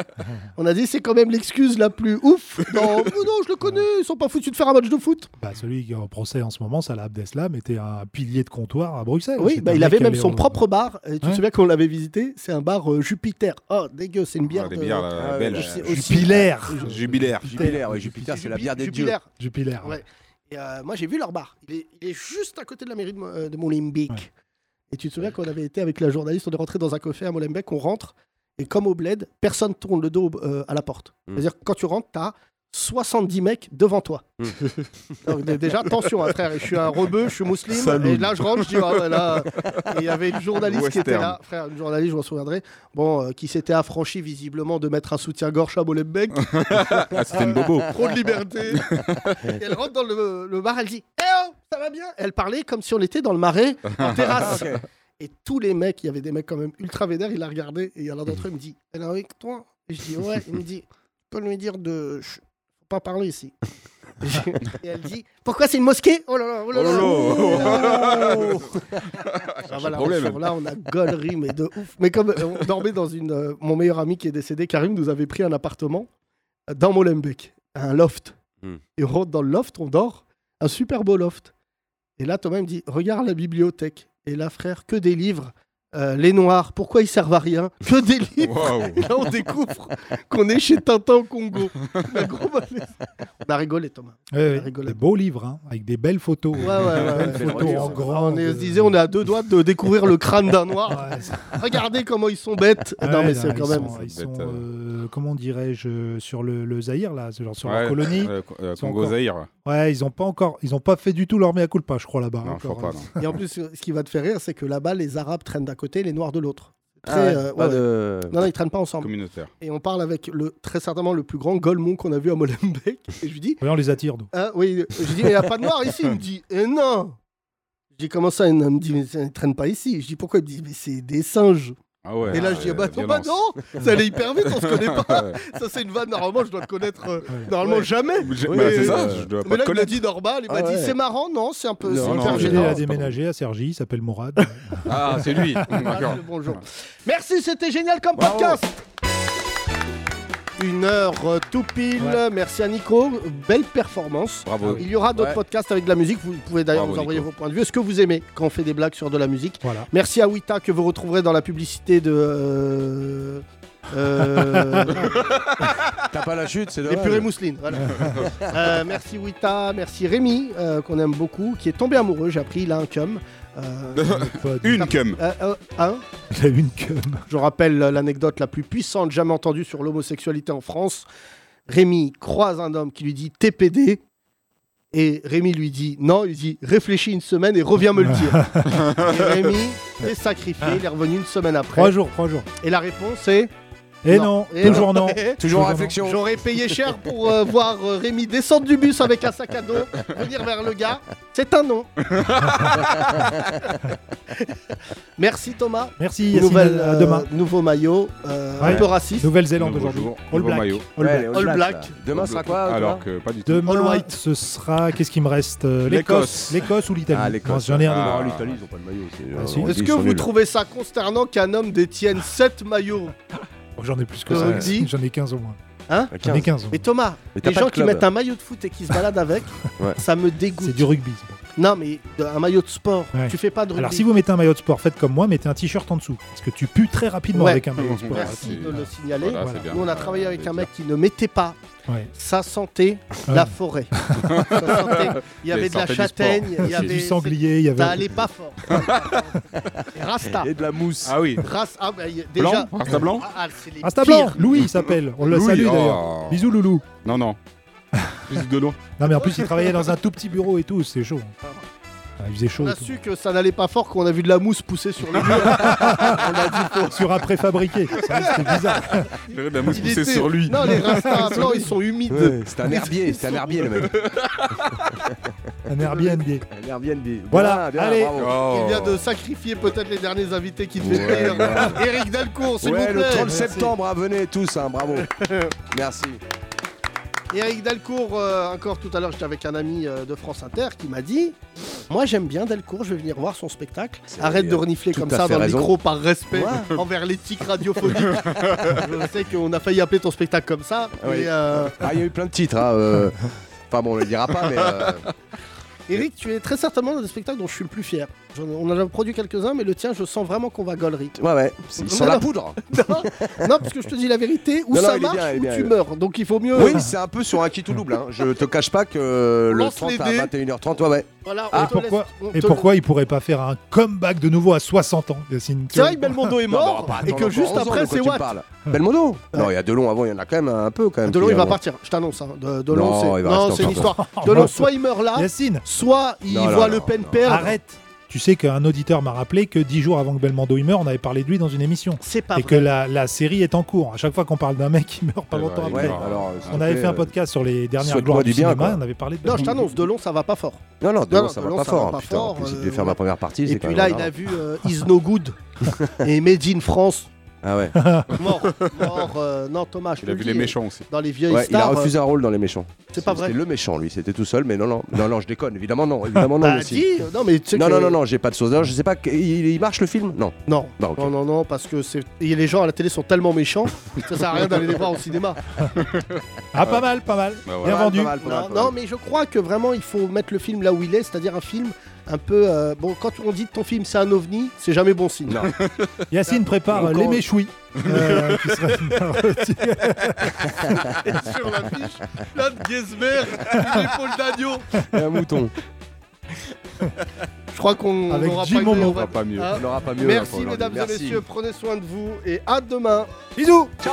S3: On a dit c'est quand même l'excuse la plus ouf. Non, mais non, je le connais, ils sont pas foutus de faire un match de foot.
S4: Bah, celui qui est en procès en ce moment, Salah Abdeslam, était un pilier de comptoir à Bruxelles.
S3: Oui,
S4: C'est
S3: bah,
S4: un
S3: il
S4: mec
S3: avait
S4: qui
S3: même
S4: allait
S3: son
S4: au-
S3: propre bar. Et tu te
S4: Ouais.
S3: souviens qu'on l'avait visité C'est un bar euh, Jupiter. Oh, dégueu, c'est une bière.
S5: Ah, des
S3: de-
S5: bières, là,
S3: euh,
S5: belges.
S3: aussi- aussi-
S4: Jupilaire.
S5: Jubilaire.
S10: Jupilaire, ouais, Jupiter, c'est la bière des dieux.
S3: Jupiler.
S4: Jupiler,
S3: Ouais. Et, euh, moi, j'ai vu leur bar. Il est, il est juste à côté de la mairie de, Mo- euh, de Molenbeek. Et tu te souviens qu'on avait été avec la journaliste, on est rentré dans un café à Molenbeek, on rentre, et comme au bled, personne tourne le dos euh, à la porte.
S5: Hmm.
S3: C'est-à-dire que quand tu rentres, t'as 70 mecs devant toi.
S5: Hmm.
S3: *laughs* Donc, d- déjà, attention, hein, frère, je suis un rebeu, je suis musulman,
S5: Salut.
S3: et là, je rentre, je dis, ah, ouais, là, euh, et il y avait une journaliste qui était
S5: Western.
S3: là, frère, une journaliste, je m'en souviendrai, bon, euh, qui s'était affranchie visiblement de mettre un soutien-gorge à Molenbeek.
S5: Ah, c'était une bobo.
S3: *laughs* Trop de liberté. Et elle rentre dans le, le bar, elle dit Eh oh, ça va bien Elle parlait comme si on était dans le marais, *laughs* en terrasse.
S5: Ok.
S3: Et tous les mecs, il y avait des mecs quand même ultra vénères, il la regardé et il y en a d'entre eux, il me dit Elle est avec toi Et je dis Ouais, il me dit Tu peux lui dire de. chut, Faut pas parler ici. Et elle dit Pourquoi c'est une mosquée Oh là là, oh là là
S5: Oh là là.
S3: Oh.
S5: C'est un
S3: Ah, voilà, on
S5: problème.
S3: sort là, on a gaulerie, mais de ouf. Mais comme euh, on dormait dans une. euh, mon meilleur ami qui est décédé, Karim, nous avait pris un appartement euh, dans Molenbeek, un loft.
S10: Hmm.
S3: Et on rentre dans le loft, on dort, un super beau loft. Et là, Thomas il me dit Regarde la bibliothèque. Et là, frère, que des livres. Euh, les Noirs, pourquoi ils servent à rien Que
S5: *laughs*
S3: des livres
S5: Waouh.
S3: Et là, on découvre qu'on est chez Tintin au Congo. Un gros malaise. on a rigolé, Thomas.
S4: Ouais, ouais, Des beaux livres, hein, avec des belles photos.
S3: Ouais, ouais, ouais,
S4: Des
S3: ouais.
S4: belles photos en grand.
S3: On est- se disait, on est à deux doigts de découvrir le crâne d'un Noir. Regardez comment ils sont bêtes. Ah non, mais c'est quand même.
S4: Sont, Ah ils sont, euh, comment dirais-je, euh, sur le, le Zaïre, là, ce genre, sur
S5: Ouais,
S4: la colonie.
S5: euh, co- euh,
S4: Ils sont
S5: Congo
S4: encore-
S5: Zaïre.
S4: Ouais, ils n'ont pas encore, ils n'ont pas fait du tout leur mea culpa, je crois, là-bas. encore, hein.
S3: Et en plus, ce qui va te faire rire, c'est que là-bas, les Arabes traînent d'un côté, les Noirs de l'autre.
S10: Ah
S3: Très,
S10: ouais,
S3: euh,
S10: pas
S3: ouais,
S10: de-
S3: ouais. Non, non, ils traînent pas ensemble.
S5: Communautaire.
S3: Et on parle avec le très certainement le plus grand Golemon qu'on a vu à
S5: *laughs*
S3: Molenbeek. Et je lui dis,
S4: Ouais, on les attire, donc.
S3: Ah oui, je lui dis, il n'y a pas de noir ici. Il me dit, eh non. Je dis, comment ça Il me dit, mais ça ne traîne pas ici. Je dis, pourquoi Il me dit, mais c'est des singes.
S5: Ah ouais,
S3: et là,
S5: ah,
S3: je dis,
S5: euh,
S3: ah bah, attends, bah
S5: violence.
S3: non, ça allait hyper vite, on se connaît pas.
S5: *laughs* Ouais.
S3: *laughs* ça, c'est une vanne, normalement, je dois te connaître. euh, Normalement,
S5: Ouais.
S3: jamais.
S5: Bah, c'est
S3: Mais-
S5: ça, je dois
S3: Mais là,
S5: pas te
S3: il m'a
S5: connaître.
S3: dit normal, il m'a
S5: Ah
S3: dit,
S5: ouais.
S3: c'est marrant, non, c'est un peu. c'est
S4: Son
S3: hyper
S4: père,
S3: gênant.
S4: il a déménagé à Sergi, il s'appelle
S5: *laughs*
S4: Mourad.
S5: Ah,
S3: *laughs*
S5: c'est lui. D'accord.
S3: Bonjour. Merci, c'était génial comme podcast. Une heure euh, tout pile. Merci à Nico. Belle performance.
S5: Bravo.
S3: Ah, Il y aura d'autres
S5: Ouais.
S3: podcasts avec de la musique. Vous pouvez d'ailleurs
S5: Bravo,
S3: nous envoyer
S5: Nico.
S3: vos points de vue. Est-ce que vous aimez quand on fait des blagues sur de la musique Merci à Wita que vous retrouverez dans la publicité de. euh, *laughs* euh,
S10: T'as pas la chute, c'est
S3: Les
S10: dommage.
S3: purées mousselines, *laughs* voilà. Euh, merci Wita, merci Rémi, euh, qu'on aime beaucoup, qui est tombé amoureux, j'ai appris, il a un cum. *laughs* Euh,
S5: Une cum.
S3: euh, euh, un
S4: Il a une queue.
S3: Je rappelle euh, l'anecdote la plus puissante jamais entendue sur l'homosexualité en France. Rémi croise un homme qui lui dit TPD. Et Rémi lui dit non, il lui dit réfléchis une semaine et reviens me le dire. et Rémi est sacrifié, il est revenu une semaine après.
S4: Trois jours, trois jours.
S3: Et la réponse est
S4: Et non,
S3: *laughs*
S4: toujours non. Toujours en
S10: réflexion.
S3: J'aurais payé cher pour euh, voir euh, Rémi descendre du bus avec un sac à dos, venir vers le gars. C'est un
S4: *laughs*
S3: non. Merci Thomas.
S4: Merci, Yacine, à demain.
S3: Nouveau maillot, euh, un
S4: Ouais.
S3: peu raciste.
S4: Nouvelle-Zélande
S5: Nouveau
S4: aujourd'hui.
S5: jour,
S4: All
S5: nouveau
S4: black.
S5: maillot.
S4: All
S5: Ouais,
S4: black.
S5: les All
S3: All
S5: Black,
S3: black.
S5: là.
S10: Demain sera quoi
S5: Alors que pas du tout.
S4: Demain,
S5: All
S3: white.
S4: ce sera. Qu'est-ce qui me reste Euh, L'Écosse. L'Écosse ou l'Italie
S10: Ah, l'Écosse.
S4: J'en ai un des
S10: Ah,
S4: deux.
S10: l'Italie, ils ont pas de maillot. c'est-
S4: Ah, si.
S10: on dit,
S3: Est-ce
S10: ils
S3: que
S10: sont
S3: vous
S10: nuls.
S3: trouvez ça consternant qu'un homme détienne 7 maillots
S4: Oh, J'en ai plus que
S3: De
S4: ça.
S3: rugby.
S4: J'en ai 15 au moins.
S3: Hein
S10: Ah,
S4: J'en ai 15 au moins.
S3: Mais Thomas,
S4: Mais t'as
S3: les
S4: pas
S3: gens
S4: de
S3: qui
S4: club.
S3: mettent un maillot de foot et qui se baladent avec,
S4: Ouais.
S3: ça me dégoûte.
S4: C'est du rugby.
S3: Non, mais de- un maillot de sport,
S4: Ouais.
S3: tu fais pas de rugby.
S4: Alors, si vous mettez un maillot de sport, faites comme moi, mettez un t-shirt en dessous. Parce que tu pues très rapidement
S3: Ouais. Ah,
S4: avec un maillot de sport. Ah,
S3: Merci de le signaler.
S4: Voilà, c'est bien.
S3: Nous, on a travaillé avec un mec qui ne mettait pas
S4: Ouais.
S3: sa santé,
S4: Ouais.
S3: la forêt. Ça sentait- il y avait
S4: Les
S3: de la
S4: santé du
S3: châtaigne,
S4: sport.
S3: il y avait
S4: Du sanglier, il y avait-
S3: Ça allait pas
S4: *laughs*
S3: fort. Et Rasta.
S10: Et de la mousse.
S5: Ah oui.
S3: Rasta, ah, bah, y-
S5: Blanc
S3: déjà.
S5: Rasta blanc
S3: Ah, ah, c'est les
S4: Rasta blanc,
S3: pires.
S4: Louis il s'appelle. On le
S5: Louis,
S4: salue
S5: oh.
S4: d'ailleurs. Bisous Loulou.
S3: *laughs*
S5: Non, non. Plus de loin.
S4: Non mais en plus il travaillait dans un tout petit bureau et tout, c'est chaud. Ah, il faisait chaud.
S3: On a
S4: et tout.
S3: su que ça n'allait pas fort, qu'on a vu de la mousse pousser sur le mur. on a dit faut-
S4: Sur un
S3: *laughs*
S4: préfabriqué. C'était bizarre.
S5: J'aurais de la mousse
S3: Il
S5: poussée
S3: était-
S5: sur lui.
S3: Non, les Rasta blancs, ils sont humides.
S10: Ouais, C'est un herbier, c'est un herbier le mec.
S4: Un Airbnb.
S10: Un Airbnb.
S4: Voilà,
S10: Bien, bien,
S4: allez.
S10: bravo.
S5: Oh.
S3: Il vient de sacrifier peut-être les derniers invités qu'il devait
S10: Ouais,
S3: venir.
S10: merde.
S3: Eric Delcourt, s'il
S10: Ouais,
S3: vous
S10: le
S3: plaît.
S10: 30
S3: Merci.
S10: septembre, hein, venez tous, hein, *laughs* bravo. Merci.
S3: Eric Delcourt, euh, encore tout à l'heure, j'étais avec un ami euh, de France Inter qui m'a dit Moi j'aime bien Delcourt, je vais venir voir son spectacle. Arrête de renifler
S10: euh, tout
S3: comme
S10: à
S3: ça
S10: fait
S3: dans le
S10: raison.
S3: micro par respect
S10: Ouais.
S3: *laughs* envers l'éthique radiophonique.
S10: *laughs*
S3: je sais qu'on a failli appeler ton spectacle comme ça.
S10: Ah, oui.
S3: mais, euh,
S10: Ah, il y a eu plein de titres. hein, euh, Enfin bon, on le dira pas, mais. euh,
S3: Eric, tu es très certainement l'un des spectacles dont je suis le plus fier. J'en- on en a produit quelques-uns, mais le tien, je sens vraiment qu'on va gaulerie.
S10: Ouais, ouais, ils sont la poudre.
S3: non, non, parce que je te dis la vérité, ou
S10: Non, non,
S3: ça
S10: il est
S3: marche,
S10: bien, il est
S3: ou
S10: bien,
S3: tu
S10: il est-
S3: meurs. Donc il faut mieux.
S10: Oui, c'est un peu sur un qui tout double. Hein. Je te cache pas que euh, le
S3: Lance
S10: 30
S3: les
S10: à 21h30, ouais, ouais.
S3: Voilà,
S10: Ah,
S3: on te
S4: pourquoi-
S3: laisse- on
S4: Et
S3: te-
S4: pourquoi il pourrait pas faire un comeback de nouveau à 60 ans, Yacine tu
S3: C'est vrai
S4: vois
S3: que Belmondo est
S10: Non,
S3: mort
S10: non, bah,
S3: et
S10: attends,
S3: que
S10: encore
S3: juste
S10: 11 ans,
S3: après
S10: de quoi
S3: c'est
S10: tu
S3: Watt.
S10: parles Belmondo Non, il y a Delon avant, il y en a quand même un peu quand même.
S3: Delon
S10: qui euh,
S3: il va
S10: avant.
S3: partir, je t'annonce. hein. De-
S10: Non,
S3: Delon
S10: il
S3: c'est
S10: va
S3: non
S10: rester
S3: c'est une
S10: encore.
S3: histoire. Delon soit il meurt là,
S4: Oh, Yacine.
S3: soit il
S10: Non, non,
S3: voit
S10: non,
S3: le
S10: non,
S3: pen perdre.
S4: Arrête. Tu sais qu'un auditeur m'a rappelé que 10 jours avant que Belmondo il meure, on avait parlé de lui dans une émission.
S3: C'est pas
S4: Et
S3: vrai.
S4: que la, la série est en cours. À chaque fois qu'on parle d'un mec qui meurt
S5: Eh
S4: pas
S5: ben,
S4: longtemps
S5: il
S4: après.
S5: meurt. Alors, s'il
S4: on
S5: te
S4: avait
S5: plaît,
S4: fait un
S5: euh,
S4: podcast sur les dernières
S10: souhaite-moi
S4: gloires du
S10: du bien,
S4: cinéma,
S10: quoi.
S4: on avait parlé de
S3: Non, je
S4: Belmondo.
S3: t'annonce, Delon ça va pas fort.
S10: euh, Non, non, Delon,
S3: Non,
S10: ça
S3: Delon,
S10: va pas
S3: ça
S10: fort.
S3: va
S10: hein,
S3: pas
S10: putain, en
S3: fort,
S10: plus, il
S3: euh,
S10: devait faire ma première partie.
S3: Et
S10: c'est
S3: puis
S10: quand
S3: là,
S10: même
S3: il a
S10: énorme.
S3: vu euh, Is No
S10: *laughs*
S3: Good et Made in France.
S10: Ah ouais. *laughs*
S3: Mort, mort. euh, non, Thomas, je
S5: Il
S3: te
S5: a
S3: le
S5: vu
S3: dis,
S5: les méchants aussi.
S3: Dans les vieilles
S10: Ouais, il a
S3: stars, euh,
S10: refusé un rôle dans Les Méchants.
S3: C'est pas vrai.
S10: C'était le méchant, lui. C'était tout seul, mais non, non. Non, non, je déconne. Évidemment, non. Évidemment, non.
S3: Bah,
S10: Yacine.
S3: dis, non, mais tu sais
S10: non,
S3: que-
S10: non, non, non, j'ai pas de sauce. D'ailleurs, Je sais pas. qu- Il, il marche le film Non.
S3: Non.
S10: Bah, ok.
S3: Non, non, non, parce que c'est... et les gens à la télé sont tellement méchants, ça sert à rien d'aller les voir au cinéma.
S4: Ah, pas mal, pas mal.
S5: Bah,
S4: Bien
S5: voilà.
S4: vendu.
S10: Pas mal, pas mal,
S3: Non,
S10: pas mal.
S3: non, mais je crois que vraiment il faut mettre le film là où il est, c'est-à-dire un film un peu. euh, bon, quand on dit de ton film c'est un ovni, c'est jamais bon signe.
S4: Yacine prépare euh,
S3: Encore-
S4: les méchouis. euh, qui *laughs* sera-
S14: Et sur l'affiche, là de Giesmer,
S3: *laughs*
S14: l'épaule d'agneau.
S10: Et un mouton.
S3: Je crois qu'on
S10: Avec
S3: n'aura
S10: Jim
S3: pas,
S10: Momo.
S3: mieux.
S10: On n'aura pas mieux. On n'aura pas mieux, là, pour
S3: Merci
S10: aujourd'hui.
S3: mesdames et
S10: Merci.
S3: messieurs, prenez soin de vous et à demain. Bisous. Ciao.